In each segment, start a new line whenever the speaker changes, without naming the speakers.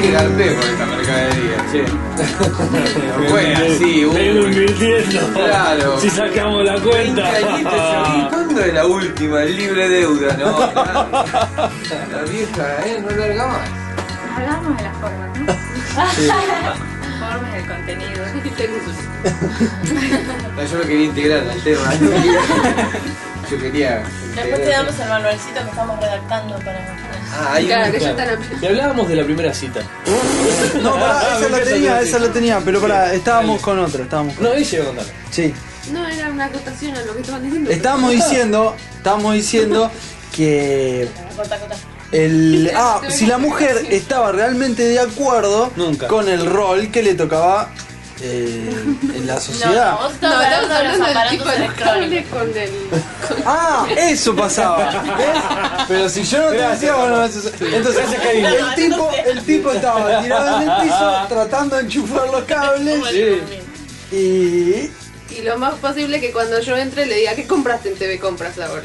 que garpé con esta mercadería, che. No juega así,
Vengo
uy.
invirtiendo.
Claro.
Si sacamos la
Veinte añitos, ¿y
cuenta.
¿Cuándo es la última? El libre deuda, ¿no? La, la vieja, ¿eh? No larga más.
Hablábamos de las formas, ¿no? formas del contenido.
No, yo no quería integrar al tema. Yo quería.
Después te damos el manualcito que estamos redactando para.
Ah, hay
Claro, que
un.
ya están amplios.
Y hablábamos de la primera cita.
No, pará, esa la tenía, esa la tenía, pero pará,
Dale.
estábamos con otra, estábamos con
No, ella iba a contar.
Sí.
No, era una acotación a lo que estaban diciendo.
Estábamos diciendo, estábamos diciendo que
Corta, corta.
el ah, si la mujer estaba realmente de acuerdo
Nunca.
con el rol que le tocaba eh, en la sociedad.
No, vos
No,
estás
estamos
hablando de los
hablando del tipo
aparatos
de
electrónicos.
cable con el...
Ah, eso pasaba. ¿ves? Pero si yo no te decía, bueno, entonces el tipo, el tipo estaba tirado en el piso tratando de enchufar los cables y
Y lo más posible que cuando yo entre le diga, ¿qué compraste en TV Compras ahora?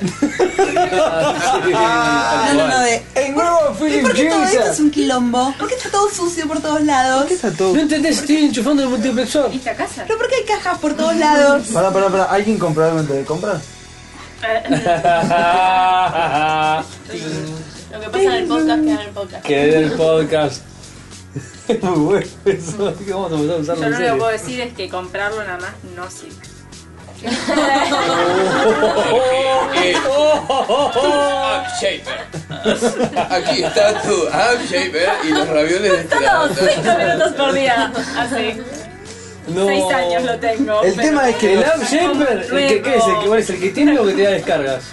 Ah,
Ah,
No,
sí,
no,
tal
no,
cual.
de.
el nuevo
¿Y
Philip
por qué todo esto es
Jesus.
un quilombo? ¿Por qué está todo sucio por todos lados?
¿Qué está todo?
No entendés, estoy enchufando el multiplexor.
¿Y esta casa?
¿Pero por qué hay cajas por todos lados?
Pará, pará, pará, ¿alguien compró algo en TV Compras?
Lo que pasa en el podcast queda en el podcast.
Quedé el podcast. Es muy bueno eso. así que Vamos a empezar a usarlo
Yo
en
lo que
serio.
puedo decir es que comprarlo nada más no sirve.
Oh,
Shaper. Aquí está tu Am Shaper y los ravioles de este
Todos
plata.
5 minutos por día. Hace
No.
6 años lo tengo.
El
pero-
tema es que
El
la-
app shaper, el que, ¿qué es? ¿El que, bueno, es el que tiene o que te da descargas?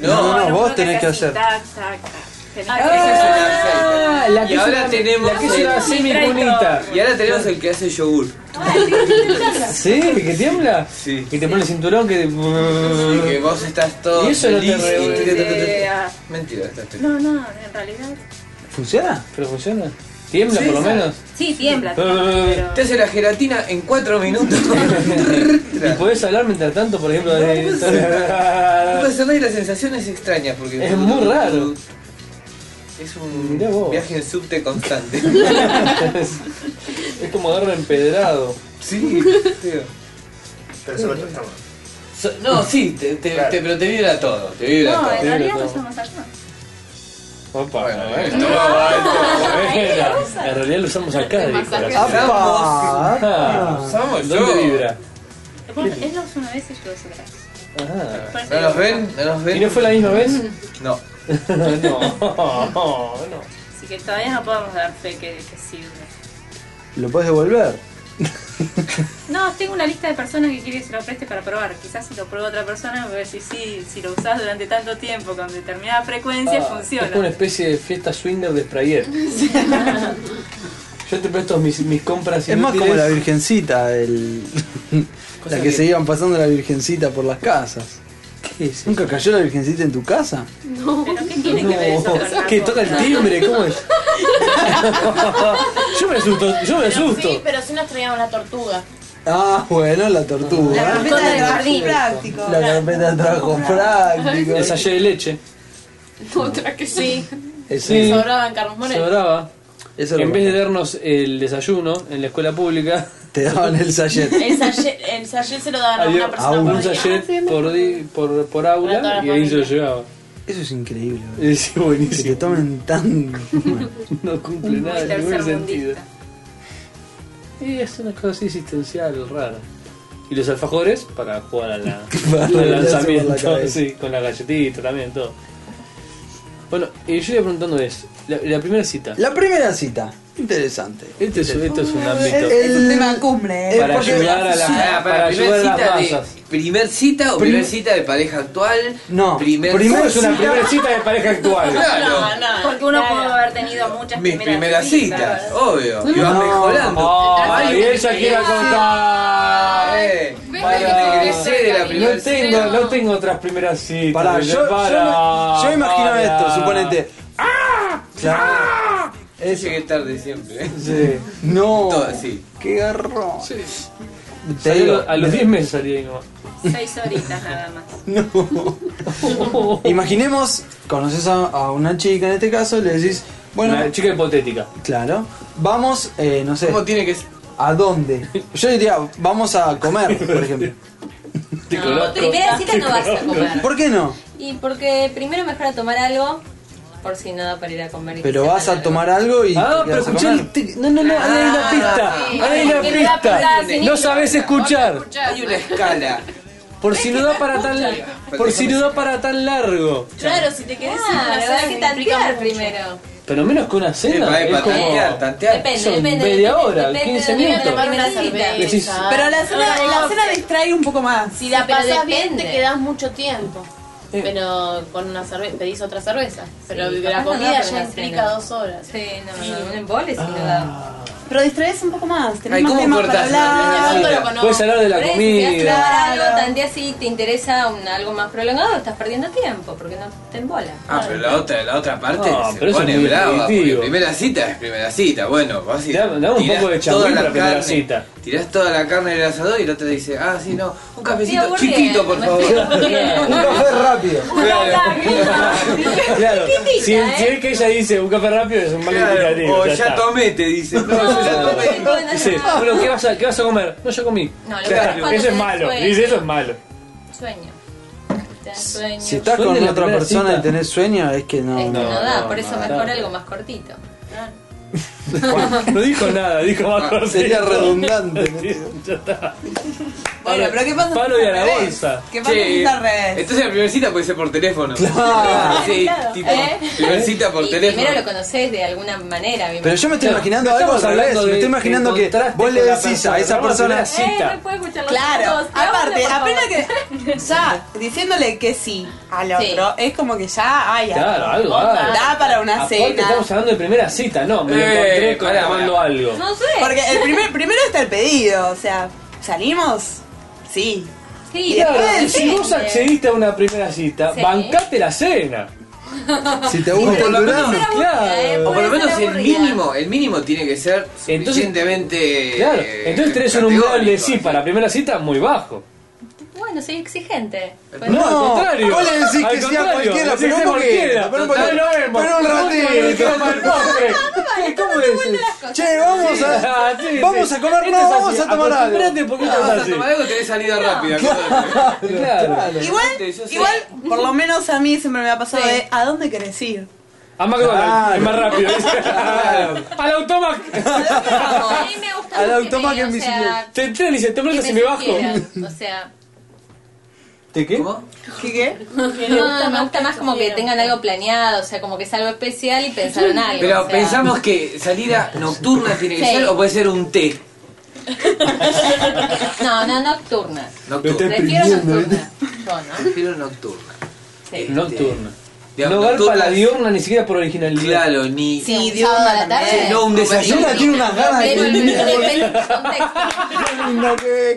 No,
No,
no,
Bueno,
vos
creo
tenés que
así,
hacer.
tac, tac, tac. Tenés
Ah,
que
ese es
hacer.
el Am Shaper.
la
Y ahora tenemos
La que es una
el-
semicunita.
Y ahora tenemos el que hace yogur.
¿Sí? ¿Que tiembla?
Sí.
Que te pone el cinturón, que
Y que
te...
vos estás todo
Ah. Y eso no te
feliz y-
revolea.
Mentira, estás feliz.
No, no, en realidad.
¿Funciona?
¿Pero funciona? ¿Tiembla
Sí,
por lo
sí.
menos?
Sí, tiembla,
Eh,
tiembla
Te
pero.
hace la gelatina en 4 minutos.
¿Y podés hablar mientras tanto, por ejemplo? de-
No, No pasa nada y la sensación es extraña porque
Es muy raro.
Es un
Mirá vos.
viaje en subte constante.
es como agarro empedrado.
sí, tío.
Pero solo esto estamos.
So- no, sí, te, te,
Claro.
te- pero te vibra todo, te vibra
No,
todo.
en realidad
no.
no estamos allá.
Opa,
Bueno,
eh.
esto va
Bueno, en realidad lo usamos acá,
Este
dijo
masaje.
la-
¡Apa!
Ah,
Somos yo.
¿Dónde vibra?
Vos- Él lo usó una vez y yo lo usé gratis.
Ajá.
Por eso
¿No nos
digo,
ven? ¿No nos
¿Y no
ven?
fue la misma vez?
No.
no, no, no.
Así que todavía no podemos dar fe que, que sirve.
¿Lo puedes devolver?
No, tengo una lista de personas que quiere que se lo preste para probar. Quizás si lo prueba otra persona, voy a decir, sí, si lo usás durante tanto tiempo con determinada frecuencia,
Ah,
funciona.
Es como una especie de fiesta swinger de sprayer. Yo te presto mis, mis compras
Es más
inútiles.
como la virgencita, el...
Cosa
la que,
que-
se iban pasando la virgencita por las casas.
¿Qué es?
¿Nunca cayó la virgencita en tu casa?
¿Pero qué tiene que ver eso con
No,
la
que toca el
compra?
timbre, ¿cómo es? yo me asusto, yo me
Pero
asusto.
sí, pero sí nos traían una tortuga.
Ah, bueno, la
La
tortuga.
carpeta de trabajo
jardín.
práctico.
La carpeta de trabajo práctico.
El sallé de leche.
Otra que sí.
Sí,
Sobraba en Carlos Moreno.
sobraba.
Eso
En
lo
vez de darnos el desayuno en la escuela pública,
Te daban el sachet.
El sachet, el sachet se lo daban a
había
una
Ah,
persona por
un
día.
sachet por, di- por, por aula
toda la
y ahí se lo
familia.
llevaba.
Eso es increíble. boludo.
Es
Que te
buenísimo.
tomen tan... Bueno.
No cumple nada,
tercer
ningún sentido.
mundista.
Y es una cosa así existencial rara. Y los alfajores para jugar a la-
Para
al
darle por la
lanzamiento,
cabeza.
sí, con la galletita también, todo. Bueno, y yo iba preguntando es, la, la primera cita.
La primera cita. Interesante.
Esto Este es, esto es un
El-
ámbito
Este Es un tema cumbre, eh.
para
porque-
ayudar a, la,
Ah,
para
primer
ayudar a las
cita de-
masas.
¿Primer cita o
Prim-
primer cita de pareja actual?
No,
Primer
primer
¿Cómo es una
cita-
primera cita de pareja actual?
No,
Claro.
no.
Porque uno
claro.
pudo haber tenido muchas
Mis
primeras, Oh.
primeras citas, obvio. Y vas
No.
mejorando.
Ah, y ella quiere contar.
Eh,
Ves
para
lo que te
que
querés
sé de la
decir,
primera
No
cita.
tengo, no tengo otras primeras citas.
Pará, yo, yo
Para,
me- yo me imagino
para.
esto, suponete. ¡Ah! Claro.
Yo llegué tarde siempre.
Sí.
No.
Todo así.
Qué garrón. Te
Salí
digo,
a los 10 meses salí ahí nomás.
Seis horitas nada más.
No. Imaginemos, conoces a, a una chica en este caso, le decís, bueno,
Una chica hipotética.
claro, vamos, eh, no sé,
¿Cómo tiene que ser?
¿a dónde? Yo diría, vamos a comer, por ejemplo.
Te
No,
conozco.
primera cita no vas a comer.
¿Por qué no?
Y porque primero mejor a tomar algo, por si nada para ir a comer. y
Pero
que
vas
sepan
a
algo.
tomar algo y.
Ah,
te
pero
quedas a
escuchá
comer.
el tic- No, no, no, ahí hay
Ah,
una pista.
sí.
Ahí hay una
Que te da
pista.
patadas,
No
sí.
sabes escuchar.
Hay una escala.
Por si no da para tan por si no da para tan largo.
Claro, si te querés ir
Ah,
una
la verdad
cena
que
implica
tantear
mucho.
primero.
Pero menos que una
Eh,
cena.
para,
Es
para tantear,
como...
tantear.
Depende,
Son
depende.
media
depende,
hora,
depende
15
de la
minutos.
primera
Tomar una
cita.
cerveza.
Decís-
Pero la cena,
No,
la cena distrae un poco más.
Si la
Pero
pasás bien,
depende.
te quedás mucho tiempo.
Eh.
Pero con una cerveza, pedís otra cerveza. Pero
Sí,
la
capaz no da
comida
para
ya
una
implica
cena.
dos horas.
Sí, no, no, un embole si no da.
Pero distraes un poco más, tenés
Ay,
más
¿cómo
temas para
cortás?
hablar.
Yo lo conozco.
Puedes hablar de la
Por ahí, si te vas a
comida.
tomar algo,
Claro.
tanteas si te interesa un- algo más prolongado, estás perdiendo tiempo porque no te embola.
Ah, pero la otra, la otra parte
No,
se
pero eso es
pone
muy
brava.
definitivo.
porque Primera cita es primera cita. Bueno, vas y
Dame- dame un
tirás
poco de
toda
chapulín
la
para primera
carne,
cita.
Tirás toda la carne del asador y el otro te dice, ah, sí, no, un
Estoy
cafecito
aburrida,
chiquito, por
me estoy
favor.
aburriendo.
Un café rápido.
Claro.
Chiquitita,
Si, si
¿eh?
es que ella dice un café rápido es un mal
Claro,
indicativo.
o
ya
ya
está.
tomé, te dice. No, yo ya tomé.
No, no, no.
Dice, bueno, ¿qué vas, a, ¿qué vas a comer? No, yo comí.
No, lo
Claro,
peor cuando
Eso es
tenés
malo.
sueño.
Dice, eso es malo.
Sueño. Te da sueño.
Si estás
Sueño
con
en la
otra
primera
persona
cita.
y tenés sueño, es que
Este,
no.
no, da,
no,
por eso
no,
mejor
no.
algo más cortito.
No dijo nada, dijo más cortito.
Sería redundante. ¿no?
Ya está.
Bueno, pero ¿qué pasa?
Palo
si
y
es
a la
al revés?
bolsa.
¿Qué pasa si
Che,
es al revés?
entonces la primera cita puede ser por teléfono.
Claro.
Sí, tipo,
¿Eh?
primera cita por
y
teléfono.
primero lo conoces de alguna manera. me
Pero yo me estoy
Claro,
imaginando
no
algo al
estamos
revés.
hablando
Me
de-
estoy imaginando
de
que
contraste
vos le
con la
decís a esa
Vamos hacer
persona.
una cita.
puede escuchar los
Claro,
dos, te
aparte,
hablo, por
apenas
favor.
que ya diciéndole que sí al otro,
Sí.
es como que ya hay algo.
Claro, algo hay.
Da para una
Aparte,
cena.
estamos hablando de primera cita, no, me lo
Eh,
encontré con
pará,
tomando
pará.
algo.
No sé.
Porque el primer, primero está el pedido, o sea, ¿salimos? Sí.
sí,
Claro,
depende.
si vos accediste a una primera cita,
Sí.
bancate la cena.
Si te gusta el
por lo menos
durazno.
Era aburrida,
Claro.
eh,
O
O por lo
puede ser
menos el
aburrida.
mínimo, el mínimo tiene que ser
Entonces-
suficientemente.
Claro,
eh,
entonces tenés un umbral de
categórico.
sí para primera cita muy bajo.
Bueno, soy exigente. Pues-
No,
No,
al contrario.
vos le decís
Al
que sí a
contrario, le
cualquiera,
decís
pero
que
un poquito,
cualquiera.
pero un
Total,
poquito,
lo vemos.
pero un
Vos te
ratito.
venís a tomar el postre. ¿Cómo decís?
Che, vamos a.
Ah, sí,
Vamos
sí.
a comer,
Esto
no,
es así.
vamos a tomar algo.
Acostumbrate porque esto es
Vas a
así.
tomar algo, tenés salida rápida. acordate.
Claro.
Igual,
yo sé.
igual, por lo menos a mí siempre me ha pasado
Sí.
de ¿a dónde querés ir?
A McDonald's,
Claro.
Ah, es más rápido. Al automac.
A mí me gusta
Al
mucho
automac
que me-
en
o sea,
bicicleta.
Te entrenan y dicen, te
que
preguntas si
me
me bajo.
sugieran, O sea,
¿Te qué?
¿Cómo?
¿Qué qué?
no, me gusta más como que tengan algo planeado, o sea, como que es algo especial y pensaron algo.
Pero
o sea,
pensamos que salida nocturna tiene que
Sí.
ser o puede ser un té
No, no, nocturna.
nocturno.
Prefiero nocturna.
¿eh?
Yo, ¿no?
Prefiero nocturna.
Sí.
Nocturna.
Digamos,
no garpa
nocturna
la
es-
diurna ni siquiera por originalidad.
Claro, ni.
Sí, un
Dios,
sábado a la
también.
tarde.
No, un desayuno.
Yura tiene unas ganas de
Pero el-
comer.
depende del contexto.
Qué lindo que-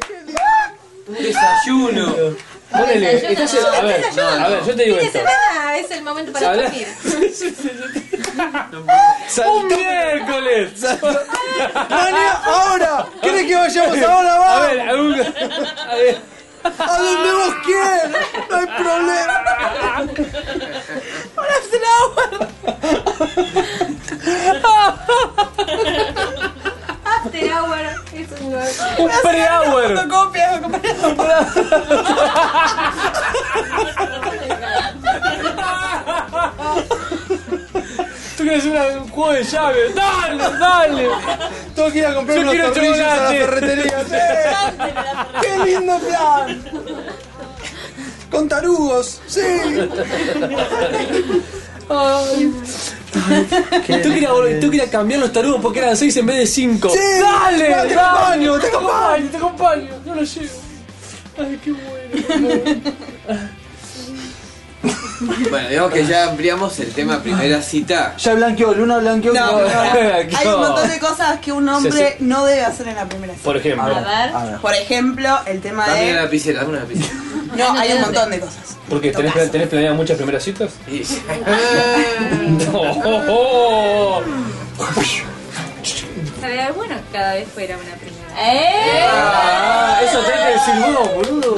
Un desayuno.
Ponele,
Desayuno,
estás-
no.
a ver,
Desayuno.
a ver, yo te digo
Fin de
esto.
semana es el momento para
Habla-
dormir.
¡Un miércoles!
Rania, ahora. ¿Quieres que vayamos ahora?
A
Vamos.
ver, algún- a ver,
A donde vos quieras. No hay problema.
After hour es un lugar.
un pre-hour.
Fotocopia, comprar-
Tú quieres una- un juego de llaves. ¡Dale, dale!
Tengo que ir a comprar
Yo
unos
quiero
tornillos a
chocolate.
la ferretería. Sí. ¡Qué lindo plan! Con tarugos. Sí.
Tú querías, volver- tú querías cambiar los tarugos porque eran 6 en vez de 5.
Sí.
¡Dale!
No, te
dale,
acompaño, te
acompaño, te acompaño. No lo llevo. Ay, qué bueno.
Bueno, digamos que ya ampliamos el tema primera cita.
Ya blanqueó, Luna blanqueó.
No,
que-
no,
No.
Hay un montón de cosas que un hombre no debe hacer en la primera cita.
Por ejemplo.
A ver.
A ver.
Por ejemplo, el tema
Eh.
Dame una
de...
lapicera, dame una lapicera.
No, hay un montón de cosas.
Porque tenés, tenés planeado muchas primeras citas.
Y-
No. Oh,
Estaría bueno que cada vez fuera una primera.
Eh.
Eh,
Ah, eso tenés que decir vos, boludo.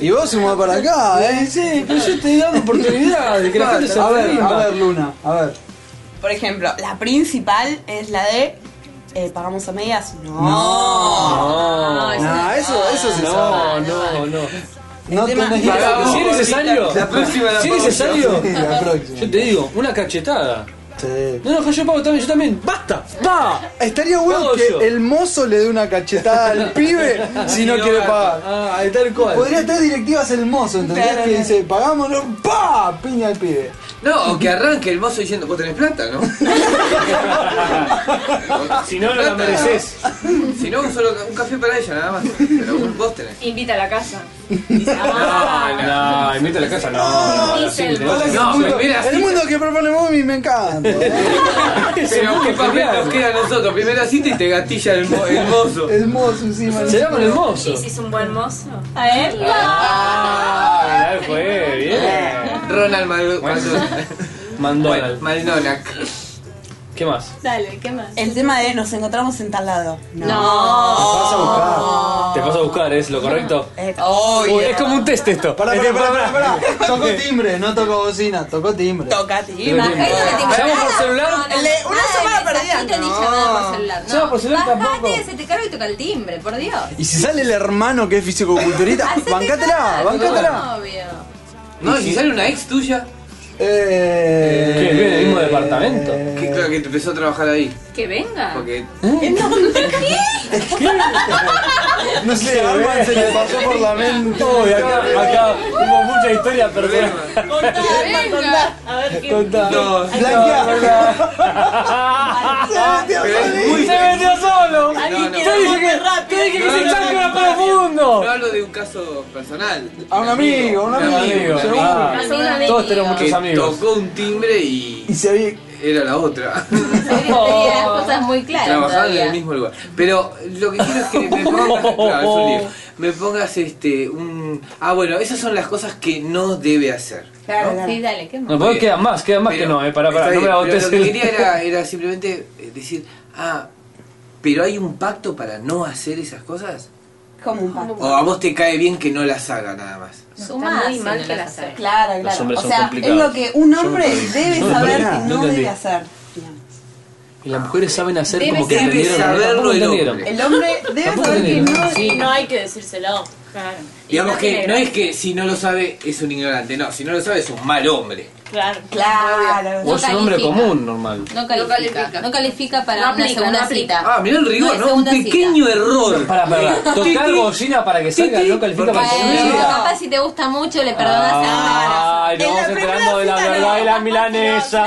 Y vos se mueve para acá, ¿eh?
Sí, pero yo te he dado oportunidades, que la gente se
A ver,
anima.
a ver, Luna, a ver.
por ejemplo, la principal es la de. eh, ¿Pagamos a medias? No.
No,
No, eso, eso se
no,
sabe.
no, no.
No tenés que
Pagamos. Si es necesario,
La próxima la
si es
pago
necesario,
yo. Sí, la próxima.
yo te digo, una cachetada.
Sí.
No, no, yo pago también, yo también. ¡Basta! ¡Va!
Estaría bueno
Pago
que
yo.
el mozo le dé una cachetada al pibe si no quiere pagar.
Ah, ahí tal cual.
Podría estar directivas el mozo, ¿entendés?
Claro,
que
claro.
dice, pagámoslo, pa, piña al pibe.
No, o que arranque el mozo diciendo, vos tenés plata, ¿no?
Si no, no la mereces.
Si no, un solo un café para ella, nada más. Pero un- vos tenés.
Invita a la casa.
No, invita a la casa, no. no, sí, no.
Hola, que
No,
el, mundo,
mira,
el
sí.
mundo que propone Mommy me encanta.
Pero qué papel nos queda a nosotros. Primera cita y te gatilla el, mo- el mozo.
El mozo encima.
Será con el mozo.
¿Y si es un buen mozo?
A ver.
Ah, ahí fue, bien.
Ronald Mal Maldon-
Mandonal.
Maldonac.
¿Qué más?
Dale, ¿qué más?
El tema de nos encontramos en tal lado.
No.
Vas a buscar.
Te vas a buscar, ¿es lo correcto?
Eh,
Uy, es como un test esto. Este,
Pará,
Es
pará,
que-
pará, pará, pará. Tocó timbre, no tocó bocina, tocó timbre.
Toca timbre.
Imagínate que te
¿Llamo por celular?
Le- una semana perdida,
Ni
no.
llamada por celular. No.
Llama por celular
Bajate,
tampoco.
se te carga y toca el timbre, por Dios.
Y si sale el hermano que es fisicoculturista,
Hacete
bancátela,
cargo,
bancátela.
Obvio.
No, y si sale una ex tuya,
Eh,
¿Qué, qué, del mismo departamento?
que claro que te empezó a trabajar ahí.
Que venga.
Porque
No sé, a Arman se le pasó por la mente.
Uy, acá, acá hubo mucha historia perdida. Contá.
no,
Blanquea. Se metió
Pero es
solito.
muy-
¡Se metió solo!
no, no,
¡Te dije que, te dije que
No,
se
no,
saque
no,
a
no.
profundo!
no hablo de un caso personal.
A un amigo, a un
Un
amigo.
amigo,
seguro.
Ah,
Amigo, amigo.
todos tenemos muchos
Que
amigos.
tocó un timbre y
Y se vi.
era la otra.
Tenía las cosas muy claras
Trabajaban en
todavía.
el mismo lugar. Pero lo que quiero es que me pongas, claro, es un lío. me pongas este un ah bueno, esas son las cosas que no debe hacer.
Claro, claro.
Sí, dale, ¿qué más?
No, pues quedan más, quedan más que no, eh. Pará, pará,
está
no me la
bien, pero
botes.
Lo que quería era, era simplemente eh, decir, ah, pero hay un pacto para no hacer esas cosas.
Como un pacto.
O a vos te cae bien que no las haga nada más.
Suma
Está muy mal
sí,
que
no
la
sé.
saque.
Claro,
Los
claro.
hombres
O
son
sea, es
complicados.
lo que un hombre debe
no
saber
entendí
que
nada,
no
no debe
entendí.
hacer.
Y las mujeres saben hacer
Debe
como que
saber-
entendieron.
debe
¿no? Tampoco
saberlo el
entendieron.
hombre.
El hombre debe
Tampoco
saber que
entendieron.
no.
Y no hay que decírselo.
Claro.
Digamos
Y
que
tiene
no es
gracia.
que si no lo sabe es un ignorante, no, si no lo sabe es un mal hombre.
Claro.
Claro.
O es un hombre
califica.
común, normal.
No califica. No califica, para
No
una
aplica,
segunda
no aplica.
cita.
Ah, mirá el rigor,
es
¿no? Un
segunda cita.
pequeño error.
Pará, pará, pará. Tocar bocina para que salga, no califica para segunda
Bueno,
cita.
capaz si te gusta mucho le perdonas
Ah.
a
Ay, nos vamos enterando de la verdad de la milanesa.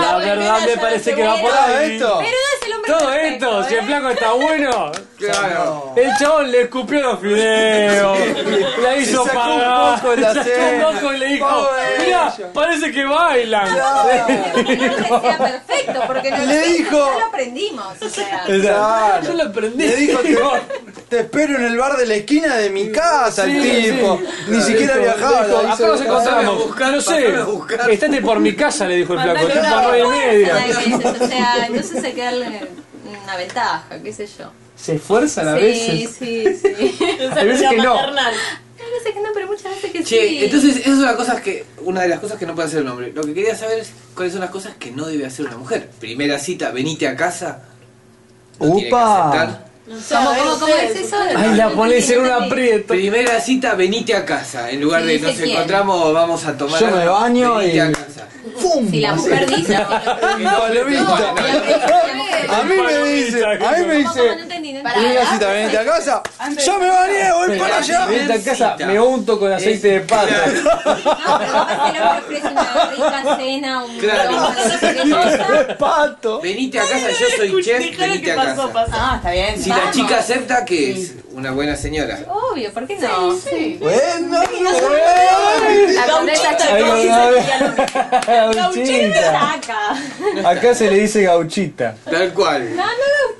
La verdad me parece que va por
Todo
ahí.
esto.
Pero es el hombre
Todo
perfecto,
esto, si
¿eh?
el flaco está bueno,
Claro.
el chabón le escupió los fideos, la hizo
Se sacó un
pagar,
poco la
se
cena.
sacó un poco y le dijo,
Pobre
mira,
ella".
parece que bailan.
El hombre sea perfecto, porque no-
Le dijo-
no lo aprendimos. O sea.
Claro.
Yo lo aprendí.
Le dijo, te, te espero en el bar de la esquina de mi casa, el
Sí,
Este tipo.
sí.
Ni siquiera
Dijo,
viajaba.
dijo,
la hizo
Acá nos
Pasame a
encontramos.
viajar.
no sé.
buscar, pasame a buscar.
Estate por mi casa, le dijo el flaco.
Mandame
Tipo
una
a nueve y
vergüenza
media.
de veces, O sea, entonces hay que darle una ventaja, qué sé yo.
Se esfuerzan a
sí,
veces.
sí, sí.
Hay veces que no.
Maternal.
Hay veces que no, pero muchas veces que
Che,
sí.
entonces esas son las cosas que, una de las cosas que no puede hacer un hombre. Lo que quería saber es cuáles son las cosas que no debe hacer una mujer. Primera cita, venite a casa. lo tiene que
Upa.
aceptar.
¿Cómo, cómo, cómo es eso?
Ay, la pones en un aprieto.
Primera cita, venite a casa. En lugar
Sí,
de
dice
nos
quién.
encontramos, vamos a tomar.
Yo
algo,
me baño
venite
y-
a casa.
¡Fum!
Si la
Así.
mujer dice.
No,
Palomita.
no,
A mí me dice, a mí me
¿Cómo? No
dice.
entendí, no
Y
entendí.
una cita, venite a casa. Yo me bañé, voy para allá.
Venite a casa, me unto con aceite de pata.
No, pero capaz que no me ofrece una rica cena, un
Claro.
broma, no sé qué cosa.
Pato.
Venite a casa, yo soy chef,
Dejá lo
venite
que
a
pasó,
casa.
pasó.
Ah, está bien.
Si la
Vamos.
chica acepta, que es una buena señora.
Obvio, ¿por qué no?
Bueno,
La condesa
Gauchita,
Chacón.
¿cómo
Gauchita. Acá se le dice gauchita.
Tal cual.
No, no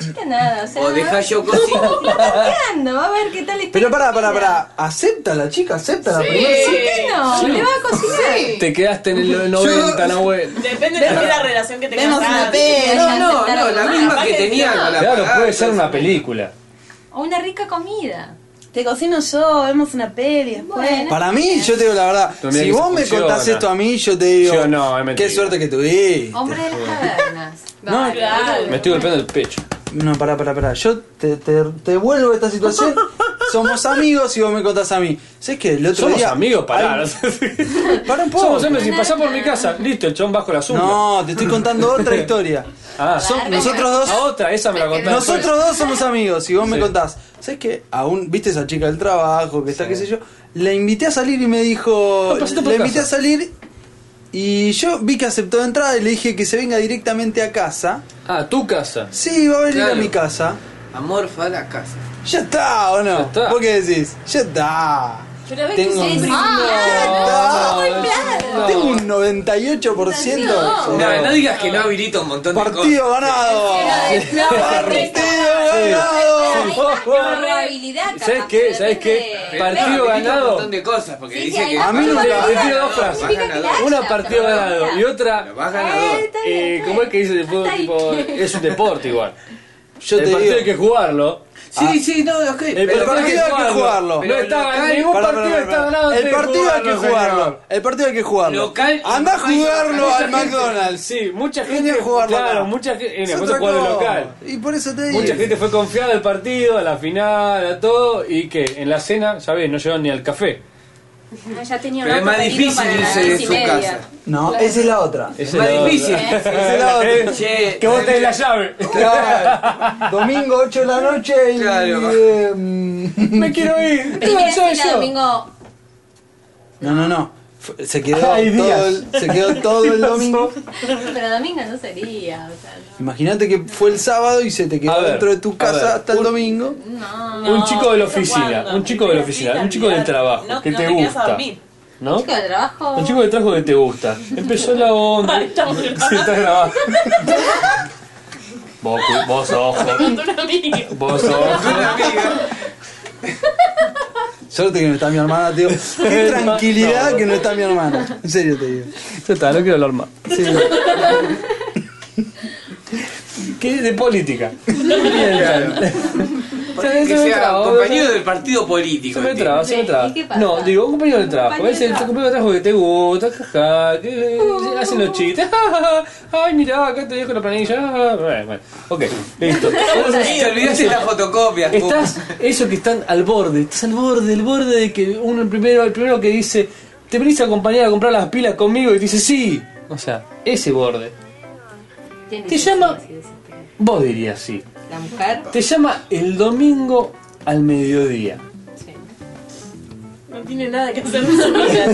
gusta nada, o sea.
O deja yo cocino.
Tanteando, va a ver qué tal está.
Pero pará, pará, pará. ¿Acepta la chica? ¿Acepta la primera
¿Por
cita?
qué no?
Sí.
Le va a cocinar.
Te quedaste en el 90, no bueno.
Depende de la relación que tengas.
Vemos una
Hay que
peli.
No, no,
aceptar
no,
algo
la
más.
misma que tenía con la
Claro,
parada,
puede ser
entonces-
una película.
O una rica comida.
Te cocino yo, vemos una peli después.
Bueno.
Para mí, yo te digo la verdad,
También
si
que
vos
se
me
funciona.
contás esto a mí, yo te digo,
Yo no, es mentira.
qué suerte que tuviste.
Hombre de las cavernas.
No,
Claro.
Me estoy golpeando el pecho.
no, pará, pará, pará. Yo te, te, te vuelvo a esta situación. Somos amigos y vos me contás a mí. ¿Sabes que el otro
Somos
día.
amigos, pará.
Ay,
no sé.
Pará un poco.
Somos hombres y pasá por mi casa. Listo, el chon bajo la sombra.
No, te estoy contando otra historia.
Ah,
Som-
Claro.
nosotros dos.
a otra, esa me la contás.
Nosotros dos somos amigos y vos me
pues- Sí.
contás. ¿Sabes qué? Aún, viste esa chica del trabajo que está, qué sé yo? La invité a salir y me dijo.
No, pasate por
la invité
casa.
a salir y yo vi que aceptó de entrada y le dije que se venga directamente a casa.
Ah, tu casa.
Sí, va a venir a
Claro.
mi casa.
Amorfa la casa.
Ya está, ¿o no?
Ya está.
¿Vos qué decís? Ya está.
Pero ves
Tengo
que
un-
sí,
Ya
No,
está.
no.
Tengo un 98%.
No, no digas que no habilita un montón de
Partido ganado. Partido ganado.
Probabilidad, capaz,
¿Sabes qué?
pero
¿Sabes qué?
depende- Eh,
cosas.
Partido
Habilita
ganado.
Un montón de cosas porque
Sí,
dice
sí,
que.
a
mí nunca-
te tiro dos frases. Una
Ay,
partida
no,
ganado
no.
y otra.
Pero vas ganador.
Está bien,
Eh,
está
¿Cómo es que dice el fútbol?
Hasta ahí.
Tipo, es un deporte igual.
Yo
el
te
partido
digo.
hay que jugarlo.
Sí, sí, no, ok.
El
Pero
partido hay que jugarlo.
No está, ningún
Pará,
partido
pará,
está
pará.
ganado.
El
antes de
partido hay que
señor.
jugarlo. El partido hay que jugarlo.
Local y
Anda a
local.
jugarlo
Mucha
al
gente-
McDonald's.
Sí, mucha
Viene
gente.
a jugarlo
Claro,
acá.
mucha gente. eh,
Es
En
otra
jugando
cosa.
local.
Y por eso te digo.
Mucha gente fue confiada al partido, a la final, a todo, y que en la cena, ya ves, no llegaron ni al café.
Ah, ya tenía un
Pero es
auto
más
pedido
difícil
para las
irse
diez
de
y
su
media.
casa.
No, esa es la otra.
Esa
más
la otra.
difícil.
Esa es la otra.
Che,
Que vos
tenés
tenés la llave.
Claro. Domingo 8 de la noche y.
Claro.
eh, mm.
Me quiero ir.
Tenía que
Soy
ir a
yo.
domingo.
No, no, no. Fue- Se quedó,
Hay días.
todo el, se quedó todo el domingo.
Pero domingo no sería, o sea,
Imagínate que fue el sábado y se te
A
quedó
ver,
dentro de tu
a
casa
ver,
hasta el domingo.
no. no.
Un chico de la
eso
oficina,
guarda.
un chico de la oficina, un chico del trabajo,
No-
que
no
te
te quedas a
gusta.
dormir.
¿No?
Un chico de trabajo.
Un chico del trabajo que te gusta. Empezó la onda.
Ay, estamos en el
Sí, está grabado. Vos, cu- vos ojo.
Con un amigo.
Vos ojo.
una amiga.
Suerte que no está mi hermana, tío. Qué tranquilidad que no está mi hermana. En serio te digo.
Ya está, no quiero hablar más.
Sí.
¿Qué? De política.
Ponele que
Se me
sea
traba,
compañero del partido político.
Se me
entiendo.
traba, se me
Sí,
traba.
¿y qué pasa?
No, digo, un compañero de trabajo. Es el compañero de trabajo que te gusta, jaja, que eh, hacen los chistes. jajaja. Ay, mirá, acá te dejo la planilla. ah, Bueno, bueno. Ok, listo. Entonces,
Te olvidaste las fotocopias. vos.
Estás, eso que están al borde, estás al borde, el borde de que uno el primero, el primero que dice, ¿te venís a acompañar a comprar las pilas conmigo? Y te dice, sí. O sea, ese borde.
Tiene
Te
que
llama-
ser así, desesperado.
Vos dirías sí.
La mujer.
Te llama el domingo al mediodía.
Sí.
No tiene nada que hacer en su vida.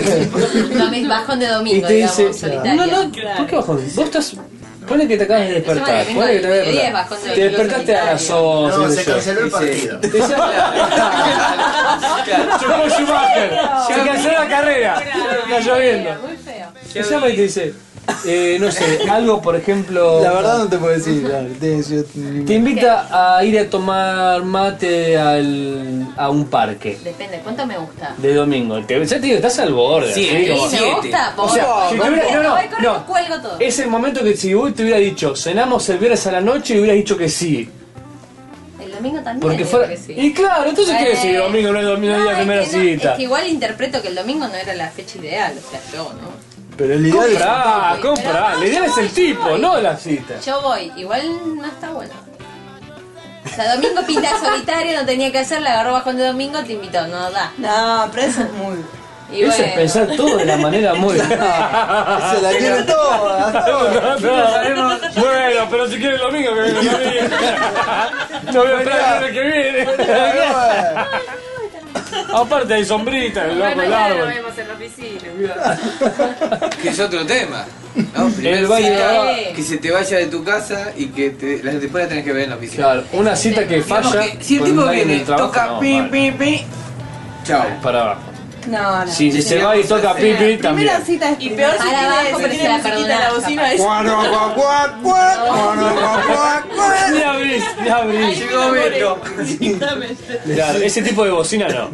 Domingo, bajón de
Y
domingo,
te
digamos,
dice,
solitario.
no, no, ¿por qué bajón? Vos estás, pone que te acabas de despertar,
Yo me
pone que te acabas de
domingo al
despertar.
mediodía, bajón de
Te
domingo
despertaste a las
solitario.
11.
No,
qué
se
sé yo.
canceló el
Sí, sí.
partido.
Te llama- Chocó Schumacher. Se canceló la carrera. Está lloviendo.
Muy feo.
Te llama y te dice, eh, no sé, algo por ejemplo.
La verdad no te puedo decir. claro, te- yo-
Te invita a ir a tomar mate al, a un parque
Depende, ¿cuánto me gusta?
de domingo. Te, ya te digo, estás al borde.
Sí,
así
sí,
como-
Sí, me
siete.
gusta.
O
voy,
sea,
voy,
si
voy,
te hubiera- no, no,
voy, corro,
no. Eh,
cuelgo todo.
Es el momento que si vos te hubiera dicho, cenamos el viernes a la noche, y hubieras dicho que sí.
El domingo también.
Porque
digo
fuera.
que sí.
Y claro, entonces qué
Eh,
decir, domingo no es domingo,
no,
es la
es
primera
que no,
cita.
Es que igual interpreto que el domingo no era la fecha ideal, o sea, yo, ¿no?
Pero el ideal es.
Comprá,
Pero
comprá.
no,
La idea
yo
es
voy,
el
yo
tipo,
voy.
no la cita.
Yo voy, igual no está bueno. O sea, domingo pinta solitario, no tenía que hacer, la agarró bajón de domingo, te invitó, no da.
No, pero eso es muy.
Y
Eso
bueno,
es pensar todo de la manera muy.
Se la quiere toda. toda.
Bueno, pero si quiere el domingo, que venga el domingo. No voy a esperar el viernes que viene. Aparte hay sombrita, el loco, el
Mañana nos
árbol.
vemos en la oficina.
Que es otro tema. ¿no? Primero
El baile
cita,
de-
Que se te vaya de tu casa y que te, la- después la tenés que ver en la oficina.
Claro, una cita que
Digamos
falla.
que si el
con
tipo
alguien
viene,
del trabajo,
toca
no,
pi,
mal.
pi, pi. Chao.
Para abajo.
No, no.
Si se va y toca pi, pi, también.
Primera cita es
Y peor si
Para abajo,
tiene, si
porque
tiene
se la
musiquita en la
perdonás,
bocina. Es...
Cuano, cua, cua, cua, cuano, cua, cua, cua.
Ni abrís, ni abrís.
Llegó Beto.
Exactamente.
Claro, ese tipo de bocina no.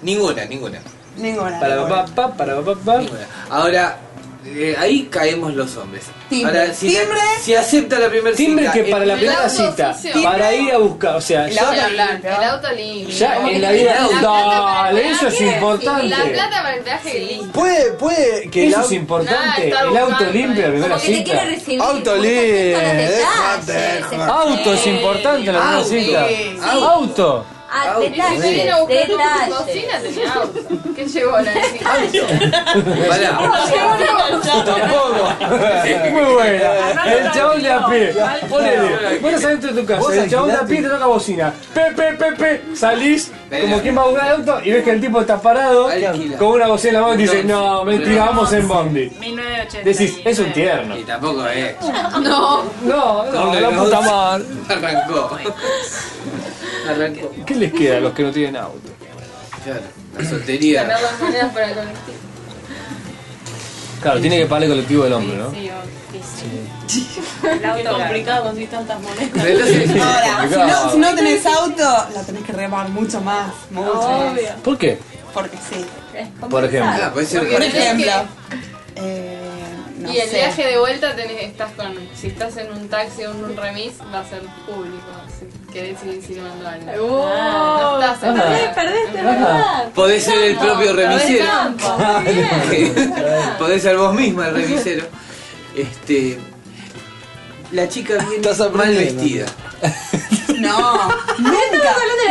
Ninguna, ninguna.
Ninguna.
Para
ninguna.
papá, para papá.
ninguna. Ahora, eh, ahí caemos los hombres.
Timbre.
Ahora, si,
Timbre.
si acepta la primera
Timbre que para la
el
primera
auto
cita,
funciona.
para ir a buscar, o sea,
El
ya,
auto-
El auto limpio.
ya en la
El
vida.
auto.
Dale, eso es importante.
La plata para el peaje limpio.
Puede, puede que el
Eso es
auto.
importante.
Nada, está
el auto
buscando,
limpio a la primera
Como que te
cita.
quiere recibir.
Auto
muchas
libre,
cosas,
déjate,
detalles,
joder.
Auto es importante en la primera
Auto.
cita.
Sí.
Auto.
Ah,
Auto,
Y si viene a
detalles,
buscar tu cocina,
detalles.
tenía auto. ¿Qué llevó la cita?
Pará.
Tampoco. Muy buena. El chabón le apie. Ponele. Vos estás dentro de tu
Vos
casa. El chabón le
alquilate.
apie y te toca bocina. Pepe, pepe. Salís como
Pero-
quien va a buscar el auto y ves que el tipo está parado
Alquila.
con una bocina en la mano y dice: No, mentira,
Pero-
vamos en bondi.
1980.
Decís, es un tierno.
Y tampoco eh, es.
No, no,
Con
la
el
puta
auto.
madre.
Arrancó. Arrancó.
¿Qué les queda a los que no tienen auto?
Claro, la soltería.
Ganar las monedas para el colectivo.
Claro, tiene que pagar el colectivo del hombre, ¿no?
Sí, o- sí, sí. El
Qué
auto claro.
complicado conseguir tantas monedas.
Entonces,
Ahora, si no, si no tenés auto, la tenés que remar mucho más. Mucho más.
Obvio.
¿Por qué?
Porque sí.
Por ejemplo.
ah, puede ser
Por
que-
ejemplo, eh, no
y el
sé.
viaje de vuelta tenés, estás con. Si estás en un taxi o en un remis, va a ser público. Si querés ir insinuando algo.
¡Oh!
No estás en
Ah.
el-
Perdiste,
Ah.
¿verdad?
Podés ser el propio remisero.
Campo, muy bien.
Podés ser vos misma el remisero. Este. La chica viene
Estás
mal
aprendiendo.
vestida.
No, nunca.
de la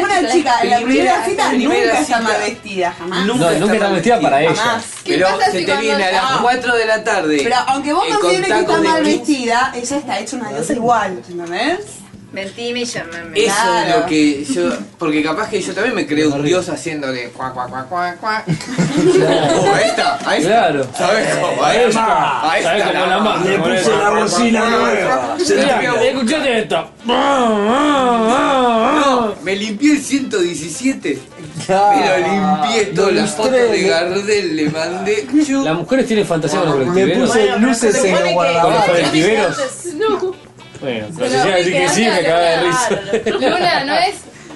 Una
cita.
chica, en la
Primera-
primera cita
primera
nunca está
cita.
mal vestida, jamás.
No, nunca está vestida para ella.
Jamás.
¿Qué
Pero
pasa
se
si
te
cuando
viene a
ya-
las
Ah,
4 de la tarde.
Pero aunque vos
eh, con
consideres que
tacos
está
de
mal
15.
vestida, ella está hecha una diosa igual, ¿entendés?
Mentime y llámame.
Eso es
Claro.
lo que yo. Porque capaz que yo también me creo un dios haciéndole cuá, cuá, cuá, cuá, cuá. Oh, a esta, a esta.
Claro.
¿Sabes cómo? A esta, a esta.
¿Sabes cómo la mano?
Le puse la bocina nueva.
Se la pegó.
Escuchate esto.
No, me limpié el 117. Pero limpié toda la foto de Gardel, le mandé. Yo.
Las mujeres tienen fantasía con los
Le
colectiveros.
puse luces en el
Con los
guardabarros.
colectiveros.
No,
Bueno, pero si llega a decir que sí, me caga de risa.
Luna, no es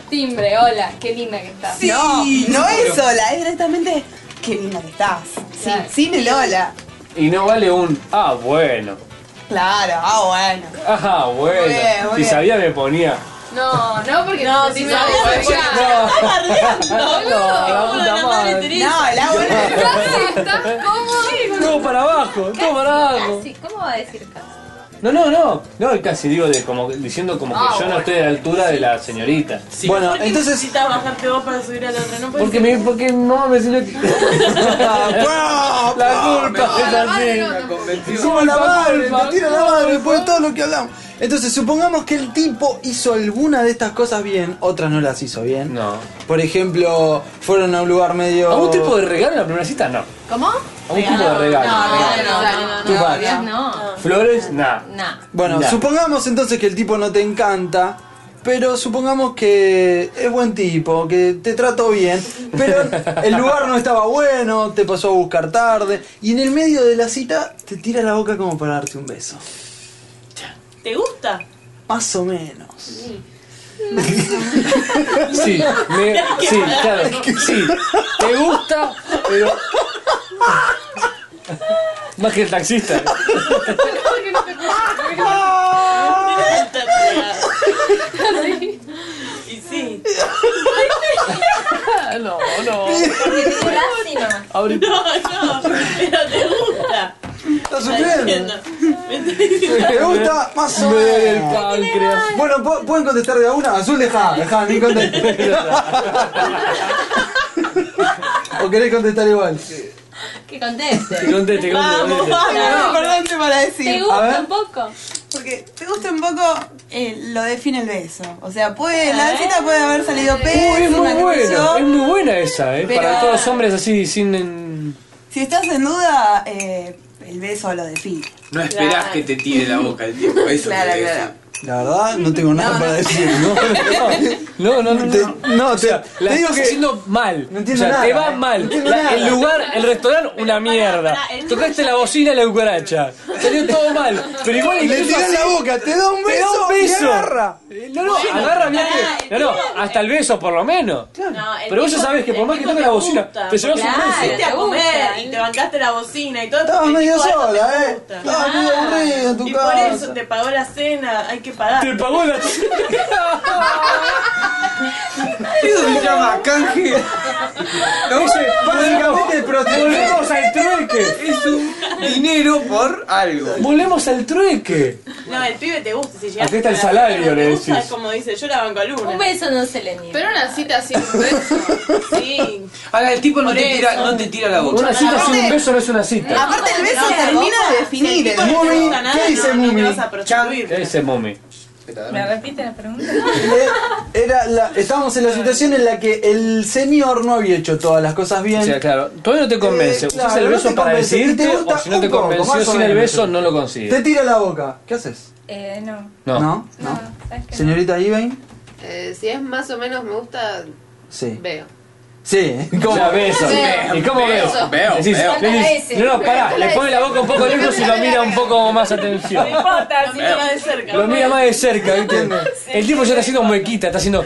timbre. Hola, qué linda que estás.
no, no es sola, es directamente qué linda que estás. Sí,
Claro.
sin el hola.
Y no vale un. Ah, bueno.
Claro, ah bueno.
Ah,
Muy
bueno.
bien, muy
Si
bien.
sabía, me ponía.
No, no, porque
No,
te
si
sentís
sabes,
mal,
te pones-
ya.
No, "Ah, la
Hola,
puta
la madre
madre.
Teresa.
No, el ah bueno.
Casi estás cómodo.
Todo para abajo, todo para abajo.
Casi, ¿Cómo va a decir casi?
No, no, no. No, casi digo de como diciendo como que yo no estoy a la altura de la señorita.
Bueno,
¿Por qué
entonces.
necesitas bajarte vos para subir al otro? No puedes
Porque me, porque no me sirve la culpa es
la madre
así.
no,
Me convenció.
Encima la madre,
culpa.
me tira la madre después de todo lo que hablamos. Entonces, supongamos que el tipo hizo alguna de estas cosas bien, otras no las hizo bien.
No.
Por ejemplo, fueron a un lugar medio.
¿A un tipo de regalo en la primera cita? No.
¿Cómo?
¿A un tipo de regalo?
No, no,
Tu
no,
padre.
Dios, no.
¿Flores? Nah.
Nah.
Bueno,
Ya.
supongamos entonces que el tipo no te encanta, pero supongamos que es buen tipo, que te trató bien, pero el lugar no estaba bueno, te pasó a buscar tarde, y en el medio de la cita te tira la boca como para darte un beso.
¿Te gusta?
Más o menos.
Sí, me, sí, claro. Sí, te gusta, pero. Más que el taxista.
Y sí.
No, no.
Lástima.
Abrí.
No, no, pero te gusta.
¿Estás
Estás
sufriendo?
diciendo. Me estás diciendo.
¿Te gusta? Más o
Me duele el
menos.
páncreas.
Bueno, ¿pu- ¿pueden contestar de a una? Azul, deja, deja, ni contesté. ¿O querés contestar igual?
Que conteste.
Te conté, te conté,
Vamos,
te conté.
Ah,
vamos.
importante para
¿Te
decir.
A ver.
gusta un poco?
Porque te gusta un poco, eh, lo define el beso. O sea, puede, la cita puede haber salido pésima,
Uy, es muy
qué sé yo.
buena, es muy buena esa, ¿eh?
Pero-
Para todos los hombres así, sin. en-
Si estás en duda, eh, el beso lo define.
No esperás que te tire la boca el tipo. Eso
Claro,
quiere
claro.
decir.
La verdad, no tengo nada para decir, ¿no?
No, no, no. no.
Te- no, te, te
La
digo
estás
que.
haciendo mal.
No entiendo
o sea,
nada,
te va
eh.
mal.
No entiendo
La-
nada.
el lugar, el restaurante, una mierda.
pará, el
Tocaste la bocina y la cucaracha. Salió todo mal. Pero igual
Le
incluso
tirás
así,
la boca, te da un
te da
beso,
un beso.
y agarra.
Eh, No, no, agarra bien.
pará,
No,
el
no,
tipo-
hasta el beso por lo menos.
No, el
Pero vos ya
tipo-
sabés que por
el
más que
tipo
toques
te
la bocina,
gusta.
te llevas
Claro.
un
Fuiste
beso.
a
te
comer
gusta.
y te bancaste la bocina y todo.
Estabas
te
medio
dijo, "Algo te
sola, ¿eh?
gusta". Ah.
Estabas medio aburrida en tu
Y por eso
casa.
te pagó la cena, hay que pagar.
Te pagó la
Eso se llama canje. No,
Básicamente, prostitución.
Volvemos al trueque.
es un dinero por algo.
Volvemos al trueque.
No, el pibe te gusta. Si llegaste
Acá está el
a la
salario,
cena,
le
te gusta,
decís.
es como dice, yo la banco a Luna.
Un beso no se le niega.
Pero una cita sin un beso.
Sí.
Ahora el tipo no
Por
te, tira,
eso.
no te tira la boca.
Una cita sin un beso no es una cita.
Aparte, el beso
no,
termina de definir.
Tipo, no te
Mumi,
gusta nada,
¿qué dice
no, no
Mumi?
te vas a prostituir.
¿Qué dice Momi?
¿Me repite la pregunta?
Le- Eh, Era la- estábamos en la situación en la que el señor no había hecho todas las cosas bien.
O sea, claro, todavía no te convence.
Eh,
Usas
claro,
el
no
beso
te
para
convence. Y te
decidirte
gusta
o si no te
un poco,
convenció
más o
sin el
menos.
beso no lo
Te
consigues.
tira la boca. ¿Qué haces?
Eh, no.
No.
¿No?
No, sabes que no.
¿Señorita Ibain?
Eh, si es más o menos me gusta,
Sí.
veo.
Sí.
O
¿Cómo?
sea, beso.
Veo.
¿Y cómo veo?
Beso.
Veo,
veo.
no, no, pará, le pone la boca un poco lejos y lo mira un poco más atención.
No importa, si mira de cerca.
Lo mira más de cerca, ¿viste? El tipo ya está haciendo muequita, está haciendo.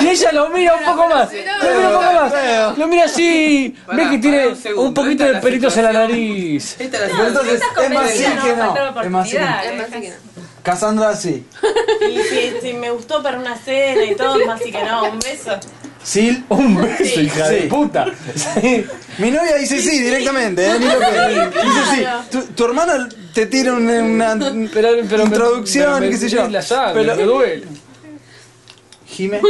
Y ella lo mira un poco más. Lo mira un poco más. Lo mira así.
Pará,
Ve que
pará
tiene
un segundo,
un poquito de
esta es la
pelitos en la nariz.
Esta es la
Pero entonces, es más sí
convencida,
que
no,
no.
falta
Es más sí que no.
oportunidad.
Es más que no.
Cassandra sí.
¿eh? Y si, si me gustó para una cena y todo, más así que no, un beso.
Sil.
Un beso, hija de
Sí.
puta. Sí.
Mi novia dice sí directamente, ¿eh? Ni lo que- Dice sí. Tu, tu hermana te tira una, una-
Pero, pero
Introducción, qué sé yo.
La llave,
Pero-
me duele.
Jime.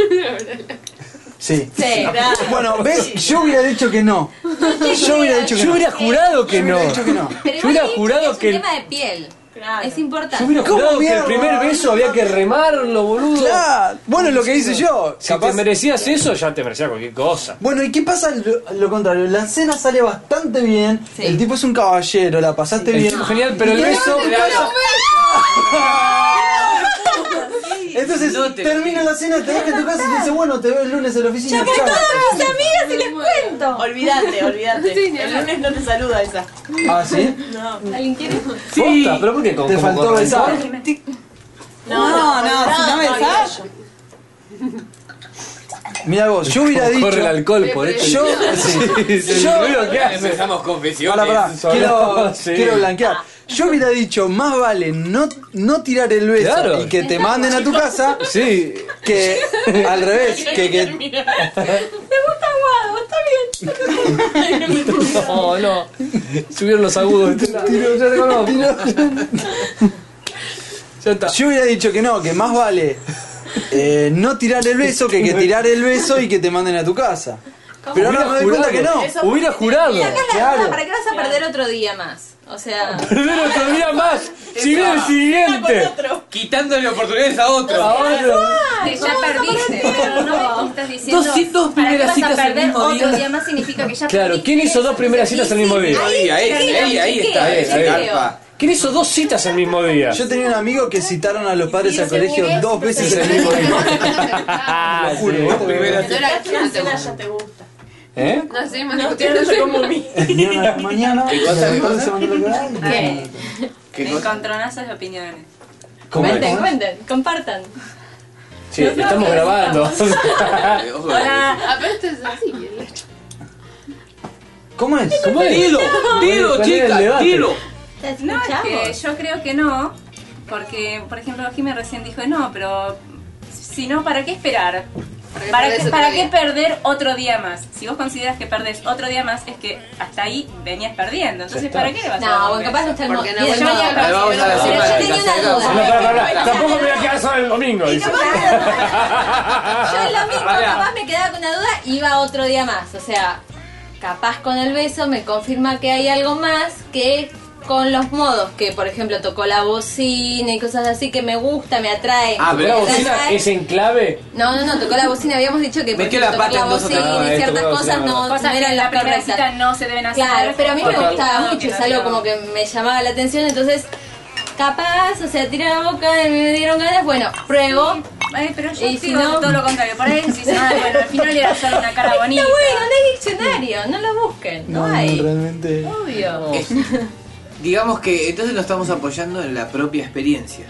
Sí.
Sí.
Bueno, ¿ves? Yo hubiera dicho que no. Yo hubiera dicho que
Yo
no.
hubiera jurado que
Yo
no.
hubiera dicho que no.
Pero
Yo hubiera
igual
jurado
es
que-
un tema de piel.
Claro.
Es importante.
Yo hubiera
¿Cómo
jurado que el
mierda?
primer beso había que remarlo, boludo.
Claro. Bueno, lo que hice yo.
Si
Capaz-
te merecías eso, ya te merecías cualquier cosa.
Bueno, ¿y qué pasa lo, lo contrario? La cena sale bastante bien,
Sí.
el tipo es un caballero, la pasaste
El
bien.
tipo genial, pero el beso.
Entonces
No te-
termina la cena, te vas a tu casa y te dice, bueno, te veo el lunes en la oficina. chao.
mis amigas y les cuento.
Olvídate, olvídate.
Sí, ni
El
hablar.
lunes no te saluda esa.
Ah, ¿sí?
No.
¿Alguien quiere?
Sí. Posta, pero ¿por qué con-
Te
como
faltó
con
besar.
rencor?
No, no, si no me besás.
Mira vos, yo hubiera dicho...
Corre el alcohol por eso.
Yo, sí.
Yo. ¿Qué hace?
Empezamos confesiones.
Pará, pará, quiero,
Sí.
quiero blanquear. Yo hubiera dicho, más vale no, no tirar el beso
Claro.
y que te manden a tu casa
Sí.
que al revés, que, que
Oh,
No, no. Subieron los agudos. Ya te conozco. Ya está.
Yo hubiera dicho que no, que más vale eh, no tirar el beso que, que tirar el beso y que te manden a tu casa. Pero ahora me doy cuenta que no.
Eso-
Hubiera jurado.
Sacás la
Claro.
duda, ¿para qué vas a perder otro día más? O sea,
Perder otro día más. Si viene el siguiente.
Quitándole oportunidades a otro.
Ahora.
que ya perdiste. Pero no me estás diciendo.
Dos- dos
¿para qué
primeras
vas
citas
a
al
perder
mismo
otro
día?
día más significa que ya
Claro,
perdiste
¿quién hizo dos
eso?
primeras citas al mismo día?
Ahí, ahí, ahí,
Ahí,
ahí está.
ahí,
Ahí,
ahí.
garpa.
¿Quién hizo dos citas el mismo día?
Yo tenía un amigo que citaron a los padres al colegio dos veces el mismo día.
Ah,
Lo juro,
sí.
vos te
Primera
No
cita.
era
Ya
que no te
cena
gusta.
ya te gusta.
¿Eh?
No, sí, más
No,
que-
te hablo yo como mí.
Venían a la mañana,
¿Qué cosa, qué cosa?
se mandó lo que hay.
¿Qué?
¿Qué cosa?
Encontronazos de opiniones.
¿Cómo es?
Cuenten, cuenten, compartan.
Sí, estamos grabando.
Ojo,
Ah, pero esto es así. el-
¿Cómo es?
¿Cómo es?
Tiro,
¿Cuál
tiro,
era el
chica,
debate?
tiro.
No, es que yo creo que no, porque, por ejemplo, Jimmy recién dijo, no, pero si no, ¿para qué esperar?
Para que
¿Para,
perdés
qué,
otro
para
día.
qué perder otro día más? Si vos consideras que perdés otro día más, es que hasta ahí venías perdiendo. Entonces,
está.
¿para qué le vas a
No,
dar
bueno,
un
capaz no
beso?
está el modo.
Porque no,
Mira, yo
bueno,
venía
ahí
acá,
vamos a la
pero
semana,
yo tenía
la
una
semana.
No,
duda.
pará, pará. Tampoco me voy a quedar solo el domingo, dice.
Yo
Ah,
en la misma capaz me quedaba con una duda, iba otro día más. O sea, capaz con el beso me confirma que hay algo más que con los modos, que por ejemplo tocó la bocina y cosas así que me gusta, me atrae.
Ah,
Pero la bocina
¿Atrae?
es en clave.
No, no, no, tocó la bocina, habíamos dicho que por
Metió
ejemplo,
la pata
tocar la
en dos o tres-
no,
bocina y
esto
ciertas
no,
cosas
no,
no,
Cosas
no
que
eran
en
las
la primera
correctas.
cita no se deben hacer.
Claro, pero a mí me
Total.
gustaba mucho, es algo como que me llamaba la atención, entonces capaz, o sea, tiré la boca, me dieron ganas, bueno, pruebo.
Ay, Eh, pero yo
Y si
digo
no-
todo lo contrario. Por ahí decís, ah, bueno, al final era solo una cara bonita.
Está bueno, no hay diccionario, no lo busquen, no,
No, no,
hay.
realmente.
Obvio.
Digamos que entonces lo estamos apoyando en la propia experiencia.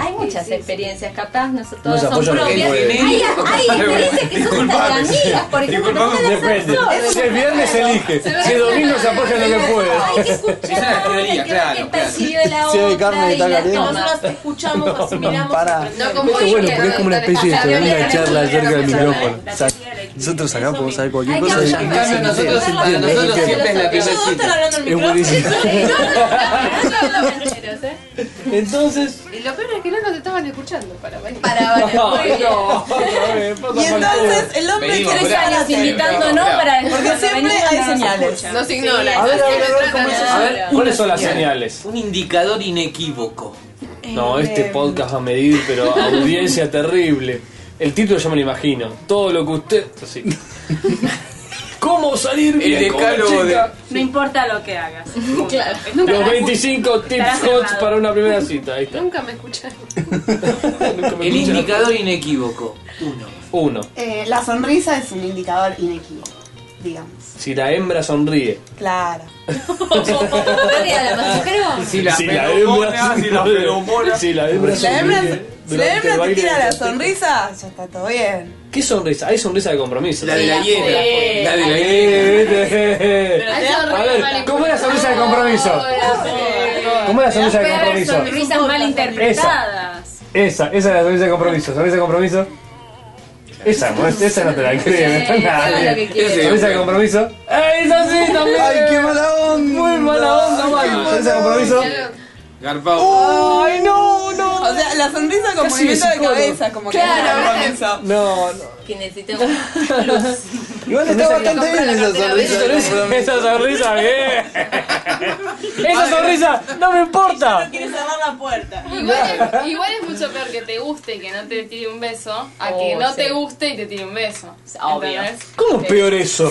Hay muchas experiencias, capaz, no son-
No
todas
se
son
apoya lo que
propias.
digo, eh.
Hay, hay experiencias que son hasta de amigas, por ejemplo, no
Disculpame,
las
depende.
absorbes.
Si el viernes elige, si el domingo se apoya en lo que puede.
Hay que escuchar
pues. Es una teoría,
hay que ver
claro,
qué
claro.
percibió la
Si hay
otra
carne que
y
está
la
caliente.
toma.
Nosotros escuchamos, asimilamos,
Pará.
aprendemos.
No, como
Esto es bueno, porque es como una especie de
teoría
termina
de
charla acerca del micrófono.
La
O sea,
teoría de la-
nosotros acá podemos saber cualquier
Hay que
cosa. y
hablar
En
ya
más.
cambio,
se
nosotros,
entiende.
para nosotros
Sí,
siempre es la
sí,
primera
Todos están
cita.
hablando en
Es
micrófono.
buenísimo.
Entonces.
Y lo peor es que no nos estaban escuchando para venir.
Para
Ay, no,
Y entonces el hombre
Venimos,
quiere
pará.
llegar a
Estamos
ser.
invitando, ¿no? Para después
Porque
cuando
siempre
venimos,
hay
no nos
señales.
escuchan.
Nos ignoran.
A ver, a ver, a ver cómo es eso.
A ver, ¿cuáles son las señales?
Un indicador inequívoco.
No, este podcast va a medir, pero audiencia terrible. El título ya me lo imagino. Todo lo que usted. Así. ¿Cómo salir bien con una
decálogo de-
chica?
No importa lo que hagas. Claro.
Los 25 tips
Estará
hot
cerrado.
para una primera cita. Ahí está.
Nunca me escucharon.
Nunca me
El
escucharon.
indicador inequívoco. Uno.
Uno.
Eh, la sonrisa es un indicador inequívoco, digamos.
Si la hembra sonríe.
Claro.
Gloria, la masacró.
Si la,
sonríe. Si la hembra
Si la
sonríe.
hembra, si la
durante
hembra
el
te
baile
tira
de
la
los testigos.
sonrisa, ya está todo bien.
¿Qué sonrisa? Hay sonrisa de compromiso.
La de la hiena. La de la hiena.
Eh, viste, eh. A ver, ¿cómo es la sonrisa de compromiso? ¿Cómo es la sonrisa de compromiso?
Sonrisas mal interpretadas.
Esa, esa es la sonrisa de compromiso. ¿Sonrisa de compromiso? Esa, no, es- esa no te la cree, no
Sí,
nadie.
hagan lo eh, que quieran.
¿Sonrisa de compromiso? ¡Eh, esa sí también!
¡Ay, qué mala onda!
Muy mala onda,
Ay,
mano.
qué mala
¿Sonrisa de compromiso?
Garpao.
¡Ay, no, no!
O sea, la sonrisa como
Casi
movimiento de
psicólogo.
cabeza, como que
Claro.
no compromiso.
No, no.
Que necesitamos.
Igual está bastante bien esa
Esa
sonrisa. de
sonrisa,
compromiso.
esa sonrisa, bien. Esa sonrisa, no me importa.
Quiere cerrar la puerta.
Igual es, igual es mucho peor que te guste y que no te tire un beso a que
Oh,
no
sí.
te guste y te tire un beso.
Obvio.
¿Entendés? Sí.
¿Cómo es peor eso?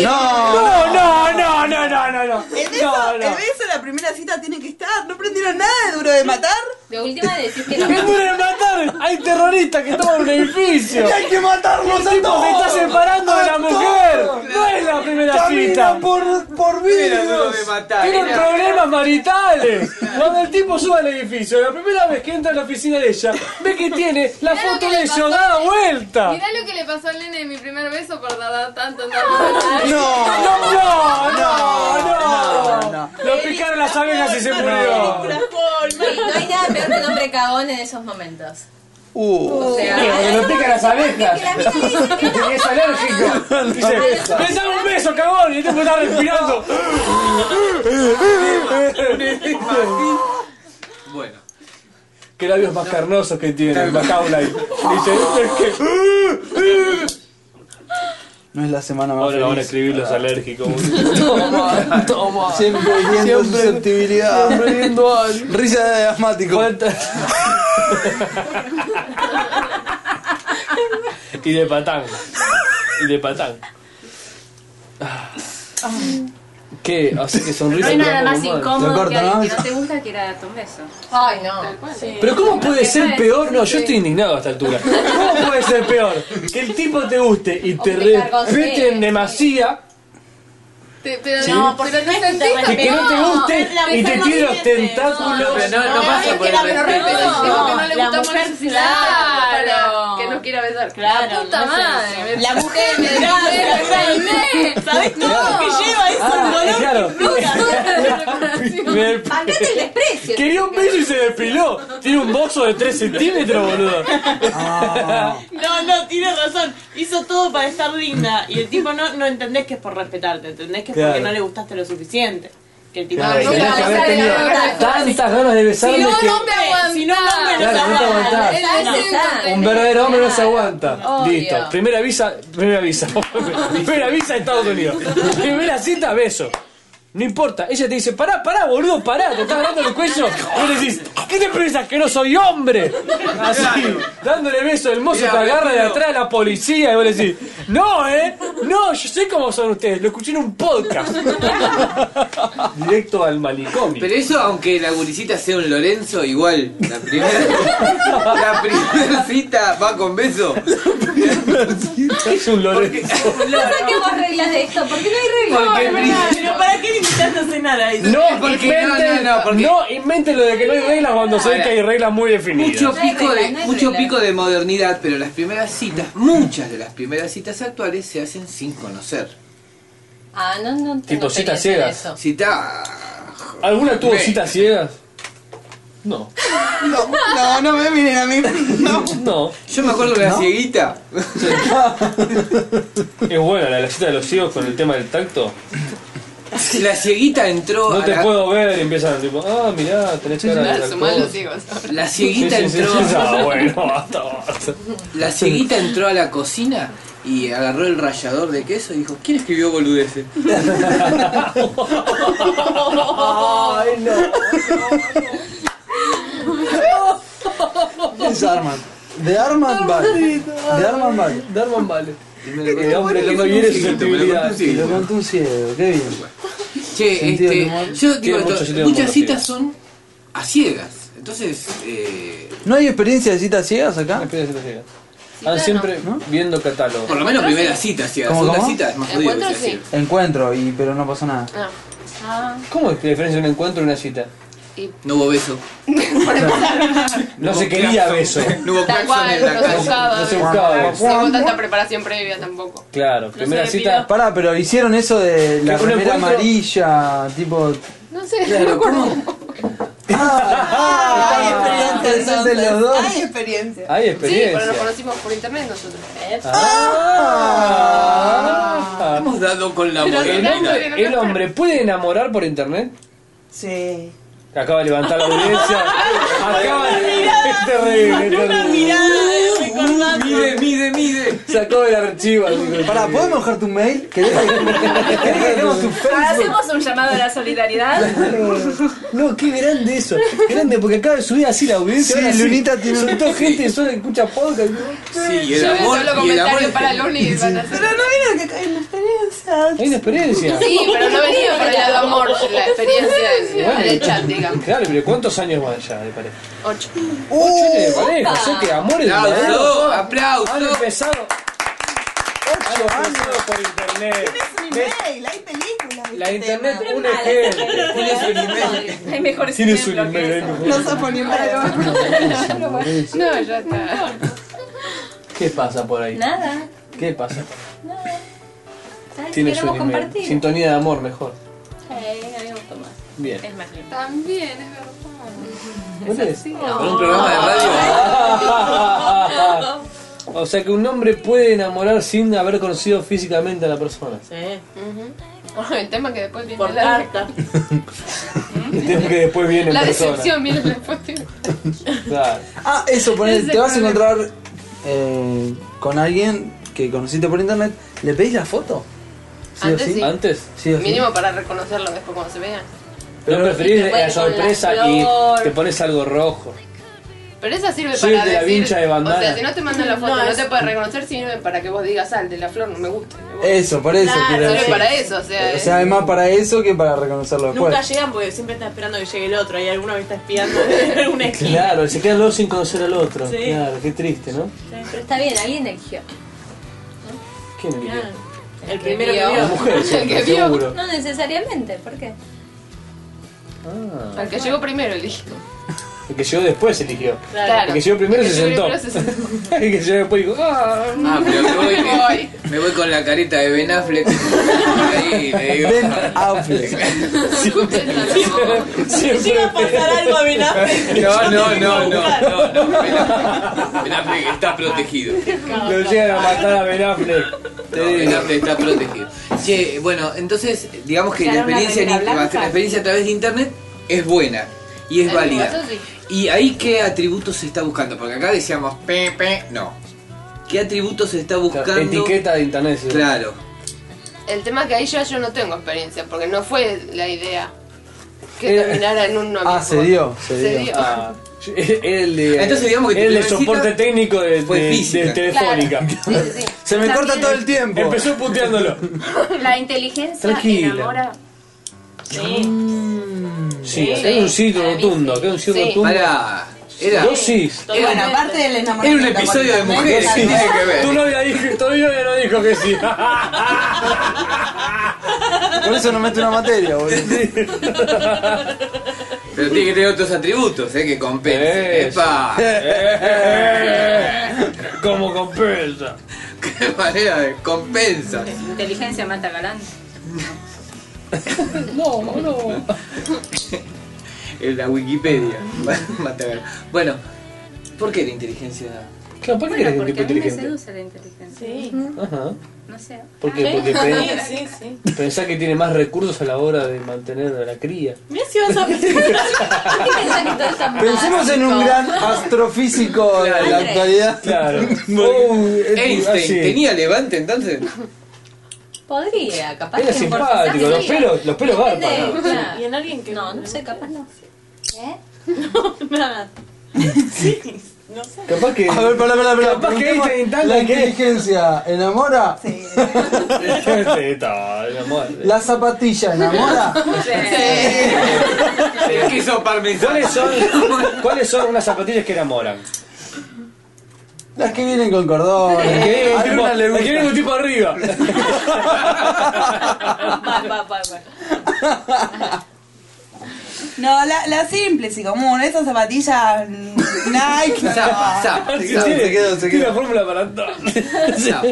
No,
No, no, no, no, no, no, no.
El beso,
No,
el
no.
beso en la primera cita tiene que estar. No prendieron nada de duro de matar.
De última decís que no.
¡Que dure de matar! ¡Hay terroristas que toman un edificio!
y hay que matarlos a
¡Se
todos.
está separando de la
¡A
mujer!
todos!
¡No es la primera
Camina
cita!
por, por
Era duro
vidrios.
de matar.
Tienen
Era-
problemas maritales. Cuando el tipo sube al edificio, la primera vez que entra a la oficina de ella, ve que tiene la
Mirá lo
foto
que
de
le
ellos
pasó.
dada vuelta.
Mirá lo que le pasó al nene de mi primer beso por tardar tanto en dar
No.
No, no, no,
No, no,
no.
no.
Lo picaron las abejas y se
Películas
murió.
Hallmark.
Sí, no hay nada peor que un hombre cagón en esos momentos.
Uh.
O sea,
Porque lo pican las abejas.
que la mina le dice que no.
Y es alérgico. Dice, me da un beso, cagón. Y el tipo está respirando.
Bueno.
Qué labios más carnosos que tiene, Macaulay. Dice, es que...
No es la semana más
Ahora lo van a
feliz.
escribir los alérgicos.
Siempre viendo susceptibilidad. Risa de asmático.
y de patán. Y de patán. ¿Qué? Así que
No
sonrisa.
hay
que
nada
vamos
más
mal.
Lo
incómodo
corto,
que alguien
¿no?
que no te gusta que ir a darte un beso.
Ay, no.
Pero ¿cómo puede ser peor? No, yo estoy indignado a esta altura. ¿Cómo puede ser peor? Que el tipo te guste y te
O picar con
respeten
sí.
eh.
demasía,
Te- pero
Sí.
no, pero no
supuesto,
sentís
te
que, que no te guste
la
y te
mujer no
tire los
siente.
No,
tentáculos.
pero no, no pasa por el respeto.
Digo que no le
la
gustamos
mujer,
necesidad
claro.
que no quiera besar.
Claro,
La puta
no sé
madre.
La mujer me
da-
¿Sabes todo lo que lleva eso?
Ah,
un dolor
claro.
que bruta.
Me-
Bancate el desprecio.
Quería un beso y se despiló. Tiene un bozo de 3 centímetros, boludo.
Ah.
No, no, tiene razón. Hizo todo para estar digna. Y el tipo no, no entendés que es por respetarte, entendés que es porque
Claro.
no le gustaste lo suficiente. Que el tipo
Claro,
no,
tenés que haber tenido tantas ganas de besarme
Si no,
que.
no me aguantás.
Si no, no me lo
Claro, no te aguantás.
Él hace
Claro.
Un verdadero hombre no se aguanta.
Obvio.
Listo. Primera visa, primera visa. primera visa a Estados Unidos. Primera cita, beso. No importa, ella te dice, pará, pará, boludo, pará, te estás dando el cuello. Y vos le decís, ¿qué te pensás que no soy hombre? Así, dándole beso, el mozo
Mira,
te agarra de
Valentino.
atrás la policía y vos le decís, no, eh, no, yo sé cómo son ustedes, lo escuché en un podcast. Directo al manicomio.
Pero eso, aunque la gurisita sea un Lorenzo, igual, la primera la primera cita va con beso.
es un Lorenzo.
Pasa que vos reglas de esto, porque no hay reglas.
Porque
No,
pri-
no, no.
Pero ¿para qué le invitaste a cenar a eso?
No,
porque
inventen,
no, no, no, porque-
inventen lo de que no hay reglas cuando se ve
Ahora,
que hay reglas muy definidas.
Mucho
No hay
pico, de,
reglas, no hay
mucho
reglas.
pico de modernidad, pero las primeras citas, muchas de las primeras citas actuales se hacen sin conocer.
Ah, no, no. tengo
Tipo citas
experiencia en
ciegas.
eso.
Cita.
¿Alguna tuvo
Ve.
citas ciegas? No.
No, no, no me miren a mí. No.
No.
Yo me acuerdo de la cieguita.
Es buena la, la cita de los ciegos con el tema del tacto.
La cieguita entró
No
a
te
la,
puedo ver y empiezan tipo, ah, mirá, tenés cara de
Nada, sumá los
tacto.
ciegos.
la
Sí,
cieguita
sí, sí,
entró.
sí. Ah, bueno, basta, basta.
La cieguita entró a la cocina y agarró el rallador de queso y dijo, ¿quién escribió boludeces?
Ay, no. Es Arman. De Arman vale. De Arman vale.
Darman vale.
Y me lo
El
contó.
hombre que
Me lo
no
contó
quiere
un cieguito, me lo contó un
susceptibilidad.
Y lo
cieguito.
contó un ciego, qué bien.
Che,
Sentido del
este,
humor.
yo digo,
Tiene
esto,
mucho sentido del humor,
muchas citas
sí.
son a ciegas. Entonces, eh,
¿No hay experiencia de citas ciegas acá?
Espera, espera, espera.
Cita,
Ah, siempre
no.
viendo catálogos.
por lo menos primera cita ciegas.
¿Cómo,
Segunda
cómo?
cita es más
Encuentro,
jodido que sea
sí.
ciega.
Encuentro, y, pero no pasó nada.
Ah,
¿Cómo es que diferencia un encuentro y una cita?
No hubo beso.
No se quería beso.
No hubo
Tal
claxon
cual,
en la
no se
calle.
usaba.
No se
No
buscaba beso.
hubo tanta preparación previa tampoco.
Claro, primera
se
cita.
Pará, pero hicieron eso de la
¿Que un
remera
encuentro?
amarilla, tipo.
No sé, no me acuerdo.
Hay
Ah,
experiencia
ese es de
entonces.
los dos.
Hay experiencia.
Hay
Sí, pero nos
experiencia.
conocimos por internet nosotros.
Ah.
Hemos dado con la
Pero
El
Tanto
modernidad.
que no
hombre, el hombre puede enamorar por internet.
Sí.
Acaba de levantar la audiencia. Acaba de. Es terrible, es terrible.
Mide, mide, mide.
Sacó del archivo. así que-
Pará, ¿podemos dejar tu mail? ¿Querés que querés que dejemos tu Facebook?
Hacemos un llamado a la solidaridad.
No, qué grande eso. Grande, porque acaba de subir así la audiencia.
Sí,
ahora
Lunita tiene un-
Son toda gente, solo escucha podcast.
Sí, y el
Yo veo
amor,
solo
y el amor
comentarios
es
para Luni y van a hacer.
Pero no vieron que hay una experiencia.
Hay una experiencia.
Sí, pero no venía por el lado amor, la experiencia en, en el chat, digamos.
Claro, pero ¿cuántos años van ya de pareja?
Ocho.
Ocho años de pareja, o sea que amores de verdad.
Aplauso,
Han
aplauso.
empezado. Ocho años por internet.
Email, hay películas. de
La
este
internet
tema.
un ejemplo.
Hay mejores
Tienes un
ejemplos que
email,
eso.
¿eh?
No se ponían para
No, ya está.
¿Qué pasa por ahí?
Nada.
¿Qué pasa?
¿Sabes qué
Tienes
queremos
un email.
compartir?
Sintonía de amor, mejor.
Eh, a mí me gustó más.
Bien.
Es más lindo.
También, es verdad.
¿Vos lees?
Con un programa de radio.
O sea que un hombre puede enamorar sin haber conocido físicamente a la persona.
Sí,
Bueno, el tema que después viene
por
la,
carta.
El tema que después viene en
la
persona.
decepción, viene después.
Claro.
Ah, eso, ponele,
Ese
te vas a
problema.
encontrar eh, con alguien que conociste por internet. ¿Le pedís la foto? ¿Sí o
Antes
sí? Ah,
sí.
Antes.
Sí o sí.
Mínimo para reconocerlo después cuando se vean.
Pero preferís la
te pones con la
sorpresa y
flor.
te pones algo rojo.
Pero esa sirve
Soy
para
de la
decir,
vincha de bandana.
O sea, si no te mandan la foto,
No,
no,
es-
te puedes reconocer, sirve para que vos digas, al de la flor no me gusta. no me
Eh,
gusta".
Eso, por eso.
Claro, solo
quiero
Sirve
decir.
para eso, eh. o sea.
O
es-
sea, es más para eso que para reconocerlo
Nunca
después.
llegan porque siempre están esperando que llegue el otro. Hay alguno que está espiando en una esquina.
Claro, se quedan los sin conocer al otro.
Sí.
Claro, qué triste, ¿no?
Pero está bien, alguien eligió.
¿Quién eligió?
El primero que
vio.
La
vio.
mujer, siempre,
que vio.
seguro.
No necesariamente, ¿por qué?
Ah,
Al que llegó primero, eligió.
el que llegó después eligió.
Claro.
El que llegó primero
El que
se
llegó
sentó.
primero se sentó.
el que llegó después dijo, ah,
Ah, pero me voy,
Me voy.
me voy con la careta de Ben Affleck. Ahí le digo.
Ben Affleck.
Llega a pasar algo a Ben Affleck,
No, no, no, no, no, no. Ben Affleck, Ben Affleck está protegido.
lo llegan a matar a Ben Affleck.
No, Ben Affleck está protegido. Che, bueno, entonces digamos que la
Claro, una
experiencia, en,
remera
in-
blanca.
la experiencia a través de internet es buena y es válida.
Eso sí.
¿Y ahí qué atributos se está buscando? Porque acá decíamos Pepe, no. ¿Qué atributos se está buscando?
¿eh? Etiqueta de internet. sí.
Claro.
El tema es que ahí ya yo no tengo experiencia, porque no fue la idea que
Era-
terminara en un
Ah, se dio, se
Se dio.
dio.
Ah, era el de,
Entonces digamos que tu
era el de
primera cita
soporte técnico de,
fue
de-
física.
de Telefónica.
Sí, sí, sí.
Se me corta todo el tiempo.
Empezó puteándolo.
La inteligencia
Tranquila.
enamora.
Sí.
Mm.
Sí, acá hay un sitio rotundo, acá hay un sitio
Sí.
rotundo.
Pará, era.
Dos sís.
Totalmente.
bueno, aparte del
Era
enamoramiento.
un episodio de
porque-
mujeres, ¿qué tiene que
Tu
ver?
novia dijo, tu novia no dijo que sí.
Por eso no mete una materia, boludo.
Pero tiene que tener otros atributos, ¿eh? Que compensen.
Eso.
¡Epa!
Como compensa.
¡Qué manera de compensa!
Inteligencia mata galán.
No, no.
En la Wikipedia. Matagal. Bueno, ¿por qué la inteligencia?
Claro, ¿Por qué
Bueno,
eres un
porque
tipo
a mí me
inteligente?
seduce la inteligencia.
Sí.
Ajá.
No sé.
¿Por qué? Porque
Sí, sí,
pe-
sí.
pensás que tiene más recursos a la hora de mantener a la cría.
Mira si vas a
¿Por qué pensás que todo está mal?
Pensemos en un gran astrofísico de la
Andrés.
actualidad.
Claro.
Oh, es-
Einstein,
así.
¿tenía levante entonces?
Podría, capaz
Era
que en
simpático,
porcentaje
los
sí.
pelos- los pelos
Depende,
garpan, ¿no?
claro.
Y en alguien que.
No, no sé, capaz no. ¿Eh?
Nada. Sí. No sé.
Capaz que.
A ver, pará, pará, pará.
Capaz que
Preguntemos,
Einstein tal
¿La
la que.
inteligencia enamora?
Sí, tal, mi amor.
¿La zapatilla enamora?
Se quiso parmesano.
¿Cuáles son, ¿Cuáles son unas zapatillas que enamoran?
Las que vienen con cordones.
La que viene un
A
tipo,
una le
la que viene
gusta.
un tipo arriba.
Va, va, va, va.
No, la, la simple, sí, común. Esas zapatillas mm, Nike. no.
Zapa, zapa,
Sí,
quedó, se quedó, se
Tiene
quedó.
la fórmula para todo.
zapa.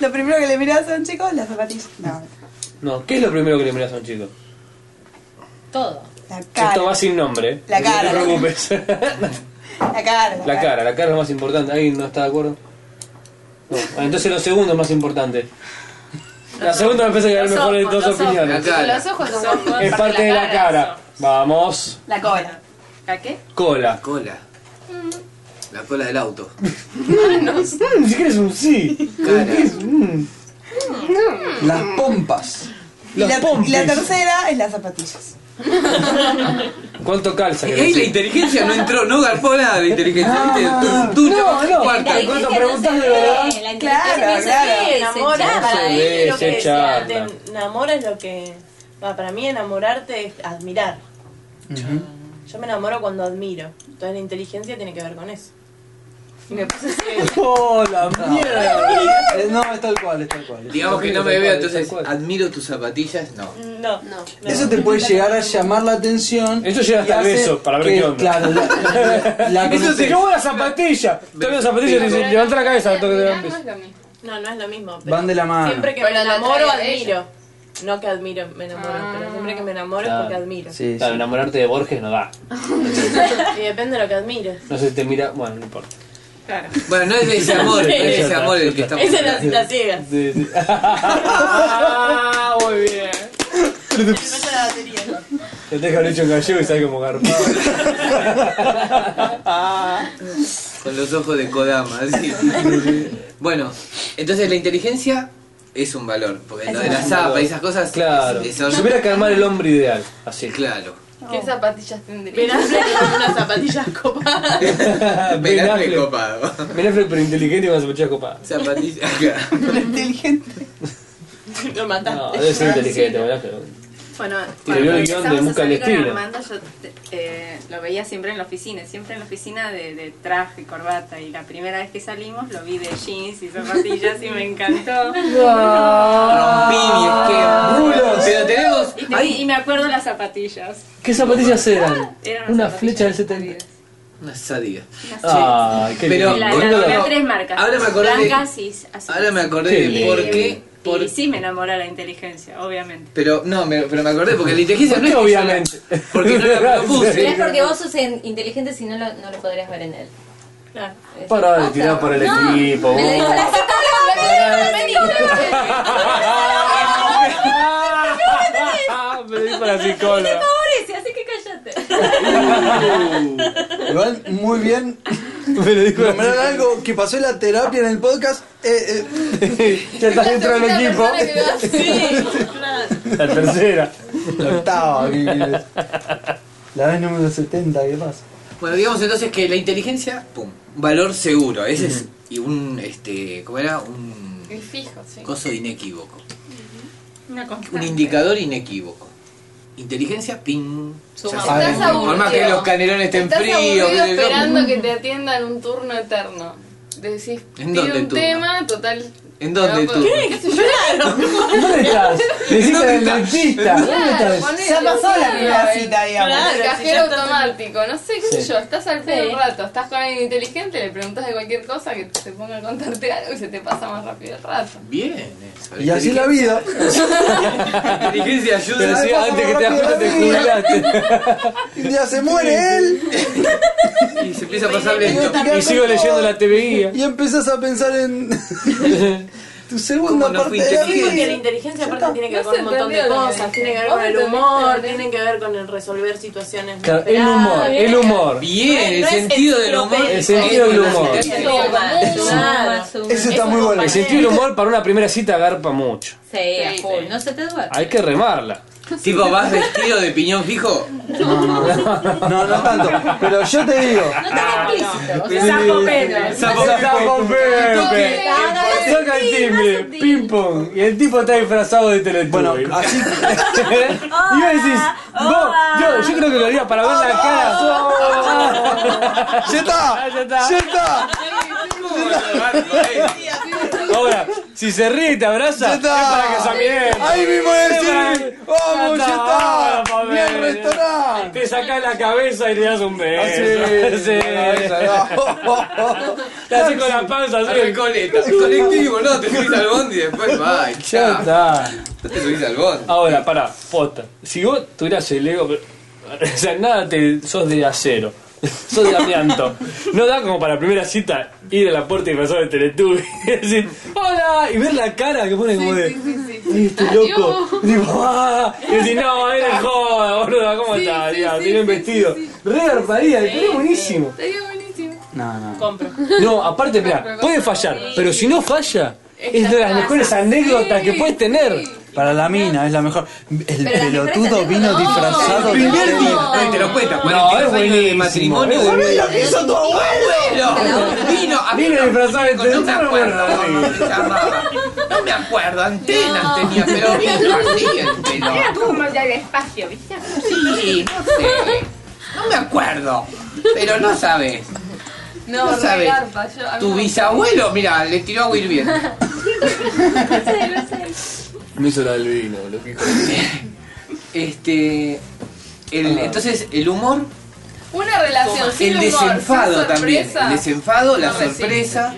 Lo primero que le mirás a un chico, las zapatillas. No,
No, ¿qué es lo primero que le miras a un chico?
Todo.
la
Esto va
cara.
sin nombre.
La
No
cara.
te preocupes.
La cara.
La cara, la cara es lo más importante. ¿Alguien no está de acuerdo? No. Ah, entonces lo segundo es más importante. La segunda me parece que es
Los
mejor de
ojos,
dos
los ojos.
opiniones.
Acá.
Los ojos son
Son
como
Es parte de la cara. Vamos.
La cola.
¿A qué?
Cola.
La cola. La cola del auto.
Mm, si quieres un sí.
Cara.
Las pompas.
Y la,
Los pompis.
y la tercera es las zapatillas.
¿Cuánto calza? que
Ey, la
decís?
inteligencia no entró, no garpó nada de inteligencia. ¿viste?
Ah.
Tú, tú
No,
chapás
no.
cuarta.
La
cuando
inteligencia no
preguntas
se
de
ve,
verdad-
La inteligencia
Claro,
no se
claro.
ve, se
Enamora.
charla,
No se
¿eh?
ve.
Lo que
se
sea.
charla.
Te enamora es lo que. va, para mí, enamorarte es admirar. Yo me enamoro cuando admiro. Entonces, la inteligencia tiene que ver con eso. Y me puse así.
¡Oh, la mierda!
Eh, No, es tal cual, es tal cual.
Digamos que no me
Tal
veo,
cual,
entonces
tal cual.
admiro tus zapatillas. No.
No.
No.
Eso te puede llegar a llamar la atención.
Eso llega hasta
y
el
hace
beso, para ver
que-
qué onda.
Claro, la, la, la
Eso
conoces.
te llevó la zapatilla. Toca la zapatilla y
Pero
dice,
no,
levanta la cabeza,
no,
toca de
no es
la
lo mismo.
No, no es lo mismo. pero
Van de la mano.
Siempre que
Pero
me
la
enamoro,
atrae a
admiro. No que admiro, me enamoro.
Ah.
Pero siempre que me enamoro es porque
Claro.
admiro.
Sí, sí.
Claro, enamorarte de Borges no da.
Y depende de lo que admires.
No se te mira. Bueno, no importa.
Claro.
Bueno, no es de ese amor, no es de ese amor el que estamos
Esa es la
hablando.
cita ciega.
Sí, sí. Ah, muy bien. Te deja hecho en gallego y sale como garpado.
Con los ojos de Kodama, así. Bueno, entonces la inteligencia es un valor, porque lo de la zapa y esas cosas.
Claro.
es- es
Si hubiera que armar el hombre ideal, así.
Claro.
¿Qué zapatillas tendría?
Pero con unas zapatillas copadas.
Ben
Ben
Affleck
Affleck.
copado.
Ben Affleck, pero inteligente y con las zapatillas copadas.
Zapatillas.
Inteligente.
Lo mataste.
No, debe ser inteligente, Ben Affleck.
Bueno,
Y le
cuando
dio el guión
empezamos
de
a
Busca
salir
el
con
Destino.
Armando, yo te- eh, lo veía siempre en la oficina, siempre en la oficina de, de traje, corbata. Y la primera vez que salimos lo vi de jeans y zapatillas y me encantó.
Ah.
Rompí mi esquema.
Rulos.
Pero tenemos.
Y, te-
Ay,
y me acuerdo las zapatillas.
¿Qué zapatillas eran?
Eran
Una
zapatillas
flecha del
coloridas.
70.
una Ah. sádica.
Ay, Ah, qué
Pero-
lindo.
Y La,
Boludo.
la, tenía tres marcas.
Ahora me acordé de-
Blancas y azules.
Ahora me acordé
Sí.
de por qué. por-
Y sí me enamora la inteligencia, obviamente.
Pero no, me, pero me acordé porque la inteligencia
¿Por
no
qué
es que
obviamente?
yo la- porque no la
Pero
propuse.
es porque vos sos en- inteligente si no lo, no lo podrías ver en él.
Claro.
Es-
Pará de tirar por el
No,
equipo.
Me lo dijo la
vos.
psicóloga, me lo dijo la psicóloga.
Ah, Me dijo la psicóloga.
favorece, así que cállate.
Igual, muy bien. Pero dijo, algo que pasó en la terapia en el podcast eh, eh,
Ya estás dentro del
Una
equipo.
persona que me va a-
La tercera.
la octava, ¿qué quieres? La vez número 70, ¿qué pasa?
Bueno, digamos entonces que la inteligencia, pum, valor seguro. Ese es y un, este, ¿cómo era? Un
Es fijo, sí.
coso inequívoco.
Una constante.
Un indicador inequívoco. Inteligencia, ping.
Suma.
Estás
Por
Por más
aburrido.
que los canelones estén
Estás
fríos.
aburrido
qué sé yo.
esperando que te atiendan un turno eterno. Decís,
¿En
pido
dónde
un
tú?
tema, total.
¿En dónde
No,
tú?
porque-
¿Dónde estás? Necesitas
¿Dónde
el
estás?
dentista. ¿Dónde estás?
Ponele,
Ya pasó la
claro,
primera
el-
cita, digamos.
El
Claro, si ya
cajero
estás-
automático, no sé, qué
Sí.
sé yo, estás al pedo
Sí.
un rato, estás con alguien inteligente, le preguntas de cualquier cosa que se ponga a contarte algo y se te pasa más rápido el rato.
Bien, eso.
Y así la vida.
inteligencia
Te
ayuda.
decía antes que te das cuenta te jubilaste.
Y ya se muere él.
Y se empieza a pasar
Y
lento.
te
Y sigo leyendo la TV guía.
Y empezás a pensar en tu segunda
¿Cómo no
parte
fui
de la
Sí, porque la
vida.
inteligencia aparte tiene que ver
No
con
se
un montón de
entendió lo que
cosas,
dije.
tiene que ver
Vos
con el
entendiste,
humor,
entendí.
tiene que ver con el resolver situaciones.
Claro, el
inesperadas.
humor, el humor.
Bien, el
No es
sentido del humor.
enciclopédico.
El sentido del humor.
Es
Suma,
como-
suma, suma.
Eso está muy bueno.
El sentido del humor para una primera cita garpa mucho.
Sí, a
Sí,
full,
sí.
no se te duerme.
Hay que remarla.
Tipo, vas vestido de piñón fijo.
No, no tanto. Pero yo te digo.
No
Ah,
tan explícito. o sea,
Sapo
Sapo Pepe.
Pepe.
Toca el timbre, pim pong. Y el tipo está disfrazado de Teletubby.
Bueno, ah, así.
y vos decís, vos, yo, yo creo que lo haría para ver la cara.
¡Ya está!
Ah, Ya está.
¡Ya está!
Ahora, si se ríe y te abraza,
¡Ya
es para que
está!
se amienten.
Ahí mismo decir,
Es
vamos,
Ya
ya
está,
está,
vamos,
Mirá el
Pavel.
restaurante.
Te sacás la cabeza y le das un
Así,
beso. Sí. Te haces con la panza así.
Recoleta, colectivo, no, te subís al bondi y después va, y
Ya
chao.
está. Ah,
No te subís al bondi.
Ahora, pará, posta. Si vos tuvieras el ego. O sea, nada te. sos de acero. Sos de amianto. No da como para primera cita ir a la puerta y pasar el Teletubby y decir, ¡Hola! Y ver la cara que pone como de. Este loco. Y tipo, ¡ah! Y decir, no, era el joda, boludo, ¿cómo
Sí,
está?
sí,
Diga,
sí,
Tiene un
sí,
vestido.
sí, sí.
Re garparía, estaría buenísimo.
Estaría buenísimo.
No, no.
Compro.
No, aparte, mira, puede fallar, pero si no falla, es de las mejores anécdotas que puedes tener.
Para la mina es la mejor. El
Pero la
pelotudo
diferencia
vino
no.
disfrazado
El primer
de
día.
Ay, te lo cuenta,
No,
42
es
años de
buenísimo,
matrimonio.
es
de-
buenísimo.
¿Qué hizo tu abuelo?
Pero Vino, a mí
Vino
no-
disfrazado de
no me
Teletubby,
acuerdo
bueno,
cómo se llamaba. No me acuerdo, antenas tenía, pero vino así el pelo.
Como ya el espacio, ¿viste?
Sí, no sé. No me acuerdo, pero no sabes.
No,
No
re
sabes.
garpa, yo- a mí
Tu
me-
bisabuelo, mira, le tiró agua hirviendo.
Me hizo la del vino, boludo.
Este. el- entonces, el humor,
Una relación sin
el
humor,
desenfado
sin
también.
sorpresa.
El desenfado, la
No me
sorpresa.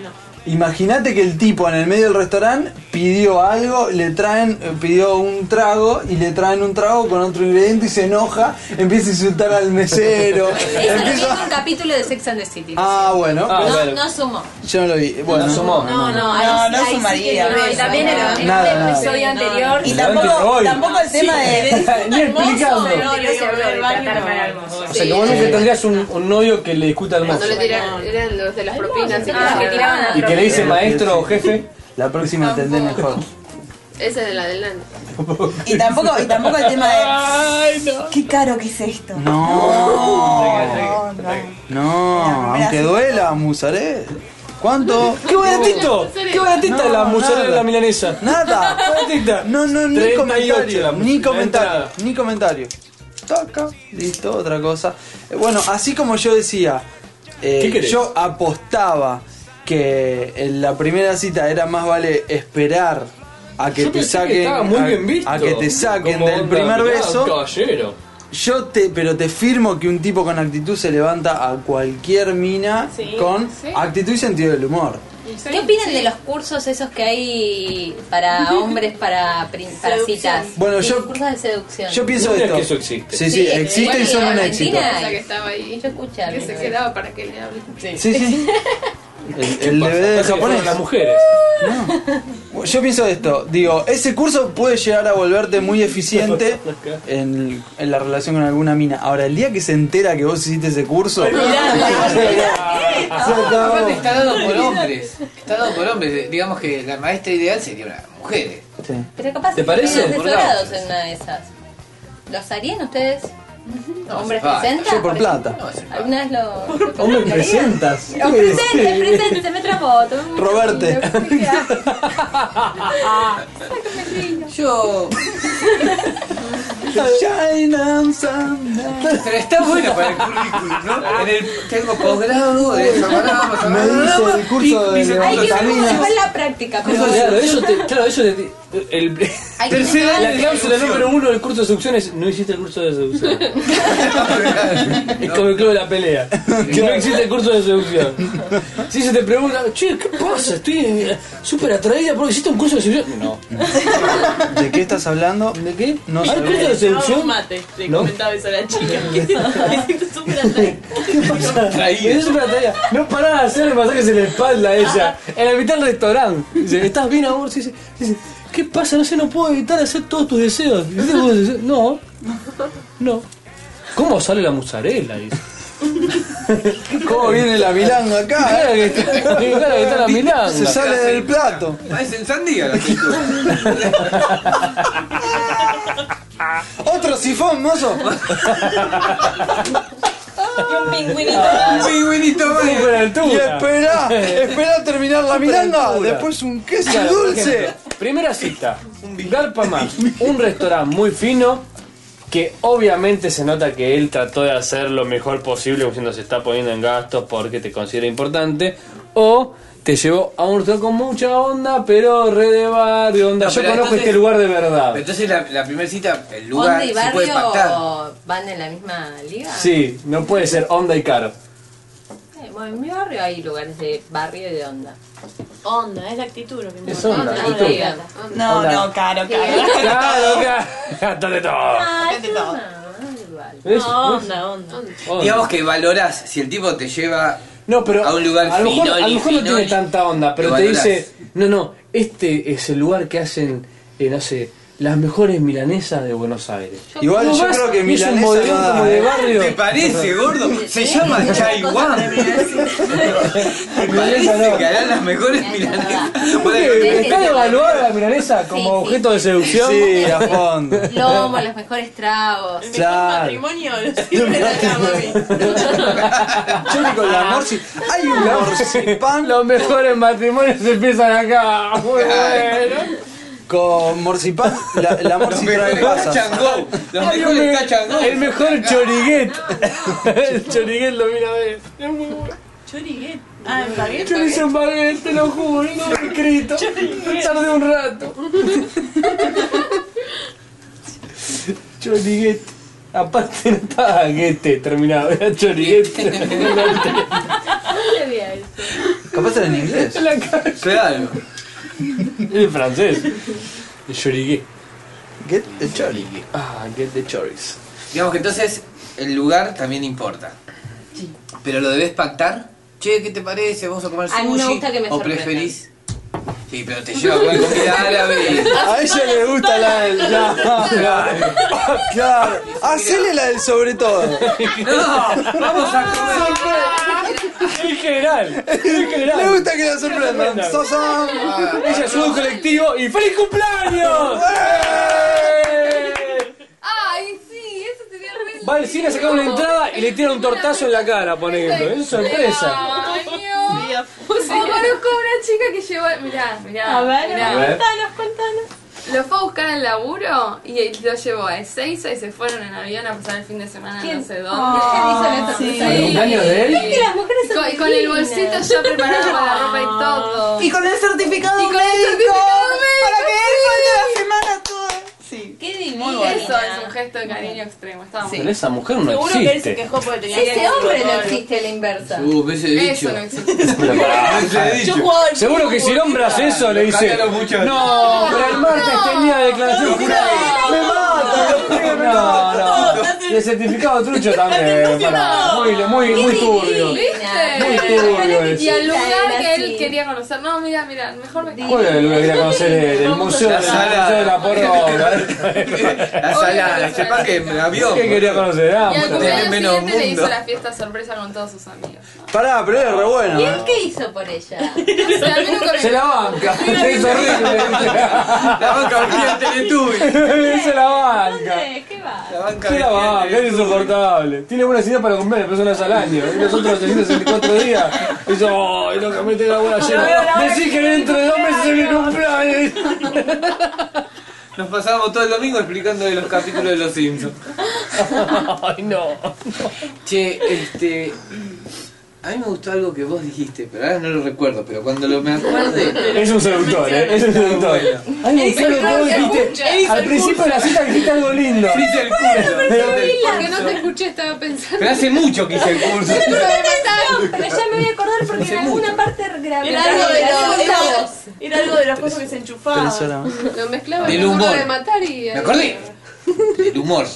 Imagínate que el tipo en el medio del restaurante pidió algo, le traen, eh, pidió un trago y le traen un trago con otro ingrediente y se enoja, empieza a insultar al mesero,
Eso lo vi en un
empieza...
capítulo de Sex and the City.
Ah, bueno,
Ah,
no,
bueno.
no sumó.
yo no lo vi. Bueno,
No sumó.
No, no, ahí
No,
sí-
no
ahí sí
sumaría.
que no,
Y también el,
nada.
el
Nada, nada.
episodio
Sí, no,
anterior.
Y
Levante
tampoco,
hoy.
tampoco el tema de.
Ni explicando.
No,
Pero
le digo,
se habló de
el baño
tratar
no.
mal al mozo.
O sea, que vos nunca tendrías un, un novio que le discuta al mozo.
No le tiraron, eran los de las propinas.
Ah, que tiraban a
Y que le dice maestro o jefe.
la próxima entendé mejor.
Esa es de la del nano.
Y tampoco, y tampoco el tema de.
Ay, no.
Qué caro que es esto. No, no.
No, no, aunque duela, musaré. ¿Cuánto?
¡Qué baratito! ¡Qué baratita
No,
la mozzarella de
nada.
la milanesa!
Nada.
¡Baratita!
No, no, ni
38
comentario,
la
ni
música,
comentario,
entrada.
ni comentario. Toca, listo, otra cosa. Eh, Bueno, así como yo decía, eh,
¿Qué querés?
yo apostaba que en la primera cita era más vale esperar a que
Yo
te
pensé que
saquen
estaba muy
a,
bien visto.
a que te saquen
Como
del
onda,
primer
mirá,
beso.
un caballero.
Yo te, pero te firmo que un tipo con actitud se levanta a cualquier mina
Sí,
con actitud y sentido del humor.
¿Qué opinan de los cursos esos que hay para hombres para, prin- para
Seducción.
citas?
Bueno,
Sí,
yo-
cursos de seducción.
Yo pienso
No digas
esto.
que eso existe.
Sí, sí,
Sí,
existe y
igual
son
que en
un éxito.
Argentina.
Esa que estaba ahí.
Yo escuché
Que
alguna
se
vez.
quedaba para que le hable.
Sí, sí. El, el DVD de
Pasa que
japonés.
fueron las mujeres.
Yo pienso esto, digo, ese curso puede llegar a volverte muy eficiente en, en la relación con alguna mina. Ahora, el día que se entera que vos hiciste ese curso, Se acabó.
Aparte está dado por hombres. Está dado por hombres. Digamos que la maestra ideal sería una mujer.
Pero capaz
¿Te
que
parece?
estuvieron
Por
asesorados
lado.
en una de esas. ¿Los harían ustedes? ¿Hombres
va,
presentes?
yo por plata.
¿Alguna vez lo...?
¿Cómo me presentas?
Los presentes, presentes, se me trapó.
Roberte.
Yo. Pero está bueno para el currículum, ¿no? En el- tengo posgrado de Samarama,
Me dice el curso de
Hay que ver cómo se
levantaminas.
va en la práctica. Pero
Claro, ellos te- claro, ellos te- el-
Hay que
Tercera,
ver-
la cláusula número uno del curso de seducción es no hiciste el curso de seducción. es como el club de la pelea. Que no existe el curso de seducción. Si se te pregunta, che, ¿qué pasa? Estoy eh, súper atraída porque hiciste un curso de seducción. No.
¿De qué estás hablando? ¿De
qué?
No
¿Hay
sé.
curso de
Tomaba un
seducción?
mate, le
¿No?
comentaba eso a la chica. Que me siento súper atractiva.
Me hizo súper atraída. No paraba de hacerle masajes en la espalda a ella. En la mitad del restaurante. Dice, ¿estás bien amor? Sí, sí. Dice, ¿qué pasa? No sé, no puedo evitar hacer todos tus deseos. ¿Viste todos tus deseos? No. No. ¿Cómo sale la mozzarella? Dice.
¿Cómo viene la milanga acá? ¿eh?
Claro que está, claro que está la milanga.
Se sale del plato.
Es en sandía la actitud.
Otro sifón, mozo.
Y un pingüinito.
Un pingüinito más.
Con
Y
altura.
espera, espera terminar la milanga, después un queso
Claro, por
dulce.
ejemplo, Primera cita. Garpa más. Un restaurante muy fino. Que obviamente se nota que él trató de hacer lo mejor posible, como diciendo se está poniendo en gastos porque te considera importante. O te llevó a un restaurante con mucha onda, pero re de barrio, onda.
No,
Yo
pero
conozco
entonces-
este lugar de verdad.
Entonces la, la primera cita, el lugar
¿Onda y
se puede pactar.
barrio van en la misma liga?
Sí, no puede ser onda y caro.
Eh, Bueno, en mi barrio hay lugares de barrio y de onda.
Onda, es la actitud lo que me
Es
importa.
onda,
Onda,
actitud.
la gata.
No,
Hola.
no, caro, caro.
Claro, claro. Gastos de todo.
Ah,
Gente todo.
igual.
¿Ves?
No,
¿Ves?
onda, onda.
Onda.
Digamos que valorás si el tipo te lleva
No, pero
A un lugar
a lo mejor,
finoli,
a lo mejor no
finoli.
tiene tanta onda, pero
Lo
te
valorás.
dice, no, no, este es el lugar que hacen, eh, no sé, las mejores milanesas de Buenos Aires.
Igual
Vos
yo
vas
creo que
y es un
milanesa
bodegón
no da,
como de
eh.
barrio.
¿Te parece, gordo? Se llama Taiwán. ¿Te
Milanesa
parece
no.
que harán las mejores milanesas? Vos
¿Qué?
de-
Sí.
¿Está evaluada la milanesa como
Sí, sí.
objeto de seducción?
Sí, a fondo.
Lomo, los mejores tragos.
El mejor
Claro.
matrimonio siempre la cama,
Yo con la morci. Hay un morcipán
Los mejores matrimonios empiezan acá. Muy bueno.
con morcipán. La, la
Los
morci trae
mejores
pasas.
changó. Los
Hay un
mejores
me-
cachangó.
El mejor choriguet. El choriguet lo mira a ver. Es muy bueno.
Choriguet. Ah, en
Yo le hice un baguette, te lo juro, no lo he escrito. Tardé un rato. Choriguet. Aparte no estaba baguete terminado, era choriguet.
¿Dónde había eso?
Capaz era en inglés.
En la cara.
Claro.
Es francés. El choriguet.
Get the chori.
Ah, get the choris.
Digamos que entonces el lugar también importa. Pero lo debes pactar. Che, ¿qué te parece? ¿Vamos a comer
A
sushi?
mí me gusta que me
¿O
sorprendan.
preferís? Sí, pero te lleva a comer comida árabe.
A ella le gusta la del. la- Claro. Claro. Hacele la del sobre todo.
¡No! ¡Vamos a comer!
En general. En
Le
general.
gusta que la sorprendan. Sosam.
Ella es un colectivo y ¡Feliz cumpleaños! ¡Eh!
Ay, sí, eso sería re
Va al cine a sacar una entrada y le tira un tortazo en la cara, por ejemplo. Es sorpresa.
Yo conozco a una chica que llevó. Mirá, mirá.
A ver,
mirá.
A ver.
contanos, contanos.
Lo fue a buscar al laburo y lo llevó a Ezeiza y se fueron en avión a pasar el fin de semana no sé dónde.
Ah,
sí.
sí.
¿Al cumpleaños de él?
Y las mujeres
Con, con el bolsito ya preparado con la ropa y todo.
Y con el certificado
Y con el
médico,
certificado
Para que él falte la semana toda. Sí.
Qué
Y
divino.
eso es un gesto de cariño extremo. Estaba muy
Pero esa mujer no
Seguro que él se
existe.
quejó porque tenía que
Ese
ir con
hombre no
todo.
existe a la inversa.
Uh, me he dicho.
Eso no existe.
Pero pará.
Me he dicho.
Yo jugaba al
Seguro
fútbol,
que si nombras
boluda.
eso le dice.
Cállalo, muchacho.
No, pero el martes tenía declaración jurada.
Me mata.
No, no.
Todo, estás en
Y el certificado trucho también, pará. Muy, muy, muy turbio. Muy turbio
Y
eso.
al lugar que
Sí.
él quería conocer. No, mira, mira, mejor me
¿Cuál es el lugar que quería conocer? él? El museo de
La
el
sala.
museo de la poronga.
La sala, la chapa que me la vio.
¿Qué quería conocer? Ah,
Y al
Tenés
cumpleaños
menos
siguiente le hizo
mundo.
la fiesta sorpresa con todos sus amigos.
Pará, pero es re bueno.
¿Y
¿eh?
él qué hizo por ella?
O sea, al menos con el-
se la banca. Es horrible.
La banca urgida Teletubby.
Se la banca.
¿Dónde? ¿Qué va?
La banca
Sí, la va,
urgida
es insoportable. Tiene buenas ideas para comer, pero son las al año. Y nosotros 364 días. Y yo, ¡ay, lo que me tenga buena llena! Decís que dentro de dos meses es mi cumpleaños.
Nos pasábamos todo el domingo explicando de los capítulos de Los Simpsons.
¡Ay, no!
Che, este. A mí me gustó algo que vos dijiste, pero ahora no lo recuerdo, pero cuando lo me acuerde.
Es un seductor, ¿eh? Es un seductor. Ay, me gustó lo que vos dijiste. Al principio de la cita dijiste algo lindo.
Hice el curso.
Porque no te escuché, estaba pensando.
Pero hace mucho que hice el curso.
Pero ya me voy a acordar porque en alguna parte grabé.
Era algo de
Grabé
los-
con la
era-
voz.
Era algo de los cosas que se enchufaban.
Tres horas más.
Lo mezclaba
Del
en el duro
humor.
de matar y.
Me acordé. El humor.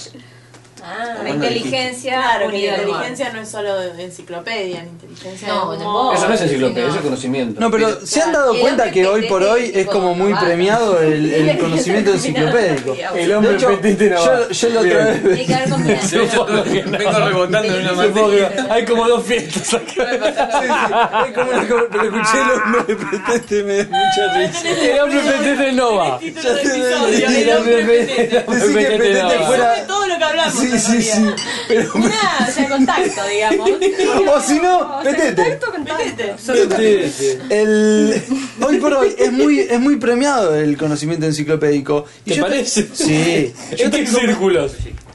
Ah,
Bueno,
la inteligencia
Claro, que
unida
la
al humor.
inteligencia no es solo de enciclopedia, la inteligencia
No,
es
de
humor.
vos.
Eso no es enciclopedia,
Sí, no.
eso es conocimiento.
No, pero ah, ¿se han dado
El
cuenta
hombre
que hoy por hoy
petete,
es como
tipo,
muy
ah.
premiado el, el conocimiento enciclopédico?
El
De
hombre
hecho,
petite no va.
yo, yo la otra
Bien.
vez
Tiene que ver con la-
Supongo que no.
Vengo rebotando en una
Supongo que
materia.
no. Hay como dos fiestas acá.
Es como una co- pero escuché el hombre petete me da mucha risa.
El hombre petete no va.
Título del
Ya te
episodio,
doy la
el
idea.
hombre petete.
Decí que petete
Resume
fuera.
todo lo que hablamos.
Sí,
en
sí, sí.
realidad.
Pero
Ah, o sea, contacto, digamos.
o si no, petete.
Petete.
Petete.
El, hoy por hoy es muy, es muy premiado el conocimiento enciclopédico. Y
¿Te
yo
parece?
Sí. Yo
¿En
te
qué
com-
círculos?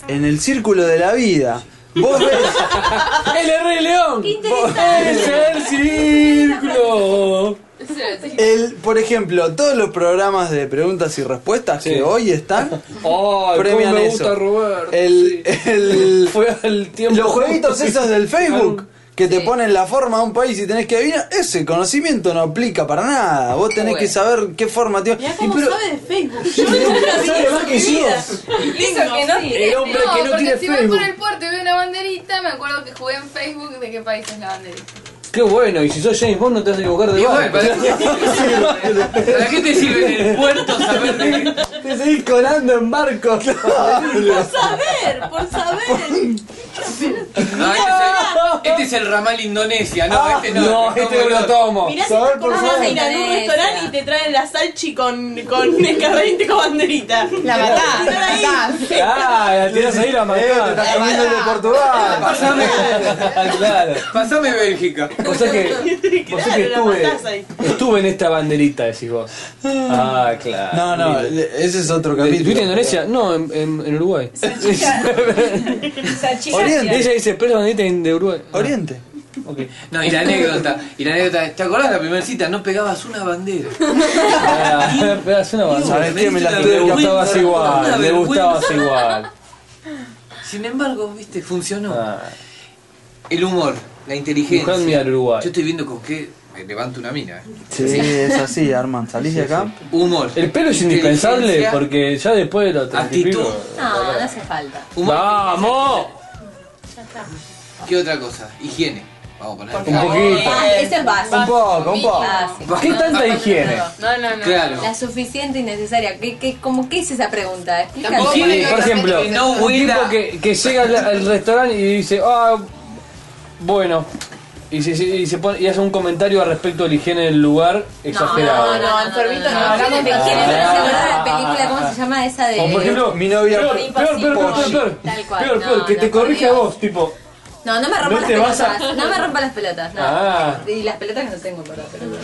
en el círculo de la vida. Vos ves.
¡El Rey León! ¡Es el círculo!
El, por ejemplo, todos los programas de preguntas y respuestas
Sí.
que hoy están
¡Ay,
premian
cómo me
eso.
gusta Roberto!
el,
sí.
el-
Fue al tiempo.
los jueguitos esos del Facebook que te
Sí.
ponen la forma de un país y tenés que adivinar, ese conocimiento no aplica para nada. Vos tenés que
Bueno.
saber qué forma tiene.
Mirá
Y
cómo
pero-
sabe de Facebook. Yo nunca vi
sabe más que yo.
Eso que no
El hombre que no
porque
tiene
si voy
Facebook.
por el puerto y veo una banderita, me acuerdo que jugué en Facebook de qué país es la banderita.
Qué bueno, y si sos James Bond no te vas a equivocar de
Y bueno,
barco.
¿para qué- ¿Para qué te sirve en el puerto saber de qué?
Te seguís colando en barcos.
saber, por saber.
Ah, este, es el, este es el ramal Indonesia, no,
Ah,
este no.
No, este no lo tomo.
Mirá si
Saber
te
por
acordás de
saber.
ir a un restaurante y te traen la salchi con, con escabel y te con banderita.
La matás,
Te
la
traen ahí.
matás.
Ah, la tirás ahí la
Eh, te
matás.
estás comiendo el de Portugal.
Pasame,
claro.
pasame Bélgica.
O sea que, o sea que
Claro, la matás
estuve,
ahí.
estuve en esta banderita, decís vos. Ah, claro.
No, no, ese es otro
¿Tuviste en
capítulo.
Indonesia? No, en, en, en Uruguay.
Oriente.
Ella dice, pero banderita de Uruguay. Ah,
Oriente.
ok.
No, y la anécdota, y la anécdota, ¿te acordás la primera cita? No pegabas una bandera.
Ah, pero hace una bandera.
¿Sabes qué? Me la
Una
estoy
Le
vergüenza,
gustabas
una
igual, le
vergüenza.
gustabas igual.
Sin embargo, viste, funcionó.
Ah,
El humor, la inteligencia.
Buscadme al Uruguay.
Yo estoy viendo con qué me levanto una mina. eh.
Sí, es así, Arman. Salís de acá.
Humor.
El pelo es
inteligencia,
indispensable porque ya después de los 30 y pico-
Actitud.
No, no hace falta.
Humor.
¡Vamos!
¿Qué otra cosa? Higiene. Vamos a poner.
Un poquito.
Ah, eso es básico.
Un poco, un poco.
Básico.
¿Qué tanta higiene?
No, no, no.
Claro.
La suficiente y necesaria. ¿Qué, qué, cómo, ¿Qué es esa pregunta? Explícame.
Tampoco
Higiene,
que-
por ejemplo,
que no
un
huela.
tipo que, que llega al, al restaurante y dice, ah, bueno, y, se, y, se pone- y hace un comentario al respecto de la higiene del lugar exagerado.
No, no, no, enfermito no, hablamos de
Ah.
higiene, pero se acordó de la película, ¿cómo se llama esa de...?
O por ejemplo,
Mi novia-
peor, peor, peor, peor, peor, peor,
Tal cual,
peor,
no,
peor, que
no,
te
por
corrige a
Dios.
vos, tipo,
No, no me
No
rompa las
te vas
pelotas,
a-
no me rompa las pelotas, no.
Ah.
Y las pelotas que no tengo, perdón, pero no.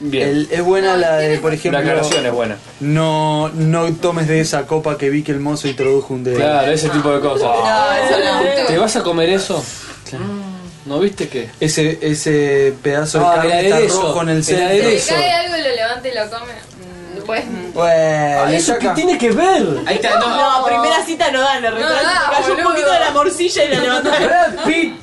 bien,
El- es buena la de, por
la
ejemplo,
aclaración es buena.
no, no tomes de esa copa que vi que el mozo introdujo un dedo.
Claro, ese tipo de cosas.
Eso no.
¿Te vas a comer eso? ¿No viste qué?
Ese, ese pedazo
Ah,
de carne
el
está
aderezo,
rojo en el
el
Si
centro.
le
aderezo.
cae algo y lo levanta y lo come. Pues.
Bueno, le
Ah, ¿Eso qué
saca-
tiene que ver?
Ahí está, no.
No, primera cita no dan, le restaurante
da,
te cayó
boludo.
un poquito de la morcilla y la levantaron.
Brad Pitt.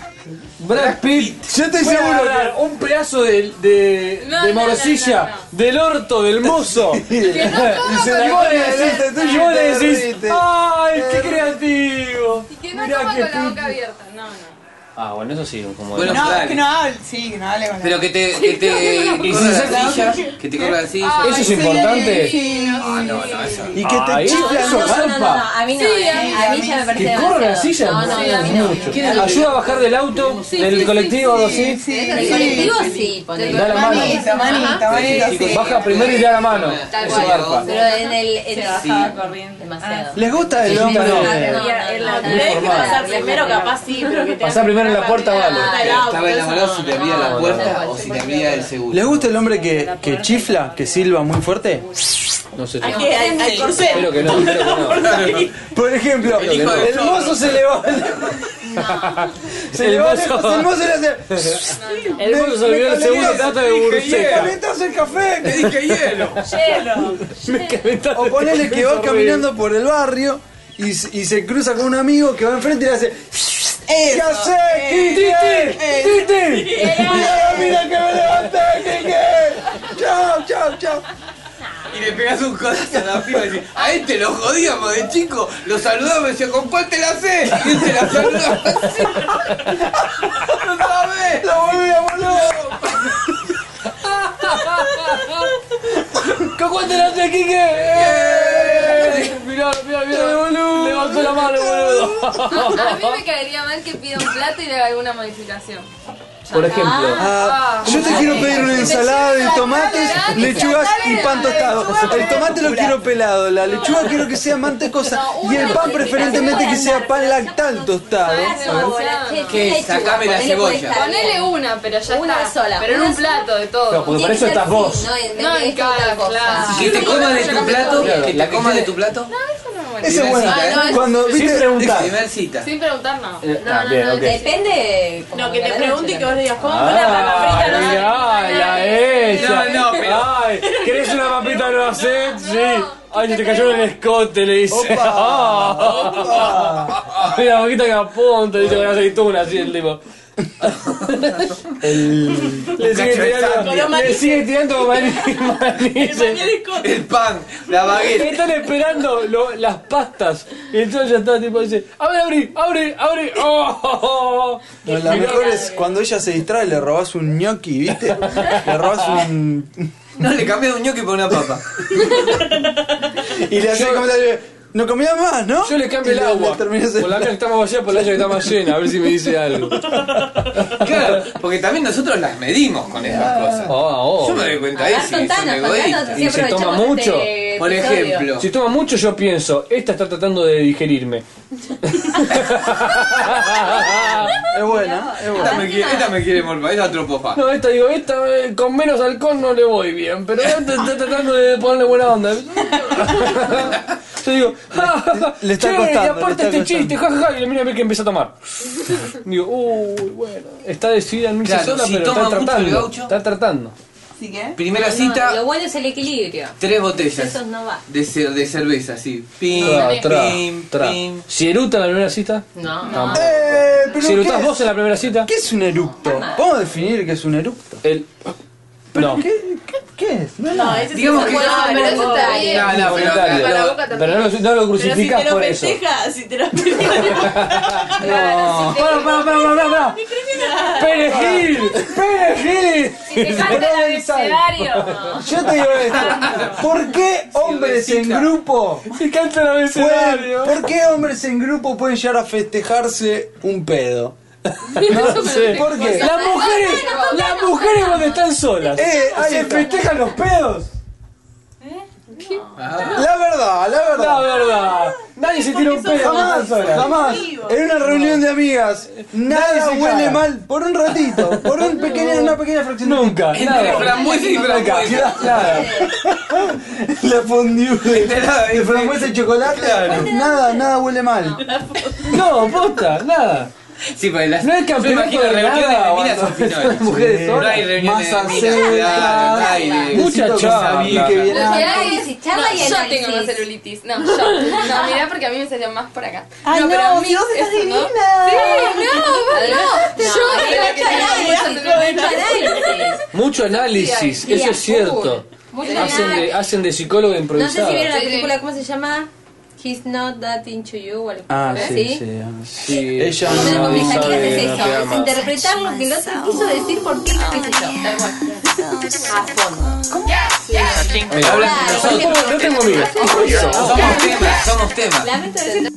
Brad Pitt.
Yo estoy
Voy a
seguro
agarrar un pedazo de, de,
No,
de
no, no,
morcilla
no, no.
del orto del mozo.
Que no coma
se
con
la
y
el
vos
come
le
dedo.
delante
decís,
tuyo
y vos le
y te
decís
derrite.
¡ay, qué creativo!
Y que no
Mirá
como
qué
con la
piqui.
boca abierta. No, no.
Ah, bueno, eso sí, como
Bueno,
no,
dale.
que no hable, sí, que no hable con la
Pero que te, que te
Y
corra
si
la
se-
silla, que te corra la silla.
Eso es importante.
Sí,
Ah, no, no, eso.
Y que te
Ay,
chifle
No,
eso,
no, no, no, no,
garpa.
a mí no,
Sí,
eh,
a mí
a mí ya me
Que
parece
corra la
demasiado.
silla,
No, no, no, a mí no.
mucho. Ayuda a bajar del auto, del
sí,
colectivo,
sí,
o sí.
sí,
Del
sí.
colectivo sí, ponele.
Da la mano.
Manita, manita, manita,
Sí,
sí.
Baja primero y da la mano.
Tal
Eso
cual.
garpa.
Pero en el. En el
bajaba corriendo.
Demasiado.
¿Les gusta
Sí,
el hombre?
no.
No, no,
Había- en la
no, no,
tenés que
no,
pasar
no,
primero,
no,
capaz sí, pero que te
Pasar primero en la puerta,
Ah,
vale.
Ah, Estaba enamorado si te abría la puerta o si te abría el seguro.
¿Les gusta el hombre que, que chifla, que silba muy fuerte?
No sé.
Hay que al, al corset.
Espero que no, espero que no.
Por ejemplo,
El hijo de
el mozo se le va. Se
El
le va
mozo.
el mozo le hace.
El mozo se olvidó el segundo trato de
Me
burbuceca.
calentás el café. me dice.
dije hielo!
Me calentaste
O ponele que
eso,
va
Rubén.
caminando por el barrio y, se- y se cruza con un amigo que va enfrente y le hace. ¿Qué haces, Quique?
¡Titi!
Mira, mira que me levanté, Quique. Chao, chao, chao.
Y le pegás un codazo a la piba y decís, a este lo jodíamos de chico, lo saludamos y decía, ¿con cuál te la sé? Y él te la saludaba así. ¡No sabes!
Lo volvíamos loco.
¿Con cuál te la hace, Kike? Mirá, mirá, mirá. Levantó la mano, boludo.
A mí me caería mal que pida un plato y le haga alguna modificación.
Por ejemplo.
Ah, yo te quiero pedir una ensalada de tomates, lechugas y pan tostado. El tomate lo quiero pelado, la lechuga quiero que sea mantecosa y el pan preferentemente que sea pan lactal tostado.
¿Qué? Sacame la cebolla.
Ponele una, pero ya
Una
está.
sola,
Pero en
una
un plato de todo.
No, pues, porque para eso estás vos.
No,
No,
en
en cada clase.
Que te coma de tu plato, que te coma de tu plato.
Ese es bueno. Cuando
Sin
viste
preguntar.
Primer cita.
Sin preguntar, no.
Eh, ah, bien, ok.
Depende. como
No, que
de
te
la
pregunte
noche
y que vos le digas, ¿cómo fue la
Ah,
papa frita?
Ay, ay, la ella.
No, no, pero-
Ay, ¿querés una papita no hacer? Sí. Ay, se te cayó en el escote, le dice. Ah. Mira, poquito que apunta, dice con aceituna, así el tipo. Le sigue
cacho de sangre.
tirando, le sigue tirando maní, maní.
El pan, la
Le
baguette.
Están esperando lo- las pastas. Y entonces ya está, tipo, dice: Abre, abre, abre, abre. Oh, oh, oh.
No, la mejor es cuando ella se distrae, le robás un gnocchi, ¿viste? Le robás un.
No, le cambié un ñoqui por una papa.
Y le haces comentario. No comía más, ¿no?
Yo le cambio el
Y le- le
agua.
terminás el-
Por la mía que está más vacía, por la otra que está más llena. A ver si me dice algo.
Claro, porque también nosotros las medimos con esas cosas.
Oh, oh.
Yo me doy cuenta
A
de
ver,
eso.
contanos, contanos, así
Y se toma
aprovechamos
mucho.
este
Por
episodio.
ejemplo,
Si toma mucho, yo pienso, esta está tratando de digerirme.
Es buena, es buena.
esta me quiere, esta me quiere morfar, esta tropofa.
No, esta digo, esta eh, con menos alcohol no le voy bien, pero esta está tratando de ponerle buena onda. Yo digo, ja, ja, ja,
Le está
che,
costando,
y
le
aparte
está
este
costando.
chiste, jajaja, y le mira a ver que empieza a tomar. Digo, uy, bueno, está decidida en irse
Claro,
sola,
si
pero
toma
está
mucho el
tratando.
gaucho-
Está tratando.
¿Sí qué?
Primera
No, Lo
cita,
bueno es el equilibrio.
tres botellas
Eso no va.
de, cer- de cerveza, así. Pim,
Tra, tra,
pim,
tra.
pim.
¿Ciruta en la primera cita?
No, no.
Tampoco.
Eh, pero
¿Cirutas
¿qué
vos en la primera cita?
¿Qué es un eructo? ¿Podemos definir qué es un eructo?
El... No.
¿Qué, qué, qué es? No,
No, ese
Digamos
es
que-
el
No,
juego,
Ah, pero eso está bien.
No, no, pero-
Voluntario.
Para la
pero-
boca
Pero no lo, no lo
Pero si
crucificás
te lo
por eso.
festeja, si te lo festeja,
No. Para, para, para, para, para. Perejil, perejil.
Te falta el abecedario. No.
Yo te digo esto. ¿Por qué hombres en
recicla.
grupo
Y canta el
pueden,
abecedario.
¿Por qué hombres en grupo pueden llegar a festejarse un pedo?
No sé.
¿Por qué?
Las mujeres, las mujeres cuando están solas.
Eh, ahí
¿Se
está.
festejan los pedos?
La verdad, la
La
verdad.
verdad. Nadie se tira un pedo cuando
Jamás,
están solas.
jamás. En una reunión de amigas, nada
se
huele
caga.
mal por un ratito, por un pequeño, una pequeña fracción. de
Nunca,
Entre
nada.
frambuesa y frambuesa.
Nada.
La fondue de,
Nada,
de frambuesa y chocolate. Nada, nada huele mal.
No, posta, nada.
Sí, porque las,
No es campeonato
yo imagino
de
reuniones
nada,
de minas
cuando
son finales.
mujeres
No hay
solas.
reuniones de
Más
minas,
acelga.
claro, no hay de-
Mucha
Necesito que
charla.
sabía que viene
Lo que
algo.
hay
análisis, charla y
yo
análisis.
tengo una celulitis. No, yo. No, mirá porque a mí me salió más por acá.
Ay, Ah, no,
pero a mí
si vos estás
eso
divina.
no. Sí, no, vos no. Yo
Hay
de la que
mucho análisis,
tengo mucha
mucho análisis.
Mucho análisis,
Sí, hay.
eso es
Sí, hay.
cierto.
Mucho
Hacen de,
análisis.
hacen de psicólogo
uh, No sé
Eh, improvisado.
si vieron
Sí,
la
sí.
película, ¿cómo se llama? He's not that into you o algo
Ah,
así.
sí, sí. ah, sí.
Ella
Más o menos
no
porque la clase
sabe
es
lo que
eso, es
ama.
interpretar lo que el otro quiso decir porque lo que quiso, tal cual. A fondo. ¿Cómo?
Pero hablan con
Claro,
nosotros.
porque-
No tengo amigos.
Somos temas, somos temas.
Lamento decir-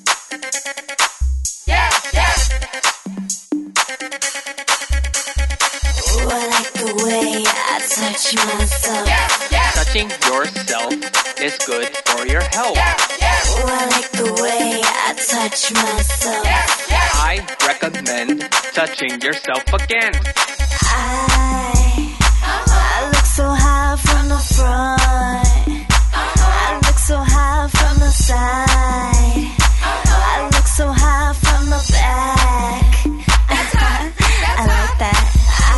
Touching yourself is good for your health. I recommend touching yourself again.
I look so high from the front. I look so high from the side. I look so high from the back. I like that. I,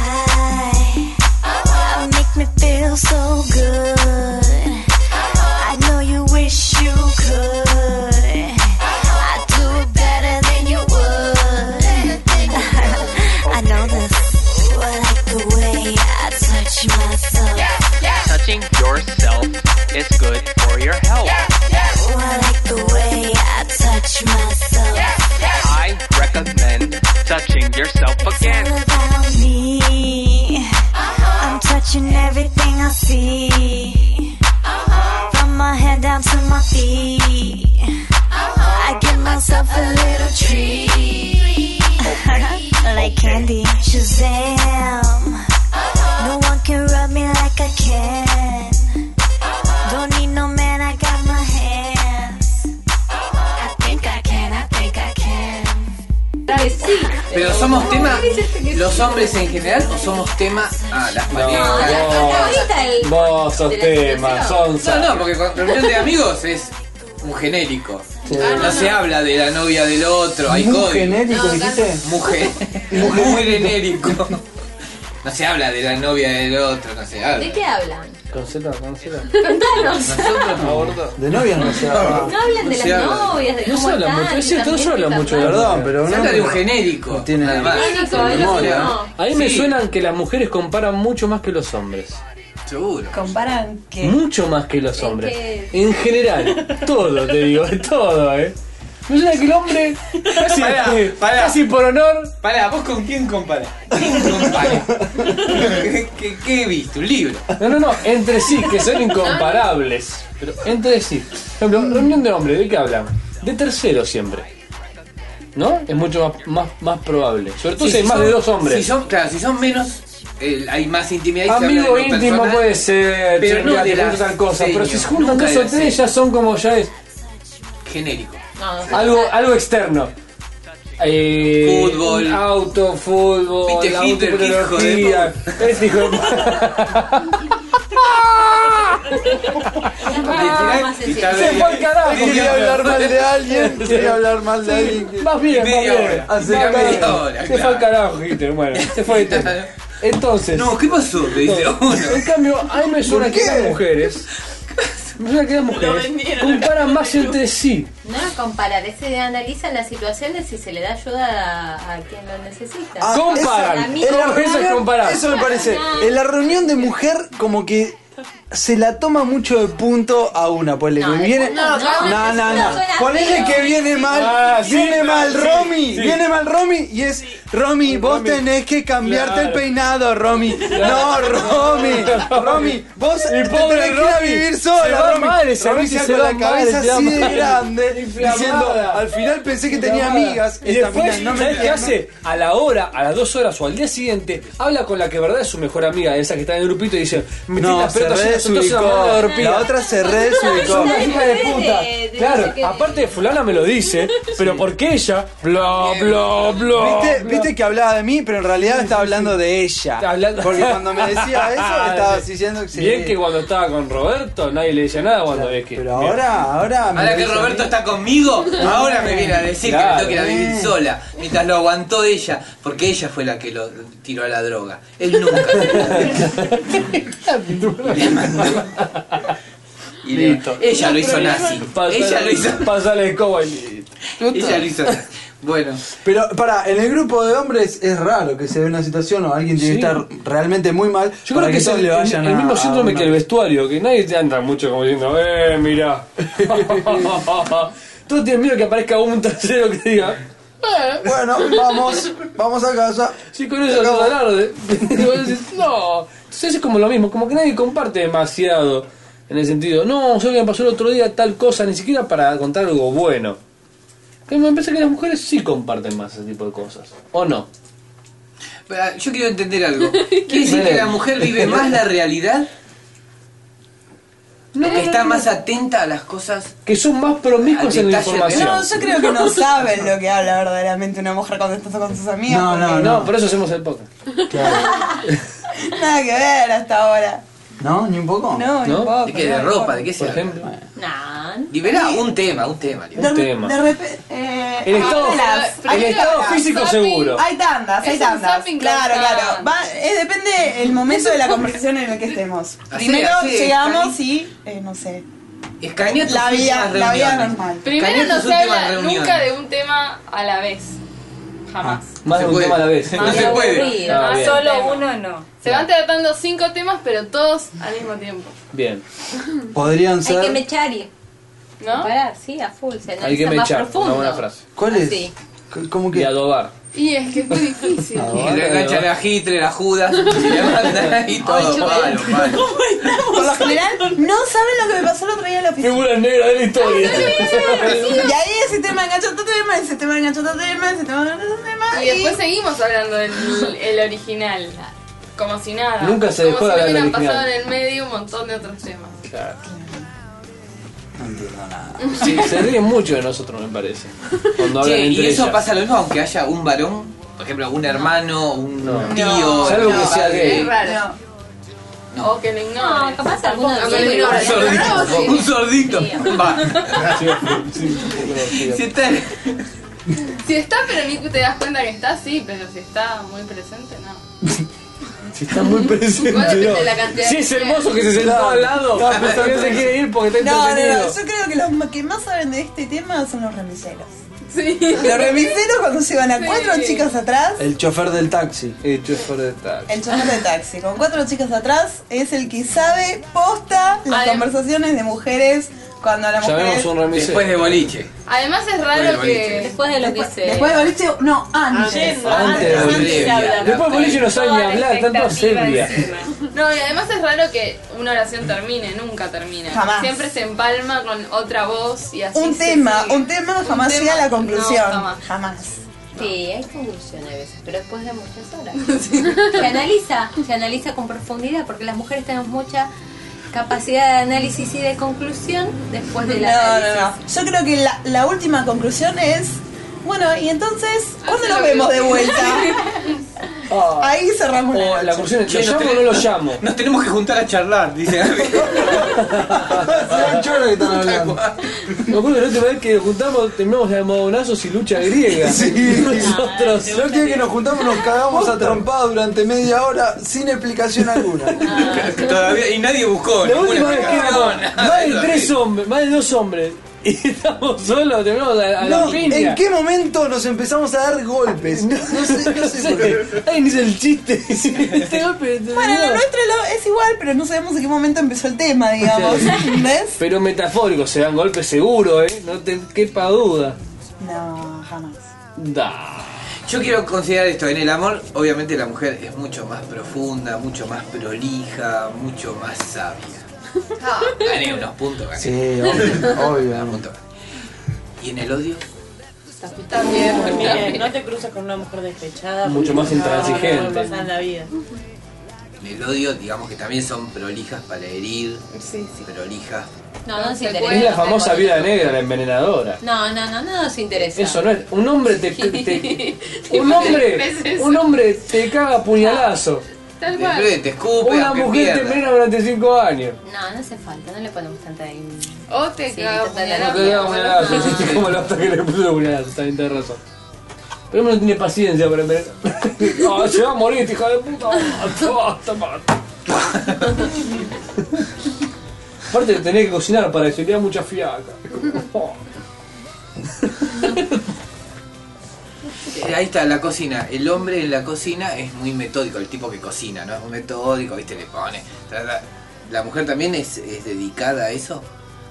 I make me feel so good. I know you wish you could. I do it better than you would. I know this. I like the way I touch myself.
Touching yourself is good for your health.
Oh, I like the way I touch myself.
I recommend touching yourself again.
All about me. I'm touching everything I see. From my head down to my feet. I give myself a little treat. like candy. Shazam. No one can rub me like I can. Don't need no man, I got my hands. I think I can, I think I can.
Pero somos tema
este
los hombres en general o somos tema a las parejas.
No, vos, vos sos tema, sonza.
No, no, porque con reunión de amigos es un genérico.
Ah,
No se habla de la novia del otro, hay
Muy
código.
genérico, No, dijiste. casi.
Mujer. Muy genérico. No se habla de la novia del otro, no se habla.
¿De qué hablan?
Conceta, conceta.
Contanos.
Nosotros abordo.
De novia no se habla.
No hablan de las novias, de
No
cómo
se habla
están.
mucho, es cierto, no se habla mucho de la
Perdón,
mujer.
pero
Se
no.
habla de un genérico. No
tiene
nada más. Genérico,
Con
es lo
memoria.
que no.
A mí me
Sí.
suenan que las mujeres comparan mucho más que los hombres.
Seguro.
Comparan que.
Mucho más que los hombres.
qué?
En general, todo, te digo, todo, eh. Me suena que el hombre. Casi,
Pará, pará.
casi por honor.
Pará, ¿vos con quién comparás? ¿Quién compara? ¿Qué, qué, qué he visto? ¿Un libro?
No, no, no, entre sí, que son incomparables. Pero entre sí. Por ejemplo, reunión de hombres, ¿de qué hablan? De terceros siempre. ¿No? Es mucho más, más, más probable. Sobre todo si, hay más
son-
de dos hombres.
Si son, claro, si son menos, eh, hay más intimidad y se habla de
Amigo
lo
íntimo
personal,
puede ser,
pero no de la
tal cosa, pero si se juntan
nunca
dos
de
o
la
tres
seño.
ya son como ya es
genérico.
algo, algo externo. Eh,
Fútbol.
un auto, fútbol,
Viste
la
Hitler, qué hijo de
autobiografía. Es hijo de
Literal, y tal
Se
vez-
fue al carajo.
Quería hablar mal de alguien. Quería hablar mal de alguien.
Más bien, más
Media
bien.
hora, Ah,
Más
media
bien.
hora,
Se fue
claro.
al carajo, Hitler, bueno, se fue Hitler. Entonces.
No, ¿qué pasó? Te dice uno.
En cambio, a mí me suena que las mujeres. Me suena que las mujeres comparan más entre sí.
No lo comparar, es que analizan la situación de si se le da ayuda a, a quien lo necesita.
Ah, esa-
Para mí,
en la
no.
reunión- Eso me parece. En la reunión de mujer, como que se la toma mucho de punto a una. Ponele que viene.
no,
No, no,
no,
no.
no, suena
Ponele
feo.
que viene mal.
Ah, sí,
viene
claro,
mal
sí,
Romy.
sí.
Viene mal Romy. Y es. Romy, vos tenés que cambiarte el
Claro.
peinado, Romy. No, Romy. Romy, vos
Y
te
pobre
tenés que ir a
Romy,
vivir
se
sola,
va
Romy.
mal, esa
Romy
noche
ya
se
con
va
la
mal,
cabeza
se va
así de
mal.
grande.
Inflamada.
Diciendo, al final pensé que tenía amigas.
Y
esta
después,
mina no me
¿sabes qué
quiere,
hace? A la hora, a las dos horas o al día siguiente, habla con la que verdad es su mejor amiga, esa que está en el grupito y dice, me
No,
las
se
pelotas y
resubicó.
nosotros una manga de orpilla.
La otra se
Es
resubicó.
una hija de puta.
de- de no
Claro,
sé qué.
aparte fulana me lo dice, pero porque ella, bla, bla, bla.
¿Viste, viste que hablaba de mí, pero en realidad estaba hablando de ella.
hablando- Ah,
Porque cuando me decía eso, estaba diciendo que sí.
Bien que cuando estaba con Roberto nadie le decía nada cuando ves que...
Pero ahora, ahora. me
Ahora que
dice-
Roberto está conmigo, ahora me viene a decir que
Claro.
me tengo que ir a vivir sola. Mientras lo aguantó ella, porque ella fue la que lo tiró a la droga. Él nunca. Le mandó. Y le-
Listo.
Ella lo hizo nazi.
Pasa-
Ella lo hizo
Pasa la escoba y...
Ella lo hizo nazi. Bueno.
Pero para, en el grupo de hombres es raro que se vea una situación o alguien tiene
Sí.
que estar realmente muy mal.
Yo
para
creo que es
todos
el,
le vayan
el
a-
mismo
a
síndrome
una-
que el vestuario, que nadie te anda mucho como diciendo, eh, mira. Todos tienen miedo que aparezca un tercero que diga, eh,
Bueno, vamos, vamos a casa.
Sí, con eso toda la tarde. Y vos decís, no. Entonces es como lo mismo, como que nadie comparte demasiado. En el sentido, no, yo que me pasó el otro día tal cosa, ni siquiera para contar algo bueno. Que me parece que las mujeres sí comparten más ese tipo de cosas. ¿O no?
Pará, yo quiero entender algo. ¿Quiere decir que
Belén.
la mujer vive más la realidad? que está más atenta a las cosas.
Que son más promiscuos
en la
información.
No, yo creo que no saben lo que habla verdaderamente una mujer cuando está con sus amigas.
No, no,
porque
no, por eso hacemos el podcast.
Nada que ver hasta ahora.
¿No? ¿Ni un poco?
No, ni un poco,
¿De qué? ¿De
no,
ropa? ¿De qué se
Por
habla?
ejemplo.
No.
Liberá un tema, un tema.
De,
liberá.
re- de repente.
El estado- el estado físico seguro.
Hay tandas, hay
Es un
tandas.
zapping
Claro,
constante.
claro. Va- eh, depende el momento de la conversación en el que estemos.
Así,
Primero
así,
llegamos y. eh, no sé.
Escanea tus
La vida-
últimas
la vida
reuniones.
normal.
Primero
Escanea
no
tus
se
últimas
habla
reuniones.
nunca de un tema a la vez. Jamás.
Más de un tema a la vez.
No se puede.
Ah, bien.
Solo
uno no.
Se van tratando cinco temas, pero todos al mismo tiempo.
Bien.
Podrían
Hay que
ser.
mechar
¿No?
Pará, sí, a full. Se
Hay que
analiza más
mechar. Una
profundo.
buena frase.
¿Cuál es?
Ah, Sí.
C- ¿Cómo
Y
que? Ah,
adobar.
Y es que es muy difícil.
Y la enganchan a Hitler, a Judas, y le mandan ahí todo, palo, palo.
Por lo general, no saben lo que me pasó el otro día en la oficina.
Figura negra de la historia.
Y ahí ese tema enganchó otro tema, ese tema enganchó otro tema, ese tema enganchó otro tema.
Y después seguimos hablando del el original. Como si nada.
Nunca se dejó
Como
de
si no
hablar del
hubieran pasado en
original.
el medio un montón de otros temas.
Claro.
No entiendo nada.
Sí, se ríen mucho de nosotros, me parece. Cuando hablan
Che,
entre
y eso
ellas.
pasa lo mismo aunque haya un varón, por ejemplo, un hermano, un
No.
tío.
Salvo que
un
sea
padre.
gay.
No.
O que lo ignoren.
No, capaz alguno
Tampoco-
sí,
que lo
pero-
Un
ignoren.
sordito, un sordito. Va. Si está-
Si está, pero ni te das cuenta que está, sí, pero si está muy presente, no.
Si está muy presente.
Igual depende de la
¿no?
cantidad
Si
de
es
mujeres.
hermoso que se sentó al lado,
Estaba
pero
pensando
no se quiere ir porque está
No, no,
entretenido.
no, yo creo que los ma- que más saben de este tema son los remiseros.
Sí.
Los remiseros cuando llevan a
Sí.
cuatro chicas atrás,
El chofer del taxi.
El chofer de taxi.
el chofer de taxi con cuatro chicas atrás es el que sabe posta las
Ay.
conversaciones de mujeres cuando la mujer
Llamemos un remisero.
Después de boliche.
Además es
Bueno,
raro
boliche.
que...
Después de lo que
después,
sé.
después de boliche, no, antes.
Yendo,
Antes de
Bolivia.
se habla.
Después Bolillo no sabe ni hablar, tanto seria.
No, y además es raro que una oración termine, nunca termina.
Jamás.
Siempre se empalma con otra voz y así
Un
se
tema,
sigue.
un tema
Un
jamás
tema,
llega a la conclusión.
no, jamás.
Sí, hay conclusión a veces, pero después de muchas horas. Se analiza, se analiza con profundidad, porque las mujeres tenemos mucha capacidad de análisis y de conclusión después de la
No, no, no. Yo creo que la, la última conclusión es. Bueno, y entonces, ¿cuándo nos vemos de vuelta? Oh. Ahí cerramos la
O
noche.
la cuestión es,
Che,
¿lo
no te-
llamo o no lo llamo?
Nos tenemos que juntar a charlar, dice.
Hace ocho horas que están hablando.
Me acuerdo que la última vez que nos juntamos terminamos de modonazos y lucha griega.
Sí.
Nosotros.
No quiere que nos juntamos, nos cagamos a trompada durante media hora sin explicación alguna.
Todavía, y nadie buscó.
La
ninguna
última vez que éramos
explicación, nada,
más de
eso,
tres
sí.
hombres, más de dos hombres, y estamos solos, terminamos a, a Ah, la
No,
piña.
¿en qué momento nos empezamos a dar golpes? No, sé, no sé por qué.
Ay, ni es el chiste. Este golpe.
Bueno, lo nuestro lo- es igual, pero no sabemos en qué momento empezó el tema, digamos. ¿Ves?
Pero metafórico, se dan golpes seguro, ¿eh? No te quepa duda.
No, jamás.
Da.
Yo quiero considerar esto, en el amor obviamente la mujer es mucho más profunda, mucho más prolija, mucho más sabia.
Ah,
Gané unos puntos, gané
Sí, obvio,
unos
obvio.
puntos. Y en el odio,
También,
Mira,
también.
no te cruzas con una mujer despechada.
Mucho más
porque no,
intransigente.
No, no pasa en la vida.
en el odio digamos que también son prolijas para herir,
Sí, sí.
prolijas.
No, no nos interesa.
Es la famosa vida negra, la envenenadora.
No, no, no, no nos interesa.
Eso no es. Un hombre te. te- un hombre.
Es eso.
Un hombre te caga a puñalazo.
Tal
Te
cual.
llueve, te escupe,
Una
aunque
mujer te
pierda.
envenena durante 5 años.
No, no hace falta, no le ponemos tanta... in-
O te
Sí,
caga
te
puñalada,
No,
No te da
como
puñalazo,
la otra.
sí, como la otra que le puso puñalazo, también tenés razón. Pero uno no tiene paciencia para envenenar. No, se va a morir, este hijo de puta. Basta, basta, basta. Aparte tenés que cocinar oh, para eso, y te da mucha fiaca.
Eh, ahí está la cocina. El hombre en la cocina es muy metódico, el tipo que cocina, ¿no? Es muy metódico, ¿viste? Le pone. tra, tra. La mujer también es, es dedicada a eso,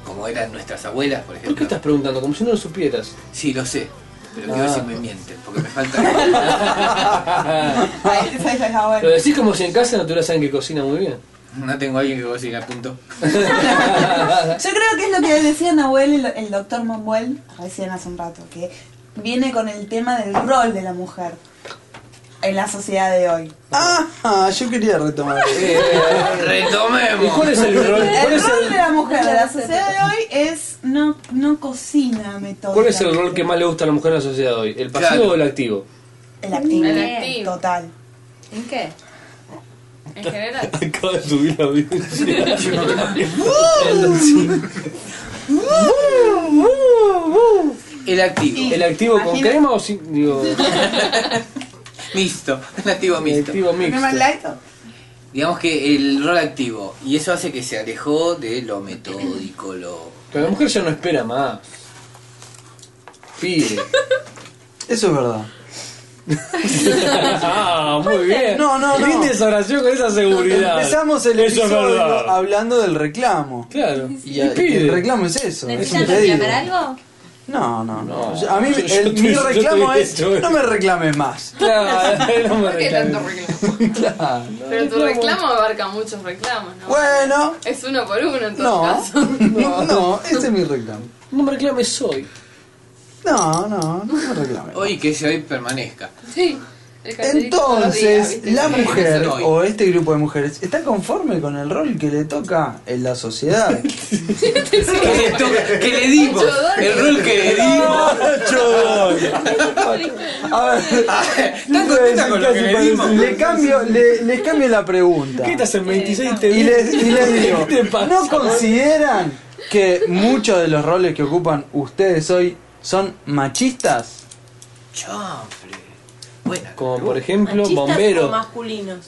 como eran nuestras abuelas, por ejemplo.
¿Qué estás preguntando? Como si no lo supieras.
Sí, lo sé. Pero quiero
Ah.
decir, me mienten, porque me falta.
Lo decís como si en casa no tuvieras alguien que cocina muy bien.
No tengo alguien que cocina, punto.
Yo creo que es lo que decía Nahuel, el, el doctor Manuel, recién hace un rato, que viene con el tema del rol de la mujer en la sociedad de hoy.
Ah, yo quería retomar.
Eh, retomemos.
¿Y cuál es el rol? ¿Cuál
El
es
rol
el,
de la mujer de la sociedad de hoy es no, no cocina metódica.
¿Cuál es el rol que más le gusta a la mujer en la sociedad hoy? ¿El pasivo
Claro.
o el activo?
El activo.
El activo.
Total.
¿En qué?
En general.
Acaba de subir la
El activo.
¿El activo con crema o sin.? Digo,
Mixto, el activo mixto.
¿Crema light?
Digamos que el rol activo, y eso hace que se alejó de lo metódico, lo...
Pero la mujer ya no espera más. Pide.
Eso es verdad.
ah, muy bien.
No, no, no.
Rinde esa oración con esa seguridad.
Empezamos el
Eso es
episodio
verdad.
hablando del reclamo.
Claro.
Y,
Y
y
pide.
el reclamo es eso. Es un
¿Necesitan
pedido.
reclamar algo?
No, no, no.
No.
A mí
Yo- yo
el-
te-
mi
yo te
reclamo
hubiera
es
hecho eso.
no me reclames más.
Claro, no me
¿Por qué tanto
reclames.
reclamo?
Claro.
Pero tu reclamo abarca muchos reclamos, ¿no?
Bueno,
Es uno por uno en todo
no.
caso.
No, no, ese es mi reclamo.
No me reclames hoy.
No, no, no me reclames.
Hoy que ese hoy permanezca.
Sí. el cartelito todos los días,
Entonces,
¿viste?
la mujer
Hoy.
o este grupo de mujeres está conforme con el rol que le toca en la sociedad.
Que le, to- que le dimos, el rol que le dimos.
A ver,
¿Están contentas con lo que le dimos?
le cambio, le, les cambio la pregunta.
¿Qué estás en 26 te
Eh, Y les, y les digo,
¿Qué te pasa,
¿no
boludo?
consideran que muchos de los roles que ocupan ustedes hoy son machistas?
Chanfle. Buena.
Como por ejemplo,
Machistas o
bombero.
masculinos.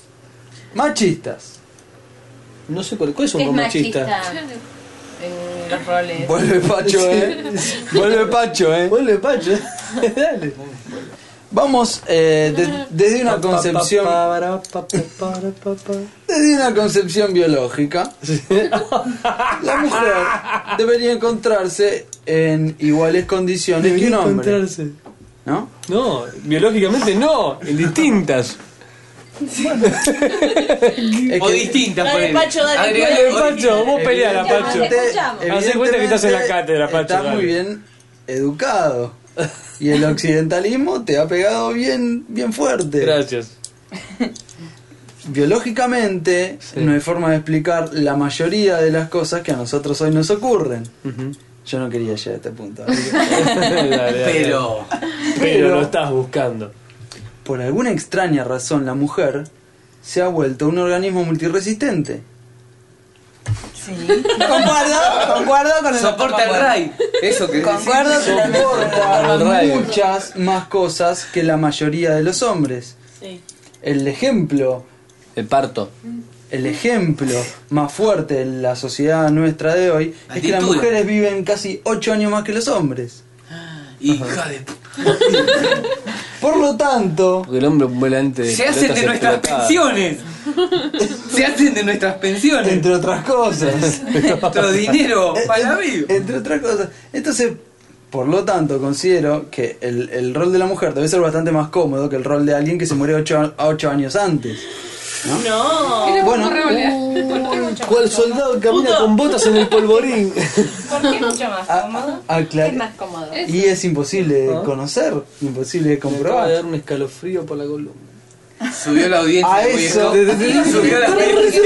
Machistas.
No sé cuál, cuál es un
¿Qué es
rol machista.
machista?
Eh, los roles.
Vuelve Pacho, eh. Vuelve Pacho, eh.
Vuelve Pacho. Dale.
Vamos eh, de- desde una concepción, desde una concepción biológica. La mujer debería encontrarse en iguales condiciones que un hombre,
Encontrarse.
¿no?
No, biológicamente no, en distintas.
Es
O
que-
distintas,
Dale,
ponele.
Pacho, dale,
Agregale
Dale,
o-
Eh, Pacho, vos peleala, Pacho.
Te escuchamos.
Hacé cuenta que estás en la cátedra, Pacho,
Estás
dale.
muy bien educado. Y el occidentalismo te ha pegado bien, bien
eh.
fuerte.
Gracias.
Biológicamente, no hay forma de explicar la mayoría de las cosas que a nosotros hoy nos ocurren.
Ujú.
Yo no quería llegar a este punto. así que,
Dale, dale.
Pero...
Pero
Pero-
lo estás buscando.
Por alguna extraña razón, la mujer se ha vuelto un organismo multiresistente.
Sí. Concuerdo, concuerdo con el
Soporta el ray. Eso que
Concuerdo totalmente.
Soporta
Rayos.
muchas más cosas que la mayoría de los hombres.
Sí.
El ejemplo
El parto.
El ejemplo más fuerte de la sociedad nuestra de hoy es que las
Actitud.
mujeres viven casi 8 años más que los hombres.
Hija de p-
Por lo tanto,
Porque el hombre vuela antes de
Se hacen de nuestras pensiones. Se hacen de nuestras pensiones.
entre otras cosas,
Nuestro dinero
eh,
para vivir.
entre otras cosas, entonces, por lo tanto, considero que el, el rol de la mujer debe ser bastante más cómodo que el rol de alguien que se murió 8, años antes.
No.
Era
Oh.
Bueno.
como revolear.
Uh, ¿Cuál soldado camina con botas en el polvorín?
¿Por qué es mucho más
Ah,
cómodo? ¿Qué es
Aclar-
más cómodo?
y es imposible de conocer, imposible de
Me acaba de
comprobar.
dar un escalofrío por la columna.
Subió la
A
audiencia. muy
eso,
esto. Subió la audiencia.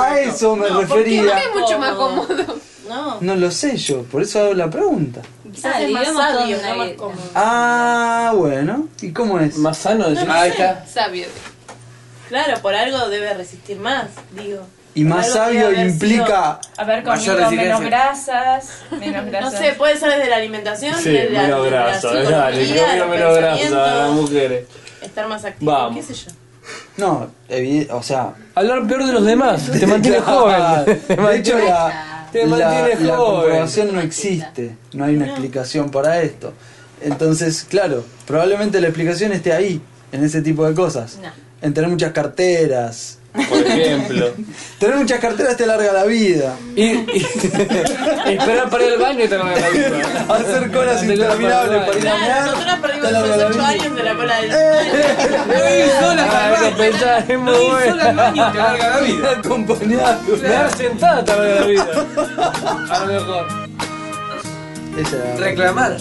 a eso me
¿Por qué no
refería.
es mucho más cómodo?
No.
No lo sé yo, por eso hago la pregunta.
Quizás es
Dale,
más
vivamos
sabio,
toda
no
una
más
vida.
cómodo.
Ah, bueno. ¿Y cómo es?
Más sano decir. "Ah,
Ahí está.
Sabio.
Claro, por algo debe resistir más, digo.
y más
Por algo debe
sabio
haber
implica.
A ver,
Mayor
conmigo menos
resiliencia.
grasas, menos
No
grasas.
sé, puede ser desde la alimentación,
Sí,
desde la
menos grasa,
desde la
dale, yo
psicología,
quiero
los
menos grasa, las
pensamientos,
mujeres.
Estar más activo,
Vamos.
qué sé yo.
No, evi- o sea.
Hablar peor de los demás, te mantiene joven. Te
De hecho,
mantiene-
la,
Te
la,
mantiene
la
joven.
comprobación no existe. No hay una explicación para esto. Entonces, claro, probablemente la explicación esté ahí, en ese tipo de cosas. En tener muchas carteras.
Por ejemplo.
Tener muchas carteras te alarga la vida.
Y, esperar para ir al baño y te alarga la vida.
Hacer colas
Te alarga
interminables
la
para ir a
vida.
mirar.
Nosotros perdimos
Te alarga
los
la
8
vida.
años de la cola del
Eh,
Ay,
Ah, eso pensaba, es muy bueno.
Acompañado.
Me da sentada te alarga la vida. A lo mejor.
Reclamar.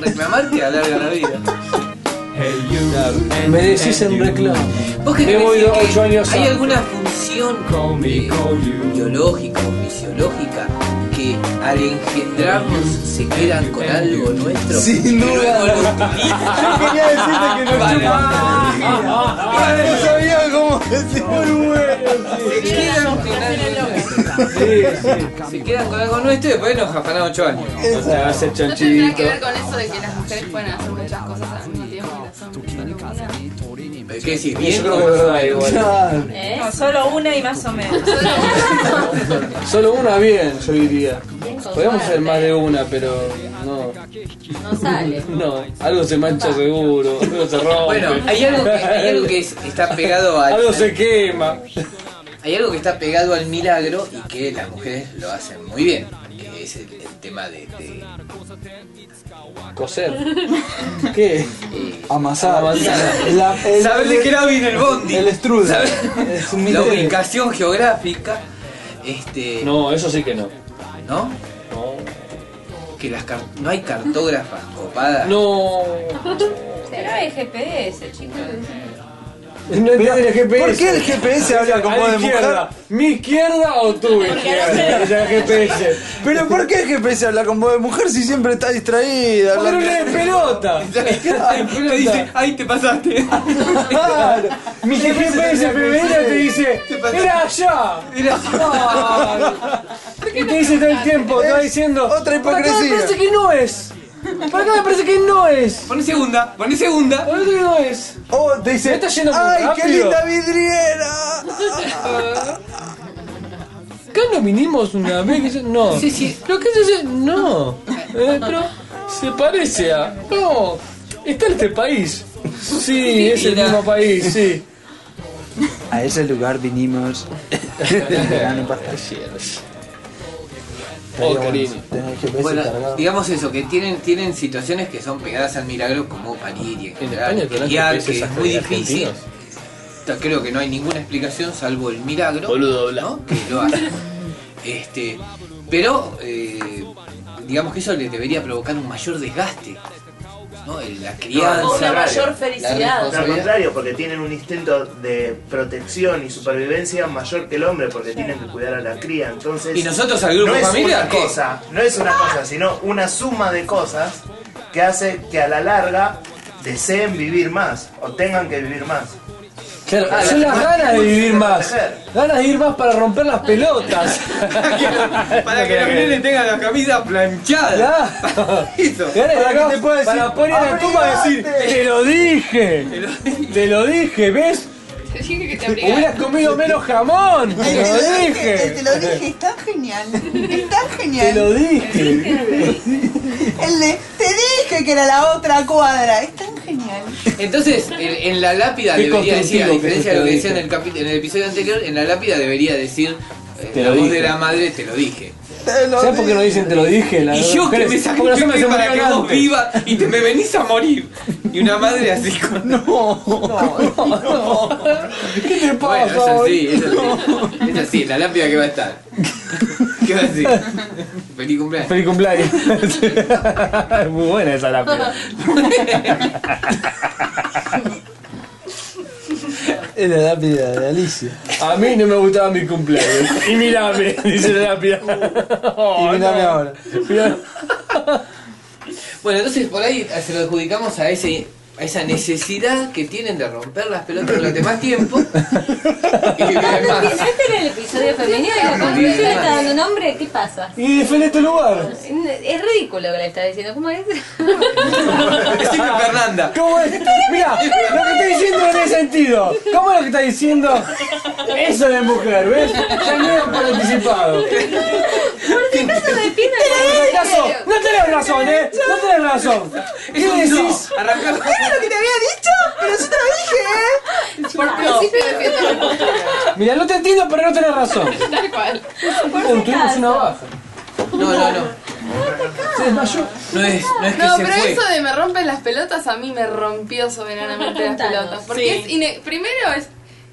Reclamar te alarga la vida.
Me decís en reclamo.
¿Vos
Me
querés
voy
decir que
8 años
hay
antes.
alguna función eh, biológica o fisiológica que al engendrarnos se quedan con algo nuestro?
Sin duda. Yo quería decirte
Ah,
que nos
Vale. Ah,
chupa la energía. Pero no sabía cómo decirlo en
Se quedan con algo nuestro. Se quedan con algo nuestro y después nos jafanán 8 años.
O sea, va a ser
No tendrá que
Eh, chanchito.
ver con eso de que las mujeres pueden hacer muchas cosas al mismo tiempo y las hombres solo una.
¿Qué decís?
Yo
Bien,
creo que es verdad
igual.
¿Eh?
No, solo una y más o menos.
Solo una bien, yo diría.
Bien con
Podríamos
suerte.
hacer más de una, pero no.
No sale.
No, algo se mancha seguro, algo se rompe.
Bueno, hay algo que, hay algo que es- está pegado al.
Algo se quema.
Hay algo que está pegado al milagro y que las mujeres lo hacen muy bien, que es el, el tema de, de-
Coser. ¿Qué?
Amasar.
Amasar.
La, el,
Saber de qué lado viene el bondi.
El strudel.
Saber-
Es un
la
misterio.
ubicación geográfica, este,
No, eso sí que no.
¿no?
No.
Que las car- no hay cartógrafas copadas.
No.
Pero hay GPS, chicos.
No
Mirá,
entiende el GPS.
¿Por qué el GPS habla con
A
voz
la
de mujer?
izquierda. ¿Mi izquierda o tu izquierda? O sea, GPS.
Pero ¿por qué el GPS habla con voz de mujer si siempre está distraída?
Porque no
Habla-
le pelota.
Ay, te dice, ahí te pasaste.
Claro.
Mi GPS primero te dice, era allá.
Mira,
Y te dice todo el tiempo, te va diciendo,
Otra
por acá me parece
hipocresía.
que no es. Por acá me parece que no es.
poné segunda, poné segunda.
Por acá que no es.
Oh, te dice,
Me está yendo muy
¡ay, qué
rápido".
linda vidriera!
Acá nos vinimos una vez que yo- no.
Sí, sí.
Lo que yo sé- no. Eh, pero se parece a. No. Está este país. Sí, es el
Mira.
mismo país, sí.
A ese lugar vinimos. Verano pastel.
Oh,
Estaría bueno
cariño.
tener el GPS
Bueno,
cargado.
digamos eso, que tienen, tienen situaciones que son pegadas al milagro como parir y
En
engendrar,
España tenés
criar,
GPS
que es
hasta
muy
de
difícil.
argentinos.
Ta- Creo que no hay ninguna explicación salvo el milagro.
Boludo, bla.
¿no? Que lo hace. Este, pero eh, digamos que eso le debería provocar un mayor desgaste. ¿no? El- La crianza.
O una mayor
La
felicidad.
No, al
responsabilidad.
contrario, porque tienen un instinto de protección y supervivencia mayor que el hombre, porque tienen que cuidar a la cría. Entonces,
Y nosotros al grupo
no es
familiar,
una
¿qué?
cosa, no es una cosa, sino una suma de cosas que hace que a la larga deseen vivir más o tengan que vivir más.
Claro,
Ah,
son
la-
las
la-
ganas de vivir
la-
más.
la-
Ganas de ir más para romper las pelotas.
Para que los nenes tengan la camisa planchada.
Claro.
Listo.
Ganas de
Para
acá,
que te pueda decir,
para poner la tumba y decir,
"Abrigate".
te lo dije. Te lo dije, ¿ves?
Te dije que te abrigara.
Hubieras comido menos jamón. Te lo dije.
Te lo dije, está genial. Está
Te
genial.
lo dije.
El de, te dije que era la otra cuadra. Es tan genial.
Entonces, en, en la lápida
Qué
debería decir, a
constructivo que
diferencia de lo que
fuiste,
decía en el, capi- en el episodio anterior, en la lápida debería decir eh,
Te
la
lo
voz
dije.
de la madre, te lo dije.
Te lo
¿Sabes por qué no dicen te lo dije? La
y yo que
mujeres?
me
Porque las
sacrifiqué
hombres se
para que
murieron
vos
antes.
vivas y te me venís a morir. Y una madre así con...
¿Qué te
Bueno,
pasa?
es así,
hoy?
es así. Es así, en la lápida que va a estar. ¿Qué va a decir? Feliz cumpleaños.
Feliz cumpleaños. Es Muy buena esa lápida.
Es la lápida de Alicia.
A mí no me gustaba mi cumpleaños. Y mirame, dice la lápida. Oh,
y mirame
no.
ahora.
Mirá.
Bueno, entonces por ahí se lo adjudicamos a ese, a a esa necesidad que tienen de romper las pelotas durante más tiempo y viven más.
Este era el episodio femenino de la conclusión le está dando un hombre, ¿qué pasa?
Y defiende este lugar.
Es ridículo lo que le está diciendo, ¿cómo es?
Decime Fernanda.
¿Cómo es? Mira, lo que está diciendo no tiene sentido. ¿Cómo es lo que está diciendo? Eso de mujer, ¿ves? Ya me iba por anticipado.
Por si acaso depende
Tenés razón, no tenés razón, ¿eh? No tenés razón. ¿Qué
Eso no,
decís?
arrancá-
Era lo que te había dicho, pero yo te lo dije, ¿eh?
Por principio defiendo la postura.
Mira, no te entiendo, pero no tenés razón.
Tal cual.
Oh, tuvimos una baja.
No, no, no.
Ah.
Se desmayó.
No es, no es que
No,
se
pero
fue.
eso de me rompen las pelotas a mí me rompió soberanamente las
Contanos.
pelotas. Porque
Sí.
es ine- primero es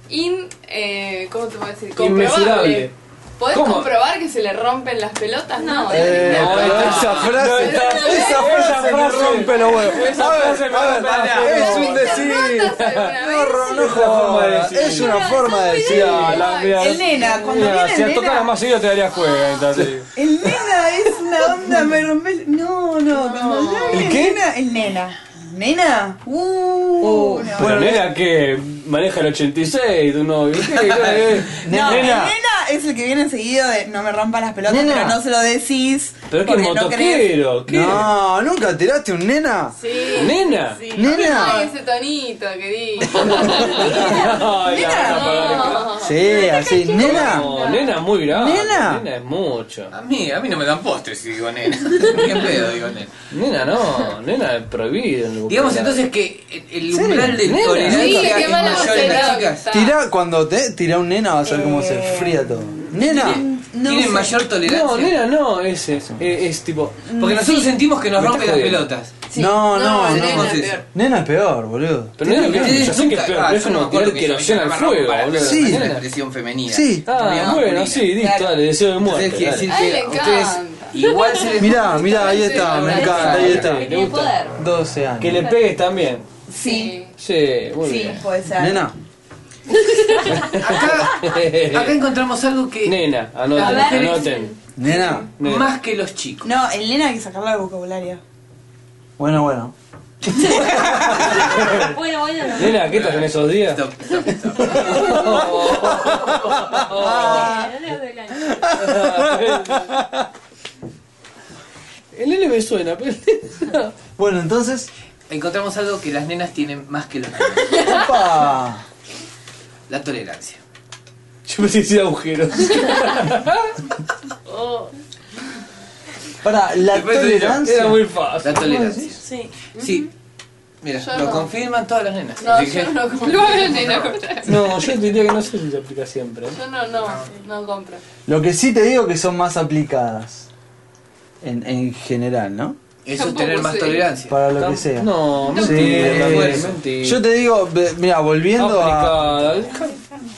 in. eh, ¿Cómo te puedo decir?
Inmesurable.
Comprobable. ¿Podés
¿Cómo?
comprobar que se le rompen las pelotas? No,
No,
es
Eh,
mentira.
pero esa frase,
No, está-
esa
esa
frase me
frase-
rompe los huevos.
esa
A ver,
frase me
a ver,
rompe las
es un
pelotas.
decir.
Eh,
alguna
No,
vez?
Ro- no
Es una forma de
jodas,
decir.
es una forma de decir.
Ah, la mía.
El nena, cuando
Mira,
viene
si
el
a tocar
nena,
más seguido te daría juega, entonces.
el nena es una onda, me rompe el- No, no, cuando yo vi
¿El qué? Oh,
nena, el nena. ¿Nena? Uh, no.
Bueno, nena que maneja el 86, tú no. ¿qué? ¿Qué?
No,
Nena.
el nena es el que viene enseguido de no me rompa las pelotas,
Nena.
pero no se lo decís.
Pero que
porque crees.
motoquero, ¿qué?
No, nunca tiraste un nena.
Sí.
¿Nena?
Sí.
Nena.
Ay, ese tonito que di.
No, la
Nena.
van a pagar.
Sí, así, nena.
No, nena es muy grave.
Nena.
Nena es mucho.
A mí, a mí no me dan postres si digo nena. Ni en pedo digo nena.
Nena no, nena es prohibido. en el
Digamos
vocabulario.
entonces que el- el
Sí,
umbral de
nena.
Sí,
tolerancia
qué
es
mala
mayor en las
vocedad que
chicas.
está.
Tira cuando te tira un nena vas a ver cómo se
Eh.
fría todo. Nena.
No
Tienen
sé.
mayor tolerancia.
No, nena no, es eso. Es, es tipo.
Porque nosotros sentimos que nos
Me está
rompen las
jodiendo.
pelotas.
No, no,
No,
no.
Tenemos
nena,
eso.
peor.
Nena es peor, boludo.
Pero nena,
Ustedes
yo sé que es
nunca-
peor,
ah,
pero
yo
eso
me
no
acuerdo
tirar
que yo
queroseno al
me rompa
fuego,
las
boludo.
pelotas,
Sí.
Es una
Nena.
expresión femenina.
Sí.
Ah,
Digamos,
bueno,
nena.
sí, listo, dale, deseo de muerte.
Entonces quiere
dale.
decir
Ay, le
que a ustedes
encanta.
igual se les
Mirá, mirá, ahí está, me
Ah,
encanta, ahí está.
Le gusta.
poder.
12 años.
Que le pegues también.
Sí,
Sí, muy
sí,
bien.
puede ser.
Nena.
Acá, Ah, acá encontramos algo que
Nena, anoten,
A ver.
anoten.
Nena.
Nena.
más que los chicos.
No, el nena hay que sacarlo del vocabulario.
Bueno, bueno.
Bueno, bueno, no.
Nena, ¿qué estás en esos días?
Stop, stop, stop.
Ah.
No le doy la-
El N me suena, pero.
Bueno, entonces.
Encontramos algo que las nenas tienen más que los chicos.
¡Opa!
La tolerancia.
Yo pensé que hacía agujeros.
Para la
Después te digo,
tolerancia.
Era muy
La
fácil.
tolerancia.
Sí.
Sí. Mira,
Yo
lo
no.
confirman todas las nenas.
No,
Dije,
yo no compro. Nena,
No, yo diría que no sé si se aplica siempre.
Yo no, no, no compro.
Lo que sí te digo que son más aplicadas. En, en general, ¿no?
Eso es
Tampoco
tener más
sé.
tolerancia.
Para lo que sea.
No,
Sí,
mentira,
eh,
sí. mentira.
Yo te digo, ve- mira, volviendo a.
Aplicada.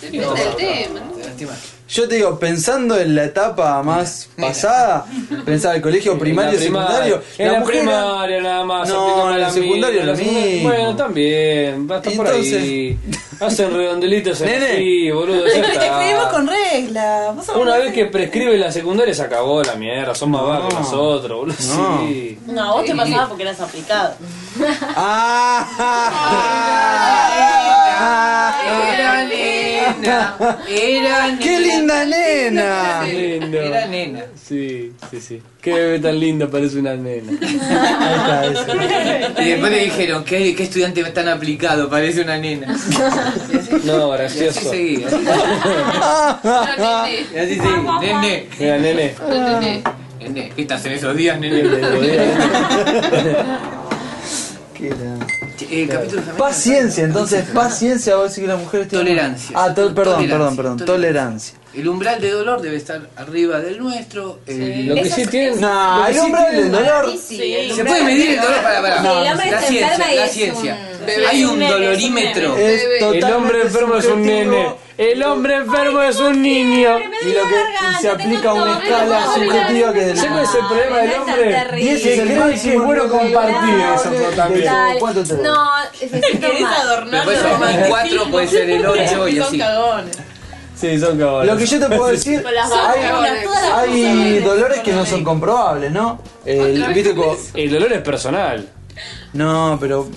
Depende del tema. ¿no?
Lástima.
Yo te digo, pensando en la etapa más pasada, pensaba el colegio
En
primario,
la
secundario.
En la,
mujer era-
primaria nada más.
No,
aplica más
en la
la
secundaria
mina,
lo
la secundaria-
mismo.
Bueno, también. Va a estar por ahí. Hacen redondelitos en
Nene.
sí, boludo. ya
Pero
está.
escribimos con regla. Vos
Una
sabés.
vez que prescribe la secundaria se acabó la mierda. Son más
No.
vagos que nosotros, boludo.
No.
Sí.
No, a vos te pasaba porque eras aplicado.
Ah,
Era nena. Era nena.
¡Qué linda nena!
Lindo.
Era nena.
Sí, sí, sí. Qué bebé tan linda, parece una nena.
Ahí está, ese.
Y después le dijeron, ¿qué, qué estudiante tan aplicado, parece una nena.
No,
Y así
gracioso.
seguía.
No, nene,
Y así seguía. Nene.
Mira, nene.
no, nene.
Nene, ¿qué estás en esos días,
Nene,
nene?
nene.
Qué la-
Che, eh, capítulo femenino.
Paciencia, entonces, paciencia, vos decís que la mujer tiene-
Tolerancia.
Ah, tol- perdón,
Tolerancia,
perdón, perdón, tolerancia.
El umbral de dolor debe estar arriba del nuestro. eh, el-
Lo que sí tienen.
No,
lo que
el
sí
hombre
tienen-
del dolor.
Sí.
¿Se puede medir el dolor? Para, para.
Sí, el hombre
la
se
ciencia,
enferma y
la
es
ciencia.
un-
Hay un
es un
dolorímetro.
nene.
Es
El
El
totalmente
hombre enfermo es un
subjetivo.
nene. El hombre enfermo es un niño.
Siempre me
Y
duele
lo
la
que
garganta,
se aplica
tengo
una
tos,
escala
tengo
subjetiva que
dolor.
Siempre es el problema
Ay,
del
Ah, no es tan
hombre.
terrible.
Y es el cree que es bueno compartir eso
Dale.
también.
Dale.
¿Cuánto te duele?
No, es
Querés adornar
Después
los
arma el cuatro, puede ser el ocho y
Son
así.
cagones.
Sí, son caballos.
Lo que yo te puedo decir,
Con las
hay,
vacunas,
hay-
todas las
hay
cosas.
dolores que no son comprobables, ¿no? El, ¿viste co-
El dolor es personal.
No, pero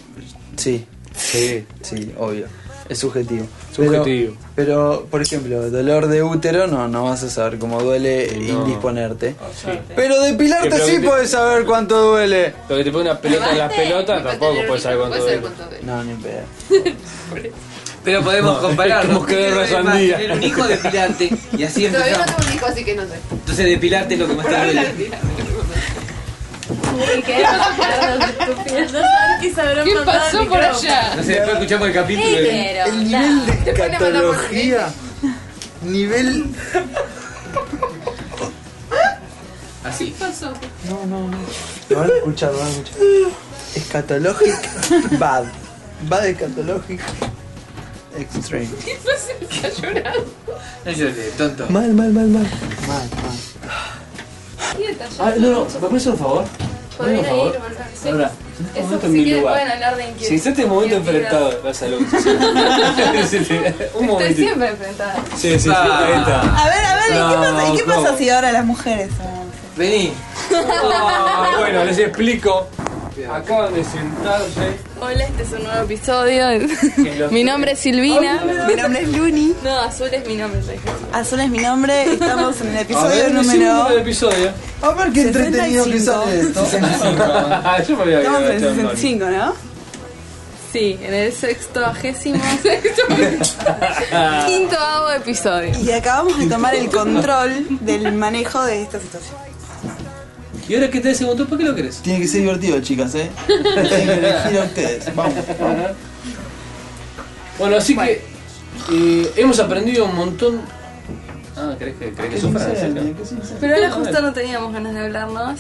Sí, sí, sí, obvio. Es subjetivo.
Subjetivo.
Pero, pero, por ejemplo, dolor de útero no, no vas a saber cómo duele indisponerte. Pero depilarte
Ah, Que
sí
pregunte-
puedes saber cuánto duele.
Lo que te pone una pelota en la
Aparte,
pelota
me
tampoco
parece
puedes saber cuánto duele.
No, ni pedo.
Pero podemos
No,
comparar.
como que de resandía.
Tener un hijo depilante y así
Todavía no
empezamos.
tengo un hijo, así que no sé.
Entonces depilarte es lo que más te duele.
¿Qué pasó por allá?
No sé, después escuchamos el capítulo. de-
El nivel de catología. Nivel.
Así.
¿Qué pasó?
No, no, no. Lo van a escuchar, lo van a escuchar. Escatologic Bad. Bad Escatologic Extreme.
¿Qué pasó? Está llorando.
No llores, tonto.
Mal, mal, mal, mal. Mal, mal.
¿Quién está llorando?
Ah, no, no, ¿me puedes hacer un favor?
Podría
Por favor.
ir, volver. Sí.
Ahora,
Eso,
un momento en
si
mi
quieren,
lugar.
pueden hablar de inquietud.
Si está este momento
Inquietud.
enfrentado, la salud. Sí, sí, sí. Un
Estoy
momento. Sí,
siempre enfrentada.
sí, sí, ahí está.
A ver, a ver, ¿y qué pasa, ¿y qué
No,
pasa
no.
si ahora las mujeres? ah,
Vení.
Ah, bueno, les explico. Acaban de sentarse.
Hola, este es un nuevo episodio.
los-
mi nombre es Silvina.
Mi nombre es Luni.
No, Azul es mi nombre. soy Jesús.
Azul es mi nombre, estamos en el
A ver,
episodio
decí el número del
número.
episodio.
A ver qué entretenido que
65.
son esto.
Yo me había
Estamos en el
quedado
65, ¿no?
Sí, en el sextoagésimo quinto hago episodio.
Y acabamos de tomar el control del manejo de esta situación.
¿Y ahora qué te hace ¿Por qué lo querés?
Tiene que ser divertido, chicas, ¿eh? Tienen que elegir a ustedes. Vamos.
Bueno, así que eh, hemos aprendido un montón. Ah, ¿crees que, crees que sufran? ¿En serio?
Pero ahora justo no teníamos ganas de hablar, ¿no?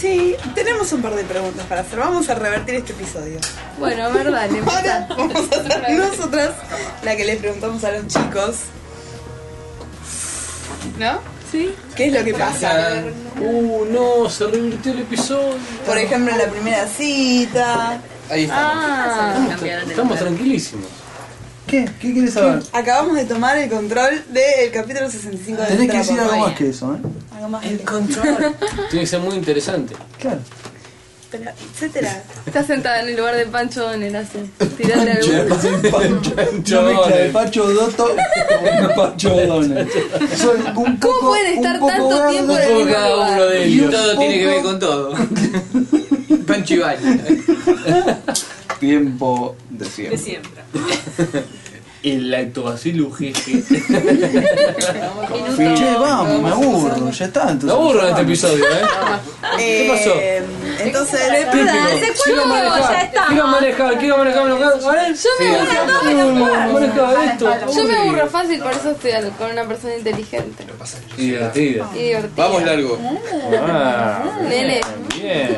Sí, tenemos un par de preguntas para hacer. Vamos a revertir este episodio.
Bueno, a ver, dale.
Ahora vamos a hacer nosotras la que les preguntamos a los chicos.
¿No? Sí.
¿Qué es lo que pasa?
Uh, no, se revirtió el episodio.
Por ejemplo, en la primera cita.
Ahí
Ah,
Estamos tranquilísimos.
¿Qué? ¿Qué quieres saber?
acabamos de tomar el control del capítulo 65 de
Tenés que
Trapo
decir algo
Maya.
más que eso, ¿eh?
Algo más.
El control.
Tiene que ser muy interesante.
Claro.
Pero, etcétera.
Está sentada en el lugar de Pancho Donel, así. Tirarle algo.
Yo mezcla de Pacho Doto con Pacho Donel. Soy un poco,
¿Cómo pueden estar
un poco
tanto
verde,
tiempo en el mismo
Cada uno
lugar?
de
Y un
ellos. Todo tiene que ver
poco-
con todo. Pancho y Valle.
Tiempo de siempre.
siempre.
El lactobacillus jeje.
Che, vamos, me aburro, ya está. Entonces,
Me aburro de este episodio, ¿eh?
Eh,
pasó?
Entonces,
Típico. Quiero manejar, quiero manejar, quiero manejar. me lo cago. Ahora
Yo me
Sí,
aburro, no me lo
manejar, manejar esto.
Yo me aburro fácil, por eso estoy al- con una persona inteligente
Divertido.
y divertida.
Vamos largo.
¿Eh?
Ah,
Nene.
bien.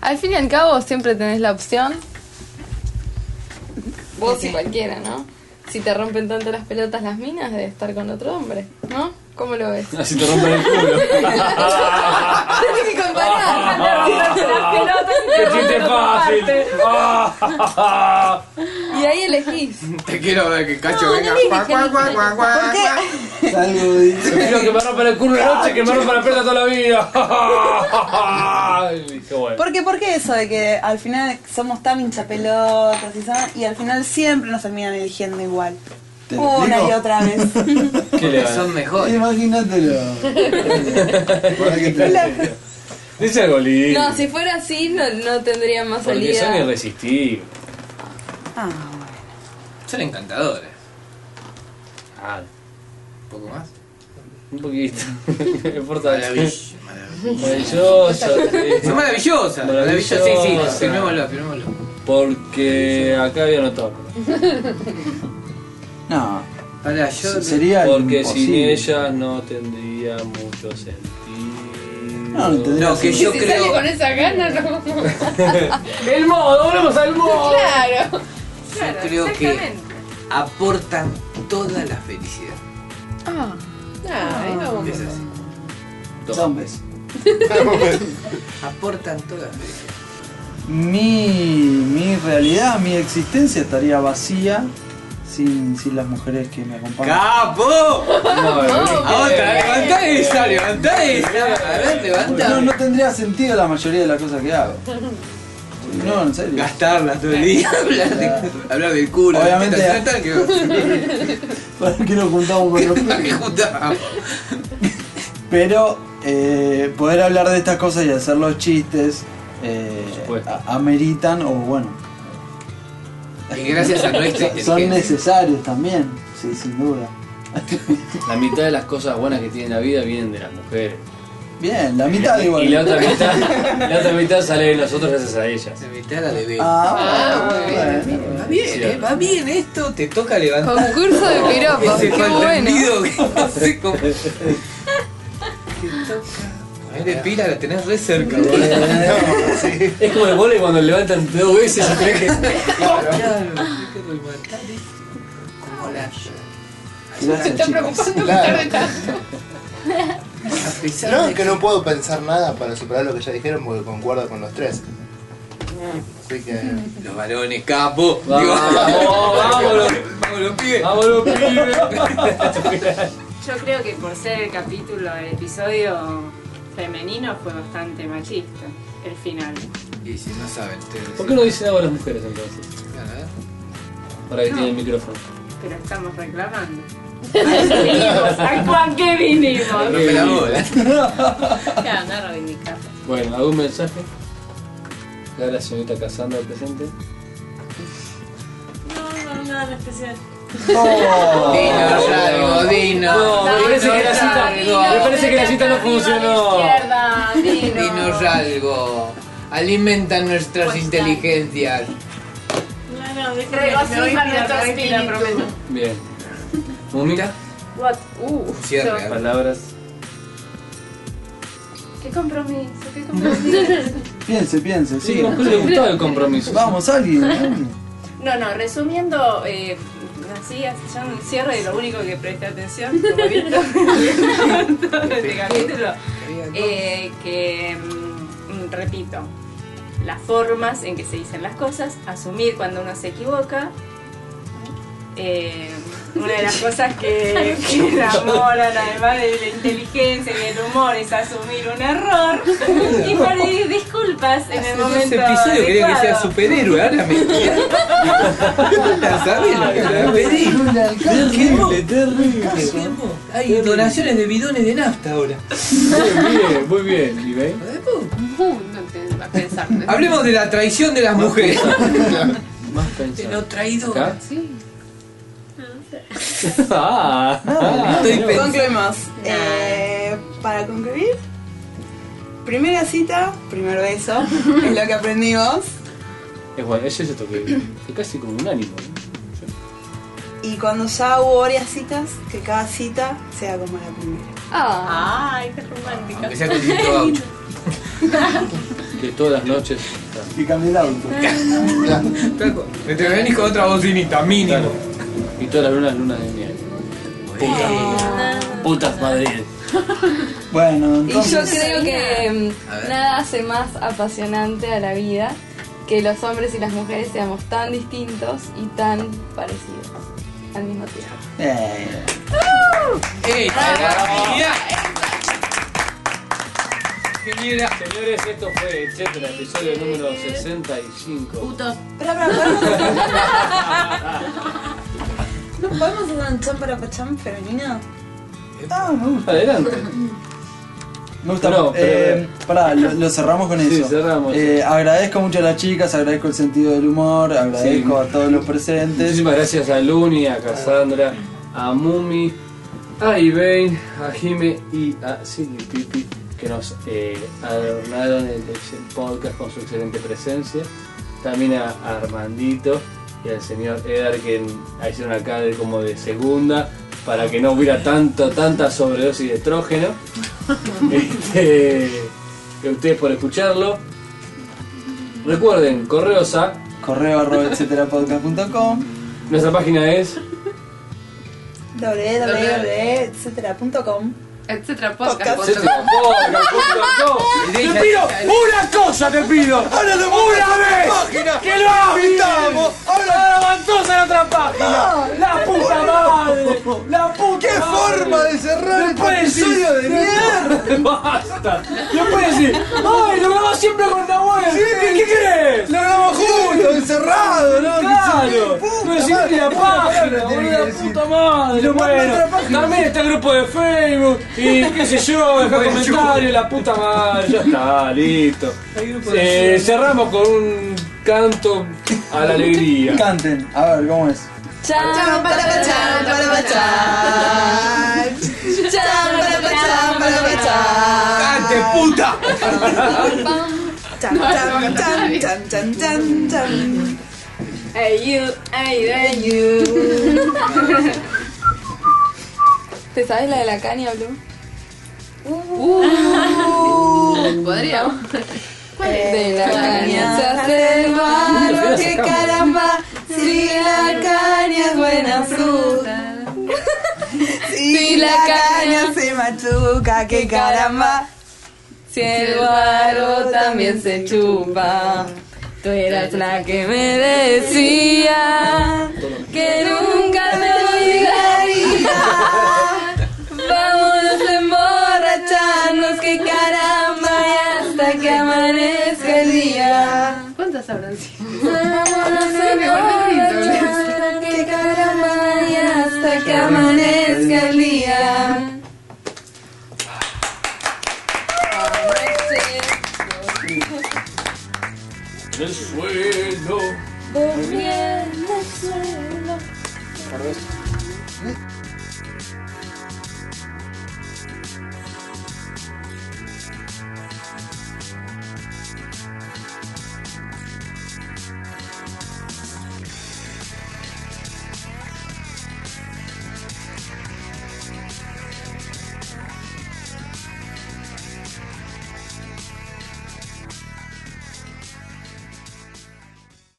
Al fin y al cabo, siempre tenés la opción. Vos y cualquiera, ¿no? Si te rompen tanto las pelotas las minas de estar con otro hombre, ¿no? ¿Cómo lo ves?
Así te rompen el culo.
Tenés que comparar.
¡Qué chiste fácil! Ah.
Y ahí elegís.
Te quiero ver que Cacho
No,
venga.
no dije
Guau,
que
guau,
dije.
guau, guau, guau, guau.
Algo de
Prefiero que me rompan el culo una noche que me rompan la perla toda la vida. Ay, Qué bueno.
¿por qué, ¿por qué eso de que al final somos tan hinchapelotas y, son- y al final siempre nos terminan eligiendo igual?
¿Te lo
Una
explico?
y otra vez.
Qué le va.
Son mejores.
Imagínatelo. Para que te-
Dice algo lindo.
No, si fuera así, no, no tendría más
Porque son
salida.
irresistibles.
Ah,
Son encantadores.
Ah,
Un poco más.
un poquito. Me importa
Maravilloso. maravilloso.
Pues Maravilloso.
Son
sí.
maravillosas. Maravillosas. Sí, sí.
Maravillosas.
Firmémoslo, firmémoslo.
Porque acá había notado.
No,
Pará, yo.
se- sería
Porque sin
imposible.
ellas no tendría mucho sentido.
No, no tendría
No, que
sentido.
yo
Si sale
creo.
con esa gana, no.
El modo, volvemos al modo.
Claro.
Yo creo que aportan toda la felicidad.
Ah, ahí vamos.
Es así.
Zombies.
Aportan toda la felicidad.
Mi, mi realidad, mi existencia estaría vacía sin, sin las mujeres que me acompañan.
¡Capo!
No, Eh,
Otra, levantá esa, levantá esa. A ver,
No,
levanta.
no tendría sentido la mayoría de las cosas que hago. No, en serio.
Gastarlas todo el día, hablar, de- hablar del culo.
Obviamente-
de las tetas, que-
¿Para qué nos juntamos con los
que juntamos.
Pero eh, poder hablar de estas cosas y hacer los chistes eh, a- ameritan o bueno.
Y gracias a nuestra
Son- Son
inteligencia.
necesarios también, sí, sin duda.
La mitad de las cosas buenas que tiene la vida vienen de las mujeres.
Bien, la mitad
y,
igual.
Y la otra mitad, la otra mitad sale de nosotros gracias a ellas. La
mitad la debe.
Ah,
muy bien. Va bien, eh, va bien esto, te toca levantar.
Concurso de piropos,
Ese
qué
malentendido que no sé cómo- Te toca. Ponete pila, la tenés re cerca, boludo.
Es como el vole cuando levantan dos veces y crees que.
Me está preocupando
Claro.
de tanto.
No, es que no puedo pensar nada para superar lo que ya dijeron porque concuerdo con los tres. Así que.
Los varones, capo. Digo-
vámonos.
Vámonos, pibe.
Vámonos, pibe.
Yo creo que por ser el capítulo, el episodio femenino fue bastante machista, el final.
Y si no saben, te-
¿Por qué no dicen algo a las mujeres entonces? Para que
No.
tienen el micrófono.
Pero estamos reclamando. ¿A qué vinimos? ¿A cu- a qué vinimos?
Rompe la bola.
Claro, no reivindicar.
Bueno, ¿algún mensaje? Acá la señorita Casandra presente.
No, no, nada en especial.
Oh.
Dino, salgo, Dino.
No, me parece que la cita,
Salgo.
me parece que la cita no funcionó.
Dinos algo. Alimentan nuestras inteligencias.
No, no, déjame.
Regocija
me voy a ir,
nuestro
me voy a ir,
espíritu.
prometo.
Bien. Mumita,
What? Uh,
Cierre.
yo-
palabras.
qué compromiso, qué compromiso.
Piense, piense, sí.
¿Por qué le gustó el compromiso?
Vamos, alguien. ¿eh? alguien.
No, no, resumiendo, eh, así, yo en el cierre, lo único que presté atención, como vieron, todo este capítulo, eh, que, mm, repito, las formas en que se dicen las cosas, asumir cuando uno se equivoca. eh, una de las cosas que, que enamoran, además de la inteligencia y el humor, es asumir un error y pedir disculpas en el momento.
Ese episodio quería que sea
adecuado.
superhéroe, ahora me ¿Sabes lo que la pedí?
Terrible, terrible.
Hay donaciones de bidones de nafta ahora.
Muy bien, muy bien. ¿Y ve?
Uh, no te a pensar.
Hablemos de la traición de las mujeres.
Más pensado.
Lo traído.
¿Acá?
Sí.
Ah,
estoy pensando.
Concluimos. Eh, para concluir, primera cita, primer beso, es lo que aprendimos.
Es bueno, es eso que es casi como un ánimo.
Y cuando ya hubo varias citas, que cada cita sea como la primera.
Ay, qué romántica.
Aunque sea con cinco gauchos. Que todas las noches.
Y cambié el auto.
Me te venís con otra bocinita, mínimo.
Y todas las lunas, lunas de miel. Putas, putas Madrid.
Bueno,
Y yo
entonces.
creo que
A ver.
mm, nada hace más apasionante a la vida que los hombres y las mujeres seamos tan distintos y tan parecidos al mismo tiempo.
Eh,
¡Ey! ¡Mira!
Señores, esto fue etcétera, episodio número 65.
Putos. Espera, espera, ¿No podemos hacer un cham para pacham femenino?
Ah, me gusta.
Adelante.
Me gusta.
No, pero-
eh, pará, lo, lo cerramos con
Sí,
eso.
cerramos.
Eh, agradezco mucho a las chicas, agradezco el sentido del humor, agradezco a todos los presentes.
Muchísimas gracias a Luni, a Cassandra, a Mumi, a Ivain, a Jime y a Silvi Pipi que nos eh, adornaron el, el podcast con su excelente presencia. También a, a Armandito y al señor Edar que en- hicieron acá de, como de segunda para que no hubiera tanto, tanta sobredosis de estrógeno. Este, y a ustedes por escucharlo. Recuerden, correos a
Correo arroba etcétera podcast.com.
Nuestra página es
www.etcetera.com
Etcétera
Te
pido
una cosa, te pido.
Ahora lo
una vez.
que lo hagas.
habitamos. Ahora
avanzás a la otra página. La puta madre. La puta
¡Qué forma de cerrar
No
este
puede
episodio
ser.
de mierda!
Basta. Yo puedo decir, ay, lo grabás siempre con Nahuel. ¿Qué, qué querés?
Lo cerrado, ¿no?
Claro, pero si no
que
tiene la página, boludo, la puta madre.
Lo manda a
bueno,
otra página.
también está el grupo de Facebook y qué sé yo, deja
Bueno,
comentarios, la puta madre. Ya está, listo. Eh, cerramos con un canto a la alegría.
Canten, a ver, ¿cómo es?
Cham, para, pa, cham, para, pa, cham. Cham, para, pa, cham, para, pa, cham.
¡Cante, puta!
Cham, cham, cham, cham, cham, cham, cham.
Hey you, hey
Hey, you.
¿Te sabes la de la caña, Blue? Uh.
Podríamos.
¿Cuál es? De Uh. Eh, la caña se hace
Del
el
barro,
barro,
que
qué
caramba, si la caña es buena fruta. Si la caña se machuca, que caramba.
Si el barro también se chupa. Tú eras la que me decía que nunca me olvidaría. Vámonos a emborracharnos, que caramba, y hasta que amanezca el día.
¿Cuántas habrán sido?
Vámonos a emborracharnos, que caramba, y hasta que amanezca el día.
El suelo.
Volviendo al suelo.